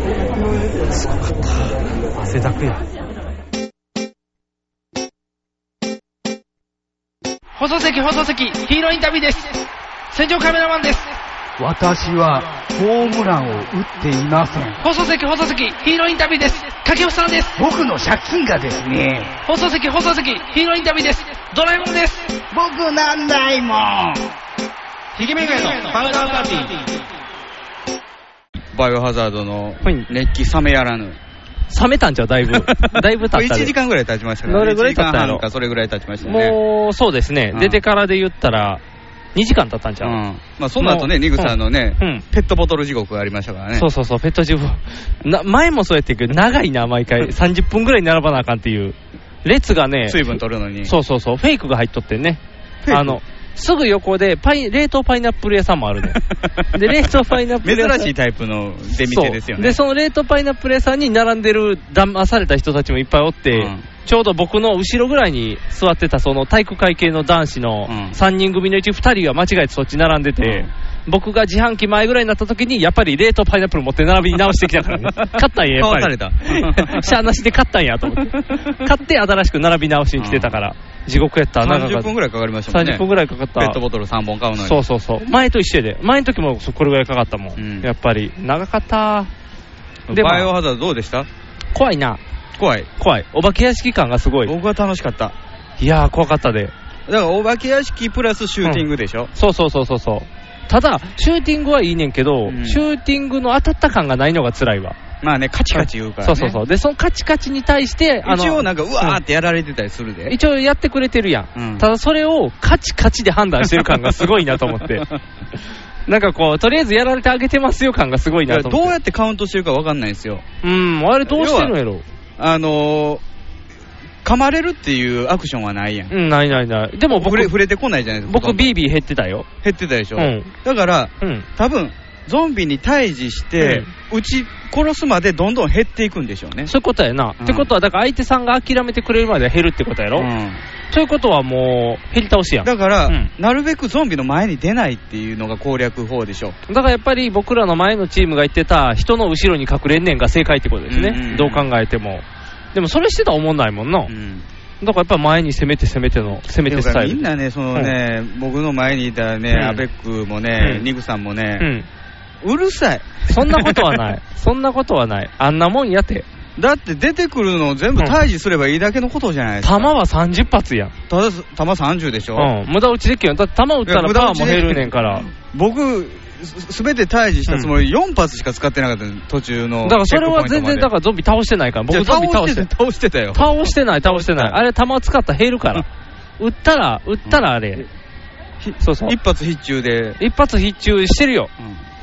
すごかった汗だくや
放送席放送席ヒーローインタビューです戦場カメラマンです
私はホームランを打っていません。
放送席放送席ヒーローインタビューです掛布さんです
僕の借金がですね、
放送席放送席ヒーローインタビューですドラえもんです
僕なんないもん。
ひげめがえのパウダーパーティー
バイオハザードの熱気冷めやらぬ
冷めたんちゃうだ いぶだいぶ経ったで
1時間ぐらい経ちましたね
どれぐらい経ったんや
1時間
ろ
半かそれぐらい経ちましたね
もうそうですね、
うん
出てからで言ったら2時間経ったんちゃう、
まあその後
も
ね
う
ニグさんのね、
うんうん
ペットボトル地獄がありましたからね
そうそうそう、ペットジム。な前もそうやってるけど、長いな、毎回。30分ぐ らい並ばなあかんっていう。列がね、
水分取るのに
そうそうそう、フェイクが入っとってね。
ェイク
あの、すぐ横でパイ、冷凍パイナップル屋さんも あるね。で、冷凍パイナップル屋さん。
珍しいタイプの出店ですよ
そう
ね
で、その冷凍パイナップル屋さんに並んでる、騙された人たちもいっぱいおって、ちょうど僕の後ろぐらいに座ってた、その体育会系の男子の3人組のうち2人が間違えてそっち並んでて、僕が自販機前ぐらいになった時に、やっぱり冷凍パイナップル持って並び直してきたから ね、勝ったんや、やっぱり。
買わされた
しゃあなしで勝ったんやと思って、勝って新しく並び直しに来てたから、地獄やった、長か
30
った
分ぐらいかかりましたもんね
30分ぐらいかかった
ペットボトル3本買うのに
そうそうそう、前と一緒やで、前の時もそうこれぐらいかかったもん、やっぱり、長かった、でも
バイオハザードどうでした
怖いな、
怖い
怖い、お化け屋敷感がすごい、僕
は楽しかった、
いやー、怖かったで、
だからお化け屋敷プラスシューティングでしょ、
そうそうそうそうそう、ただ、シューティングはいいねんけど、シューティングの当たった感がないのが辛いわ。
まあねカチカチ言うから、ね、
そうそうそう、で、そのカチカチに対して、あの
一応なんかうわーってやられてたりするで、
一応やってくれてるやん、ただそれをカチカチで判断して る感がすごいなと思って、なんかこう、とりあえずやられてあげてますよ感がすごいなと
ど
思
う
って、
やってカウントしてるかわかんないんですよ
うん、あれどうしてるんやろ、
あのー噛まれるっていうアクションはないやん
うん、ないないない、でも
触
僕
れ、触れてこないじゃないですか
僕、ビービー減ってたよ、
減ってたでしょ、
うん
だから、
うん
多分ゾンビに対峙して、撃ち殺すまでどんどん減っていくんでしょうね
そういうことやな、ってことは、だから相手さんが諦めてくれるまでは減るってことやろ、
うん
ということはもう、減り倒しやん。
だから、
うん
なるべくゾンビの前に出ないっていうのが攻略法でしょ
だからやっぱり僕らの前のチームが言ってた人の後ろに隠れんねんが正解ってことですね、どう考えてもでもそれしてたら思んないもんな、だからやっぱり前に攻めて攻めての攻めてスタイル
みんなねそのね、僕の前にいたね、
うん
アベックもね、
うん
ニグさんもね、
うん
うるさい
そんなことはないそんなことはないあんなもんやて
だって出てくるのを全部退治すればいいだけのことじゃないですか、
弾は30発やん、
ただ弾30でしょ、
うん、無駄打ちできるよだって弾打ったらパワーも減るねんから
僕すすべて退治したつもり4発しか使ってなかったの途中の
だからそれは
チェッ
全
クポイン
然
ト
だ
まで
からゾンビ倒してないから僕
じゃあ
ゾンビ倒して
倒してたよ
倒してない倒してないあれ弾使ったら減るから打ったら打ったらあれ、そうそう
一発必中で
一発必中してるよ、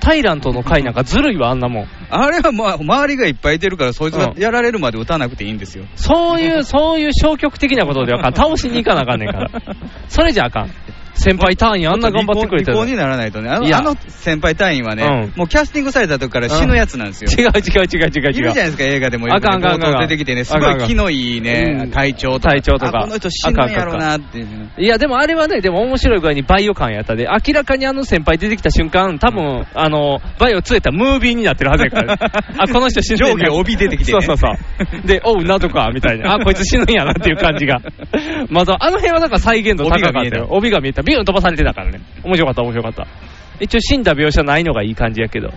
タイラントの回なんかずるいわあんなもん
あれは、まあ、周りがいっぱいいてるからそいつがやられるまで打たなくていいんですよ、
そう いう、そういう消極的なことではあかん。倒しに行かなあかんねん から。それじゃあかん。先輩単位あんな頑張ってくれて
利口にならないとねあ
いや
のあの先輩隊員はね、もうキャスティングされた時から死ぬやつなんですよ、
違う違う違う違う違う。
いるじゃないですか、映画でもよくね
あかんあかんあかん
冒頭出てきてね、すご
あかんあか
い
ん
気のいいね、体調とか。
体調とか
あこの人死ぬんやろなっていう。
いや、でもあれはね、でも面白い具合にバイオ感やったで、明らかにあの先輩出てきた瞬間、多分、あの、バイオつえたムービーになってるはずやから、 あ、この人死ぬ
上下帯出てきてね
そうそうそう。 で、おう、なとか、みたいな。あ、こいつ死ぬんやなっていう感じが。 まず、あの辺はなんか再現度高か
帯
った
が見え
よ。帯が見えた。ビューン飛ばされてたからね。面白かった、面白かった。一応死んだ描写ないのがいい感じやけど。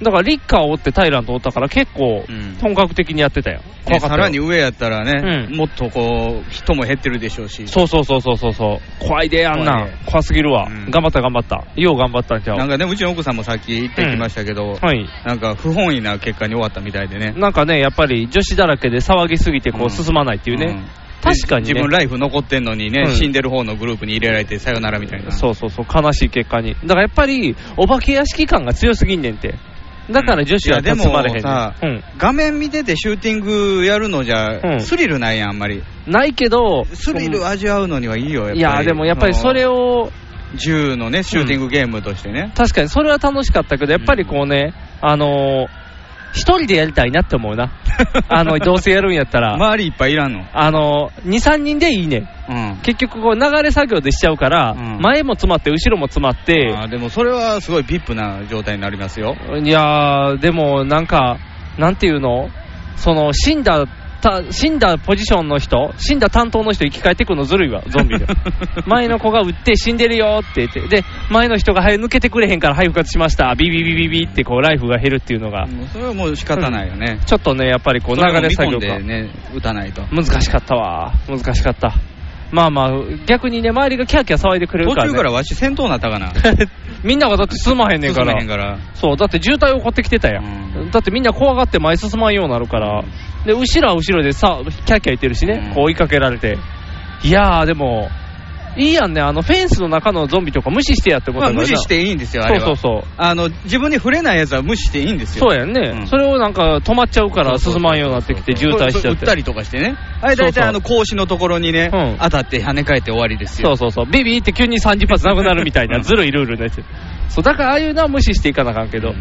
だから、リッカーを追ってタイランと追ったから、結構、本格的にやってたよ。
ね
怖かっ
さ
たよ
らに上やったらね、もっとこう、人も減ってるでしょうし。
そうそうそうそうそうそう。怖いで、あんな
怖い
ん。怖すぎるわ。頑張った頑張った。よう頑張ったんちゃう。
なんかね、うちの奥さんもさっき行ってきましたけど、
はい
なんか不本意な結果に終わったみたいでね。
なんかね、やっぱり女子だらけで騒ぎすぎてこう進まないっていうね、確かにね
自分ライフ残ってんのにね、
うん
死んでる方のグループに入れられてさよならみたいな。
そうそうそう、悲しい結果に、だからやっぱり、お化け屋敷感が強すぎんねんて、だから女子は集まれへんね
いやでもさ
ん、うん
画面見ててシューティングやるのじゃ、
うん
スリルないやん、あんまり。
ないけど、
スリル味わうのにはいいよ、やっぱり。
いや、でもやっぱりそれを、
銃のね、シューティングゲームとしてね。
確かにそれは楽しかったけど、やっぱりこうね、あのー、一人でやりたいなって思 うな、あのどうせやるんやったら、
周りいっぱいいらんの。
あの2、3人でいいねん。
うん。
結局こう流れ作業でしちゃうから、前も詰まって後ろも詰まって
あーでもそれはすごいビップな状態になりますよ。
いやーでもなんかなんていうのその死んだた死んだポジションの人死んだ担当の人生き返ってくるのずるいわゾンビ で前の子が撃って死んでるよって言ってで前の人がはい抜けてくれへんからはい復活しましたビビビビビってこうライフが減るっていうのが、
それはもう仕方ないよね。
ちょっとねやっぱりこう流
そも
れ
見
作
込
業
んで
が
ね、打たないと。
難しかったわ難しかったまあまあ逆にね周りがキャーキャー騒いでくれる
途
から、ね、
中からわし先頭になったかな。
みんながだって進まへんねんから。
進まへんから
そう、だって渋滞起こってきてたやん。だってみんな怖がって前進まんようになるから。で、後ろは後ろでさ、キャーキャー言ってるしね、こう追いかけられて。いやー、でも、いいやんね、あのフェンスの中のゾンビとか無視してやって
ま
ことだ
あ、
から
無視していいんですよ、あれは。
そうそうそう。
あの、自分に触れないやつは無視していいんですよ。
そうやんね、それをなんか止まっちゃうから進まんようになってきて渋滞しちゃ
そうそう
っ
打
て
ったりとかしてね。あれ大
そ
体
うそう
あの、格子のところにね、当たって跳ね返って終わりです
そ
よ。
うそうそう、ビビって急に30発なくなるみたいな、 ずるいルールのやつ。そう、だからああいうのは無視していかなあか んけど。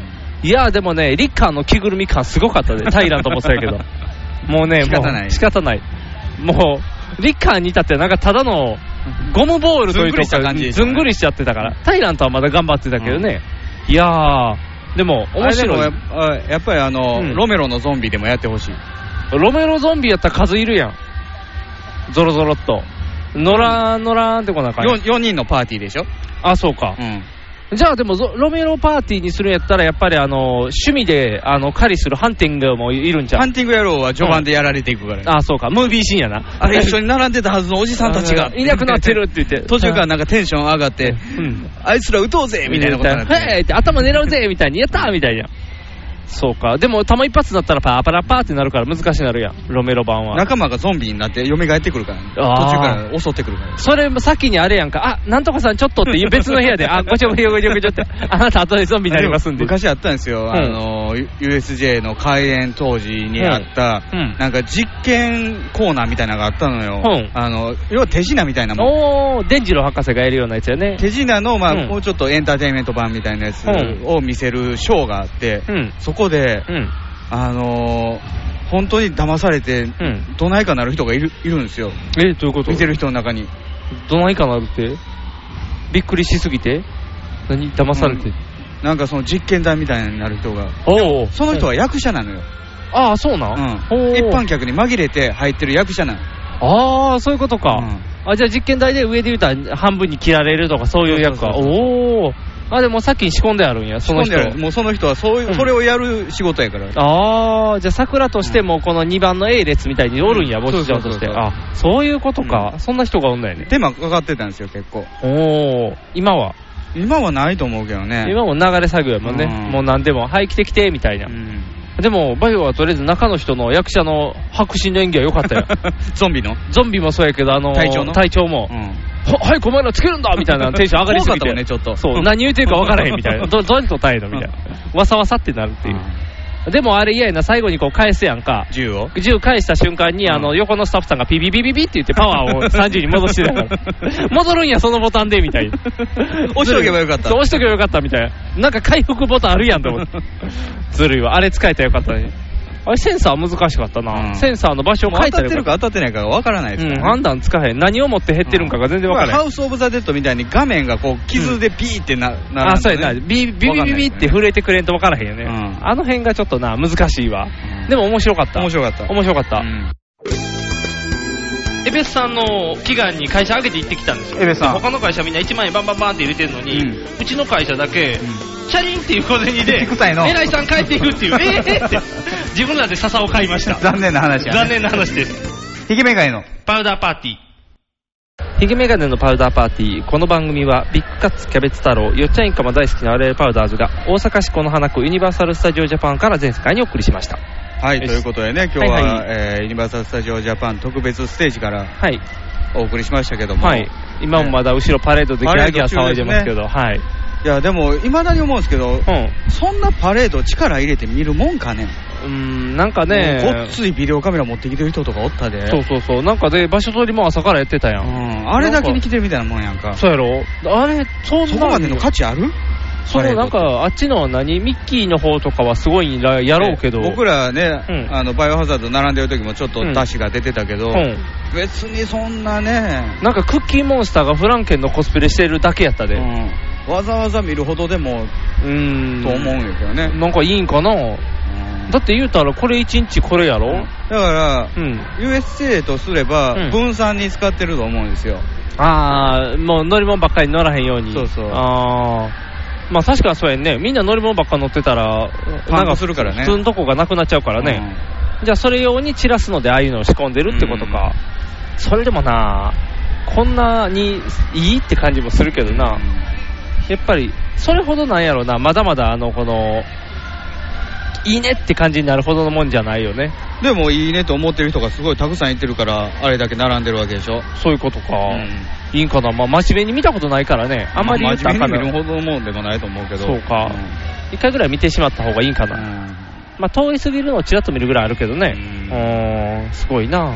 いやーでもね、リッカーの着ぐるみ感すごかったで、タイランともそうやけど。もうね、
仕方ない
も う仕方ない。もう、リッカーに至ってはなんかただのゴムボールとい
ずん
う
ぐりした
か、
感じでした
ずんぐりしちゃってたから、タイランとはまだ頑張ってたけどね。いやー、でも
あ
面
れでも
白
や
い
っ。ぱやっぱりあの、ロメロのゾンビでもやってほしい。
ロメロゾンビやったら数いるやん。ゾロゾロっと。ノラーノラーってこんな感じ。
4人のパーティーでしょ
あ、そうか。じゃあでもゾ、ロメロパーティーにするんやったら、やっぱりあの趣味であの狩りするハンティングもいるんちゃう
ハンティング野郎は序盤でやられていくからね。
あ、そうか。ムービーシーンやな。
あれ一緒に並んでたはずのおじさんたちが。
いなくなってるって言って。
途中からなんかテンション上がって、あいつら撃とうぜみたいなことになって。
はいって頭狙うぜみたいに、やったーみたいな。そうか。でも、弾一発だったらパーパラパーってなるから難しいなるやん。ロメロ版は。
仲間がゾンビになって蘇ってくるからね、途
あー
中から襲ってくるから。
それも先にあれやんか。あ、なんとかさんちょっとっていう別の部屋で、あ、ごちょごちょごちょごちょって、あなた後でゾンビになりますんで。
昔あったんですよ、
ん
あの USJ の開園当時にあった、
うん
なんか実験コーナーみたいなのがあったのよ、
うん
あの要は手品みたいなもん、
おー、デンジロ博士がやるようなやつやね。
手品の、まあ
うん
もうちょっとエンターテインメント版みたいなやつ
うん
を見せるショーがあって、
うん
そこで、
うん。
あのー本当に騙されて、
ん
どないかなる人がいるいるんですよ、
え、どういうこと
見てる人の中に。
どないかなるってびっくりしすぎて何騙されて、
なんかその実験台みたいになる人が、
おう
その人は役者なのよ、
ああそうな
うん、一般客に紛れて入ってる役者なの。
ああそういうことか、あじゃあ実験台で上で言うたら半分に切られるとかそういう役かおおあでもさっきに仕込んであるんやその人
仕込んであるもうその人はそういう、それをやる仕事やから。
ああじゃあ桜としてもこの2番の A 列みたいにおるんや、ボスジャンとして
そうそうそうそう
あそういうことか、そんな人がおんだよね
手間かかってたんですよ、結構。
おお今は
今はないと思うけどね。
今もう流れ作業やもんね、
うん
もう何でも、はい、来て来てみたいな、でも、バイオはとりあえず中の人の役者の白紙の演技は良かっ たよ、
ゾンビの
ゾンビもそうやけど、あのー
隊長の
も、ほはい、お前らつけるんだみたいなテンション上がりすぎ
怖かっ
て、
たもんねちょっと
そう何言うてるか分からへん みたいな、どどうやって答えんのみたいな、わさわさってなるっていう。でもあれ嫌やな、最後にこう返すやんか。
銃を
銃返した瞬間に、あの、横のスタッフさんがピピピピピって言ってパワー を30に戻してたから。戻るんや、そのボタンで、みたいな。
押しとけばよかった
そう押しとけばよかった、みたいな。なんか回復ボタンあるやん と思って。ずるいわ。あれ使えたらよかったね。あれセンサー難しかったな。センサーの場所を変え
当
た
た
ら
って
よ
る
か
か
っ
当たってないかがわからないですから
た。うん、
ね
判断つかへん。何をもって減ってるんかが全然わからへ
ハ
ん。
ウス・オブ・ザ・デッドみたいに画面がこう傷でピーってな、なら
あ、
んと
そう
ね
やな。ビビビビビビって震えてくれんとわからへんよね。あの辺がちょっとな、難しいわ。でも面白かった。面白
かった。
面白かった。エベスさんの祈願に会社上げて行ってきたんですよ。
エベスさん
で他の会社みんな1万円バンバンバンって入れてるのに、うちの会社だけ、チャリンっていう小銭で、
菊臭いの
偉いさん帰っていくっていう、えー、って、自分らで笹を買いました。
残念な話やね
残念な話です。
ひげメガネの。
パウダーパーティー。ヒゲメガネのパウダーパーティー。この番組は、ビッグカッツ、キャベツ太郎、よっちゃんインカも大好きなあれパウダーズが、大阪市この花区ユニバーサル・スタジオ・ジャパンから全世界にお送りしました。
はい、ということでね、今日は、
はいは
えーユニバーサル・スタジオ・ジャパン特別ステージから、
はい。
お送りしましたけども、
はい。今もまだ後ろパレードでギャーギャー騒いでますけど、はい。
いやでも、いまだに思うんですけど、そんなパレード、力入れて見るもんかね、
うん、なんかね、
ごっついビデオカメラ持ってきてる人とかおったで、
そうそうそう、なんかで、場所取りも朝からやってたやん。
うんあれだけに来てるみたいなもんやんか、
そうやろあれ、そん
そこまでの価値ある
そう、なんか、あっちの何、ミッキーの方とかはすごいらやろうけど、
僕らね、
うん
あのバイオハザード並んでる時もちょっとダッシュが出てたけど、
うん
別にそんなね、
なんかクッキーモンスターがフランケンのコスプレしてるだけやったで。
わざわざ見るほどでも
うん。
と思うんやけどね、
なんかいいんかな、だって言うたらこれ1日これやろ、
だから、
うん
USJ とすれ
う
ば
ん
分散に使ってると思うんですよ、
ああ、もう乗り物ばっかり乗らへんように。
そうそう
ああ。まあ確かにそうやんね。みんな乗り物ばっか乗ってたら、
パンクするからね
普通のとこがなくなっちゃうからね。じゃあそれ用に散らすのでああいうのを仕込んでるってことか。それでもな、こんなにいいって感じもするけどな。やっぱり、それほどなんやろな、まだまだあの、この、いいねって感じになるほどのもんじゃないよね。
でもいいねと思ってる人がすごいたくさんいてるから、あれだけ並んでるわけでしょ。
そういうことか。
うん
いいんかな。まあ真面目に見たことないからね。あんまり言うと
真
あか
面
ん
目に見
な
るほどのもんでもないと思うけど。
そうか、一回ぐらい見てしまった方がいいんかな、まあ通り過ぎるのをちらっと見るぐらいあるけどね、うーん、すごいな、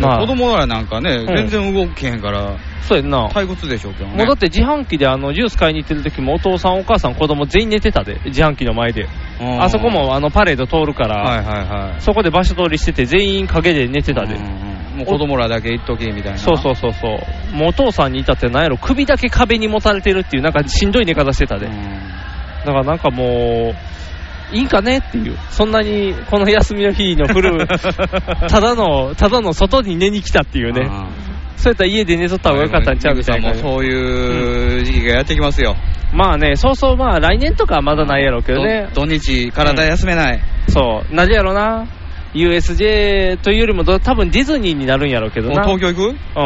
まあ、
子供ならなんかね、
うん
全然動けへんから、
そうやんな、
退屈でしょうけどね。
もうだって自販機であのジュース買いに行ってる時もお父さん、お母さん、子供全員寝てたで、自販機の前で、
ん
あそこもあのパレード通るから、
はいはいは
そこで場所取りしてて、全員陰で寝てたで。
い。もう子供らだけ行っとけみたいな。
そうそうそうそう、もうお父さんに至ってなんやろ、首だけ壁に持たれてるっていう、なんかしんどい寝方してたで、だからなんかもう、いいんかねっていう、そんなにこの休みの日の フル、ただの、ただの外に寝に来たっていうね、そうやったら家で寝とった方がよかったんちゃうみたいな、
もうそういう時期がやってきますよ。
まあね、そうそう、まあ来年とかはまだないやろうけどね、
土日、体休めない。
そう、なぜやろな、USJ というよりも、ど多分ディズニーになるんやろうけど
もう
な。
東京行く
う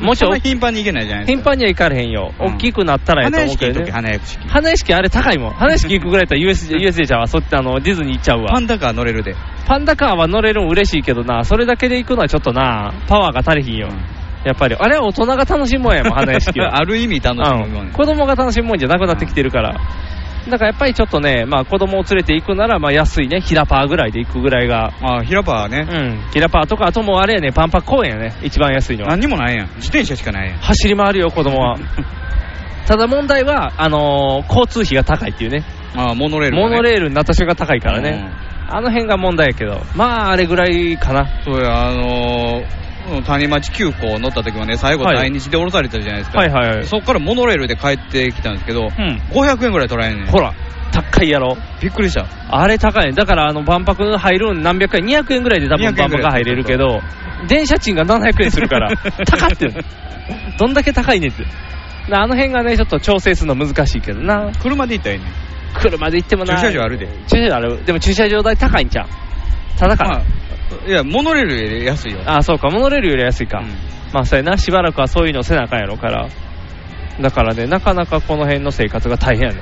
ん、もし
そん
お
な頻繁に行けないじゃないです
頻繁には行かれへんよ、大きくなったら
か。花
やと
屋
思う
敷
け
行
ど
っとけ、
ね、
花屋敷。
花屋敷あれ高いもん、花屋敷行くぐらいやったら USJ, USJ じゃんわ、そっちあのディズニー行っちゃうわ、
パンダカー乗れるで。
パンダカーは乗れるん嬉しいけどな、それだけで行くのはちょっとな、パワーが足りひんよ、やっぱり、あれは大人が楽しむもん やもん、花屋敷は。
ある意味楽しむも
うん
ん。
子供が楽しむもんじゃなくなってきてるから、だからやっぱりちょっとね、まあ、子供を連れて行くなら、まあ、安いね、ヒラパーぐらいで行くぐらいが、
ああ、平パーね。
うん、ヒラパーとか、あともうあれやね、パンパ公園やね、一番安いのは。
何にもないやん。自転車しかないやん。
走り回るよ、子供は。ただ問題は、あのー交通費が高いっていうね。
ああ、モノレール、ね。
モノレールになった瞬間高いからね。あの辺が問題やけど。まあ、あれぐらいかな。
そうや、あのー谷町急行乗った時もね、最後、
はい
来日で降ろされたじゃないですか、
はいはいはい
そこからモノレールで帰ってきたんですけど、
ん
500円ぐらい取られんねん、
ほら、高いやろ。
びっくりした、
あれ高いね。だから、あの、万博入るん何百円、200円ぐらいで多分
200
万
円ぐ
博
らい
入れるけど、電車賃が700円するから、 高ってんどんだけ高いねんって。なあの辺がね、ちょっと調整するの難しいけどな。
車で行ったらええねん、
車で行ってもな。
駐車場あるで、
駐車場ある。でも駐車場代高いんちゃうただか
ま
ら。
あ、いや、モノレールより安いよ、
あそうか、モノレールより安いか。まあ、そうやな、しばらくはそういうのせなあかんやろから。だからね、なかなかこの辺の生活が大変やね。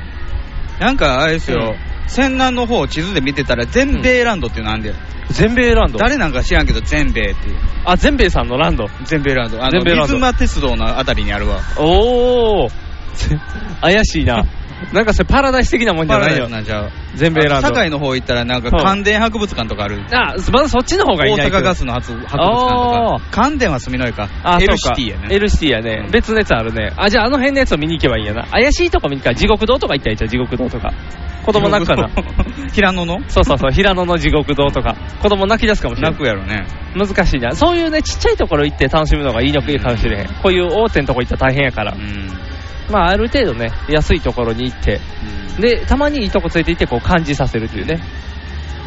なんかあれですよ、
う
泉南の方地図で見てたら、全米ランドっていうのあんだよ、
全米ランド
誰なんか知らんけど、全米っていう、
あ、全米さんのランド。
全米ランド、あ
全
の
米ランド
水間鉄道のあたりにあるわ、
おー、怪しいな。 なんかそれパラダイス的なもんじゃ
パラ
ない
ダイ
よ
ス。なんちゃう
全米ランド。
あと堺の方行ったら、なんか
はい
関電博物館とかある。
あ、まだそっちの方がいいな
大阪ガスの初博物館とか、関電は住みのいか
あ、、
L
そ
シ
うか
ティやね。
L シティやね。別のやつあるね。あ、じゃああの辺のやつを見に行けばいいんやな。怪しいとこ見に行くから、地獄堂とか行ったらいいじゃん、地獄堂とか。子供泣くかな。
平野の
そうそうそう、平野の地獄堂とか。子供泣き出すかもしれない。
泣くやろね。
難しいな。そういうね、ちっちゃいところ行って楽しむのがいいのかいいかもしれへん。こういう大手のとこ行ったら大変やから。まあ、ある程度ね、安いところに行って、で、たまにいいとこ連れて行って、こう感じさせるというね。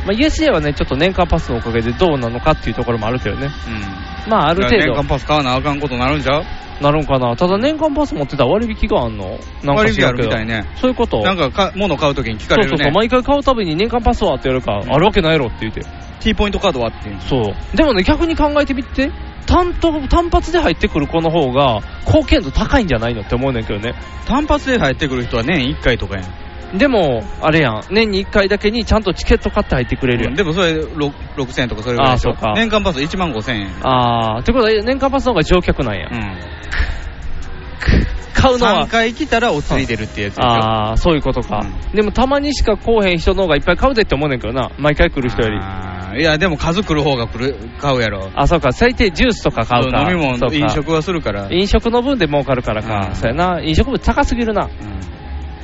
まあ、USJ はね、ちょっと年間パスのおかげでどうなのかっていうところもあるけどね。
うん。
まあ、ある程
年間
度。
パス買わなあかんことになるんちゃう
なるんかな。ただ年間パス持ってたら割引があんのなんか
割
知
引あ
らんけ
るみ
ど
たいね。
そういうこと
なんかか、物を買うときに聞かれる
そうそうそ
ね。
う、毎回買うたびに年間パスはってやるか、あるわけないやろって言うて。
T ポイントカードはっていう。
そう。でもね、逆に考えてみて、単独、単発で入ってくる子の方が、貢献度高いんじゃないのって思うねんけどね。
単発で入ってくる人は年1回とかやん。
でも、あれやん、年に1回だけにちゃんとチケット買って入ってくれるやん。
でもそれろ6000円とかそれぐらいでしょ
あーそうか
年間パス1万5000円。
あー、ってことは年間パスの方が乗客なんや。買うのは
3回来たらお釣り出るってやつでしょ
ああ、そういうことか。でもたまにしか来おへん人の方がいっぱい買うでって思うねんけどな。毎回来る人より。
いや、でも数来る方が来る買うやろ。
あ、そうか。最低ジュースとか買うか。
そう飲み
そ
物、
うか
飲食はするから。
飲食の分で儲かるからか、そうやな、飲食分高すぎるな、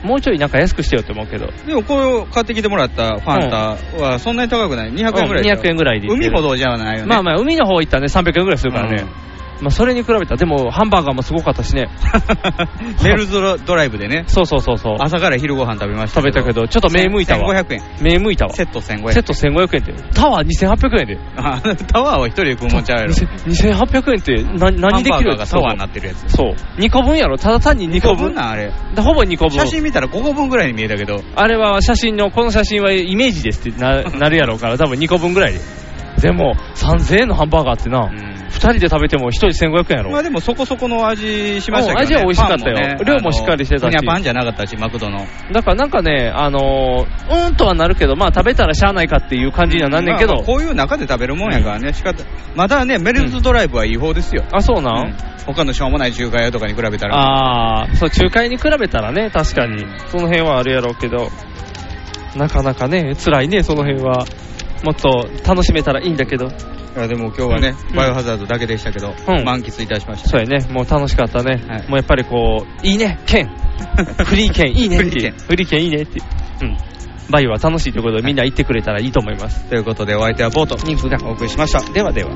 もうちょいなんか安くしてよって思うけど、
でもこれを買ってきてもらったファンタはそんなに高くない。200円ぐらいでしょ。
200円ぐらいでいける
海ほどじゃないよね。
まあまあ、海の方行ったらね、300円ぐらいするからね、まあ、それに比べたら、でもハンバーガーもすごかった しね、
レールズドライブでね。
そうそうそうそう、
朝から昼ご飯食べました。
食べたけど、ちょっと目向いたわ、
1500円。
目向いたわ、セ
ット1500円。
セット1500円って、タワー2800円で、
あ タワーは一人で食うもんちゃうやろ。
2800円ってな 何でき
ハンバーガ
る
ーがタワーになってるやつ
そう2個分やろただ単に2個分
なんあれ
でほぼ2個分
写真見たら5個分ぐらいに見えたけど。
あれは写真のこの写真はイメージですって ななるやろうから多分2個分ぐらいででも3000円のハンバーガーってな、2人で食べても1人1500円やろ、
まあでもそこそこの味しましたけど、ね。
うん味は美味しかったよ
パンね
量もしっかりしてたし
あのふにゃパンじゃなかったし、マクドの。
だからなんかねあのーうーんとはなるけどまあ食べたらしゃあないかっていう感じにはなんねんけど、
まあこういう中で食べるもんやからね、仕方。まだね、メルズドライブは違法ですよ。
あ、そうなん、
他のしょうもない中華屋とかに比べたら。
ああそう仲介に比べたらね確かに、その辺はあるやろうけどなかなかね辛いねその辺はもっと楽しめたらいいんだけど
いやでも今日はね、
うん
バイオハザードだけでしたけど、
うん
満喫いたしました。
そうやね、もう楽しかったね、もうやっぱりこう、いいね、剣、 フリー剣、いいねっていう、フリー剣いいねっていう、うん、バイオは楽しいということで、みんな行ってくれたらいいと思います。
ということで、お相手はボート、
人数が
お送りしました。ではでは。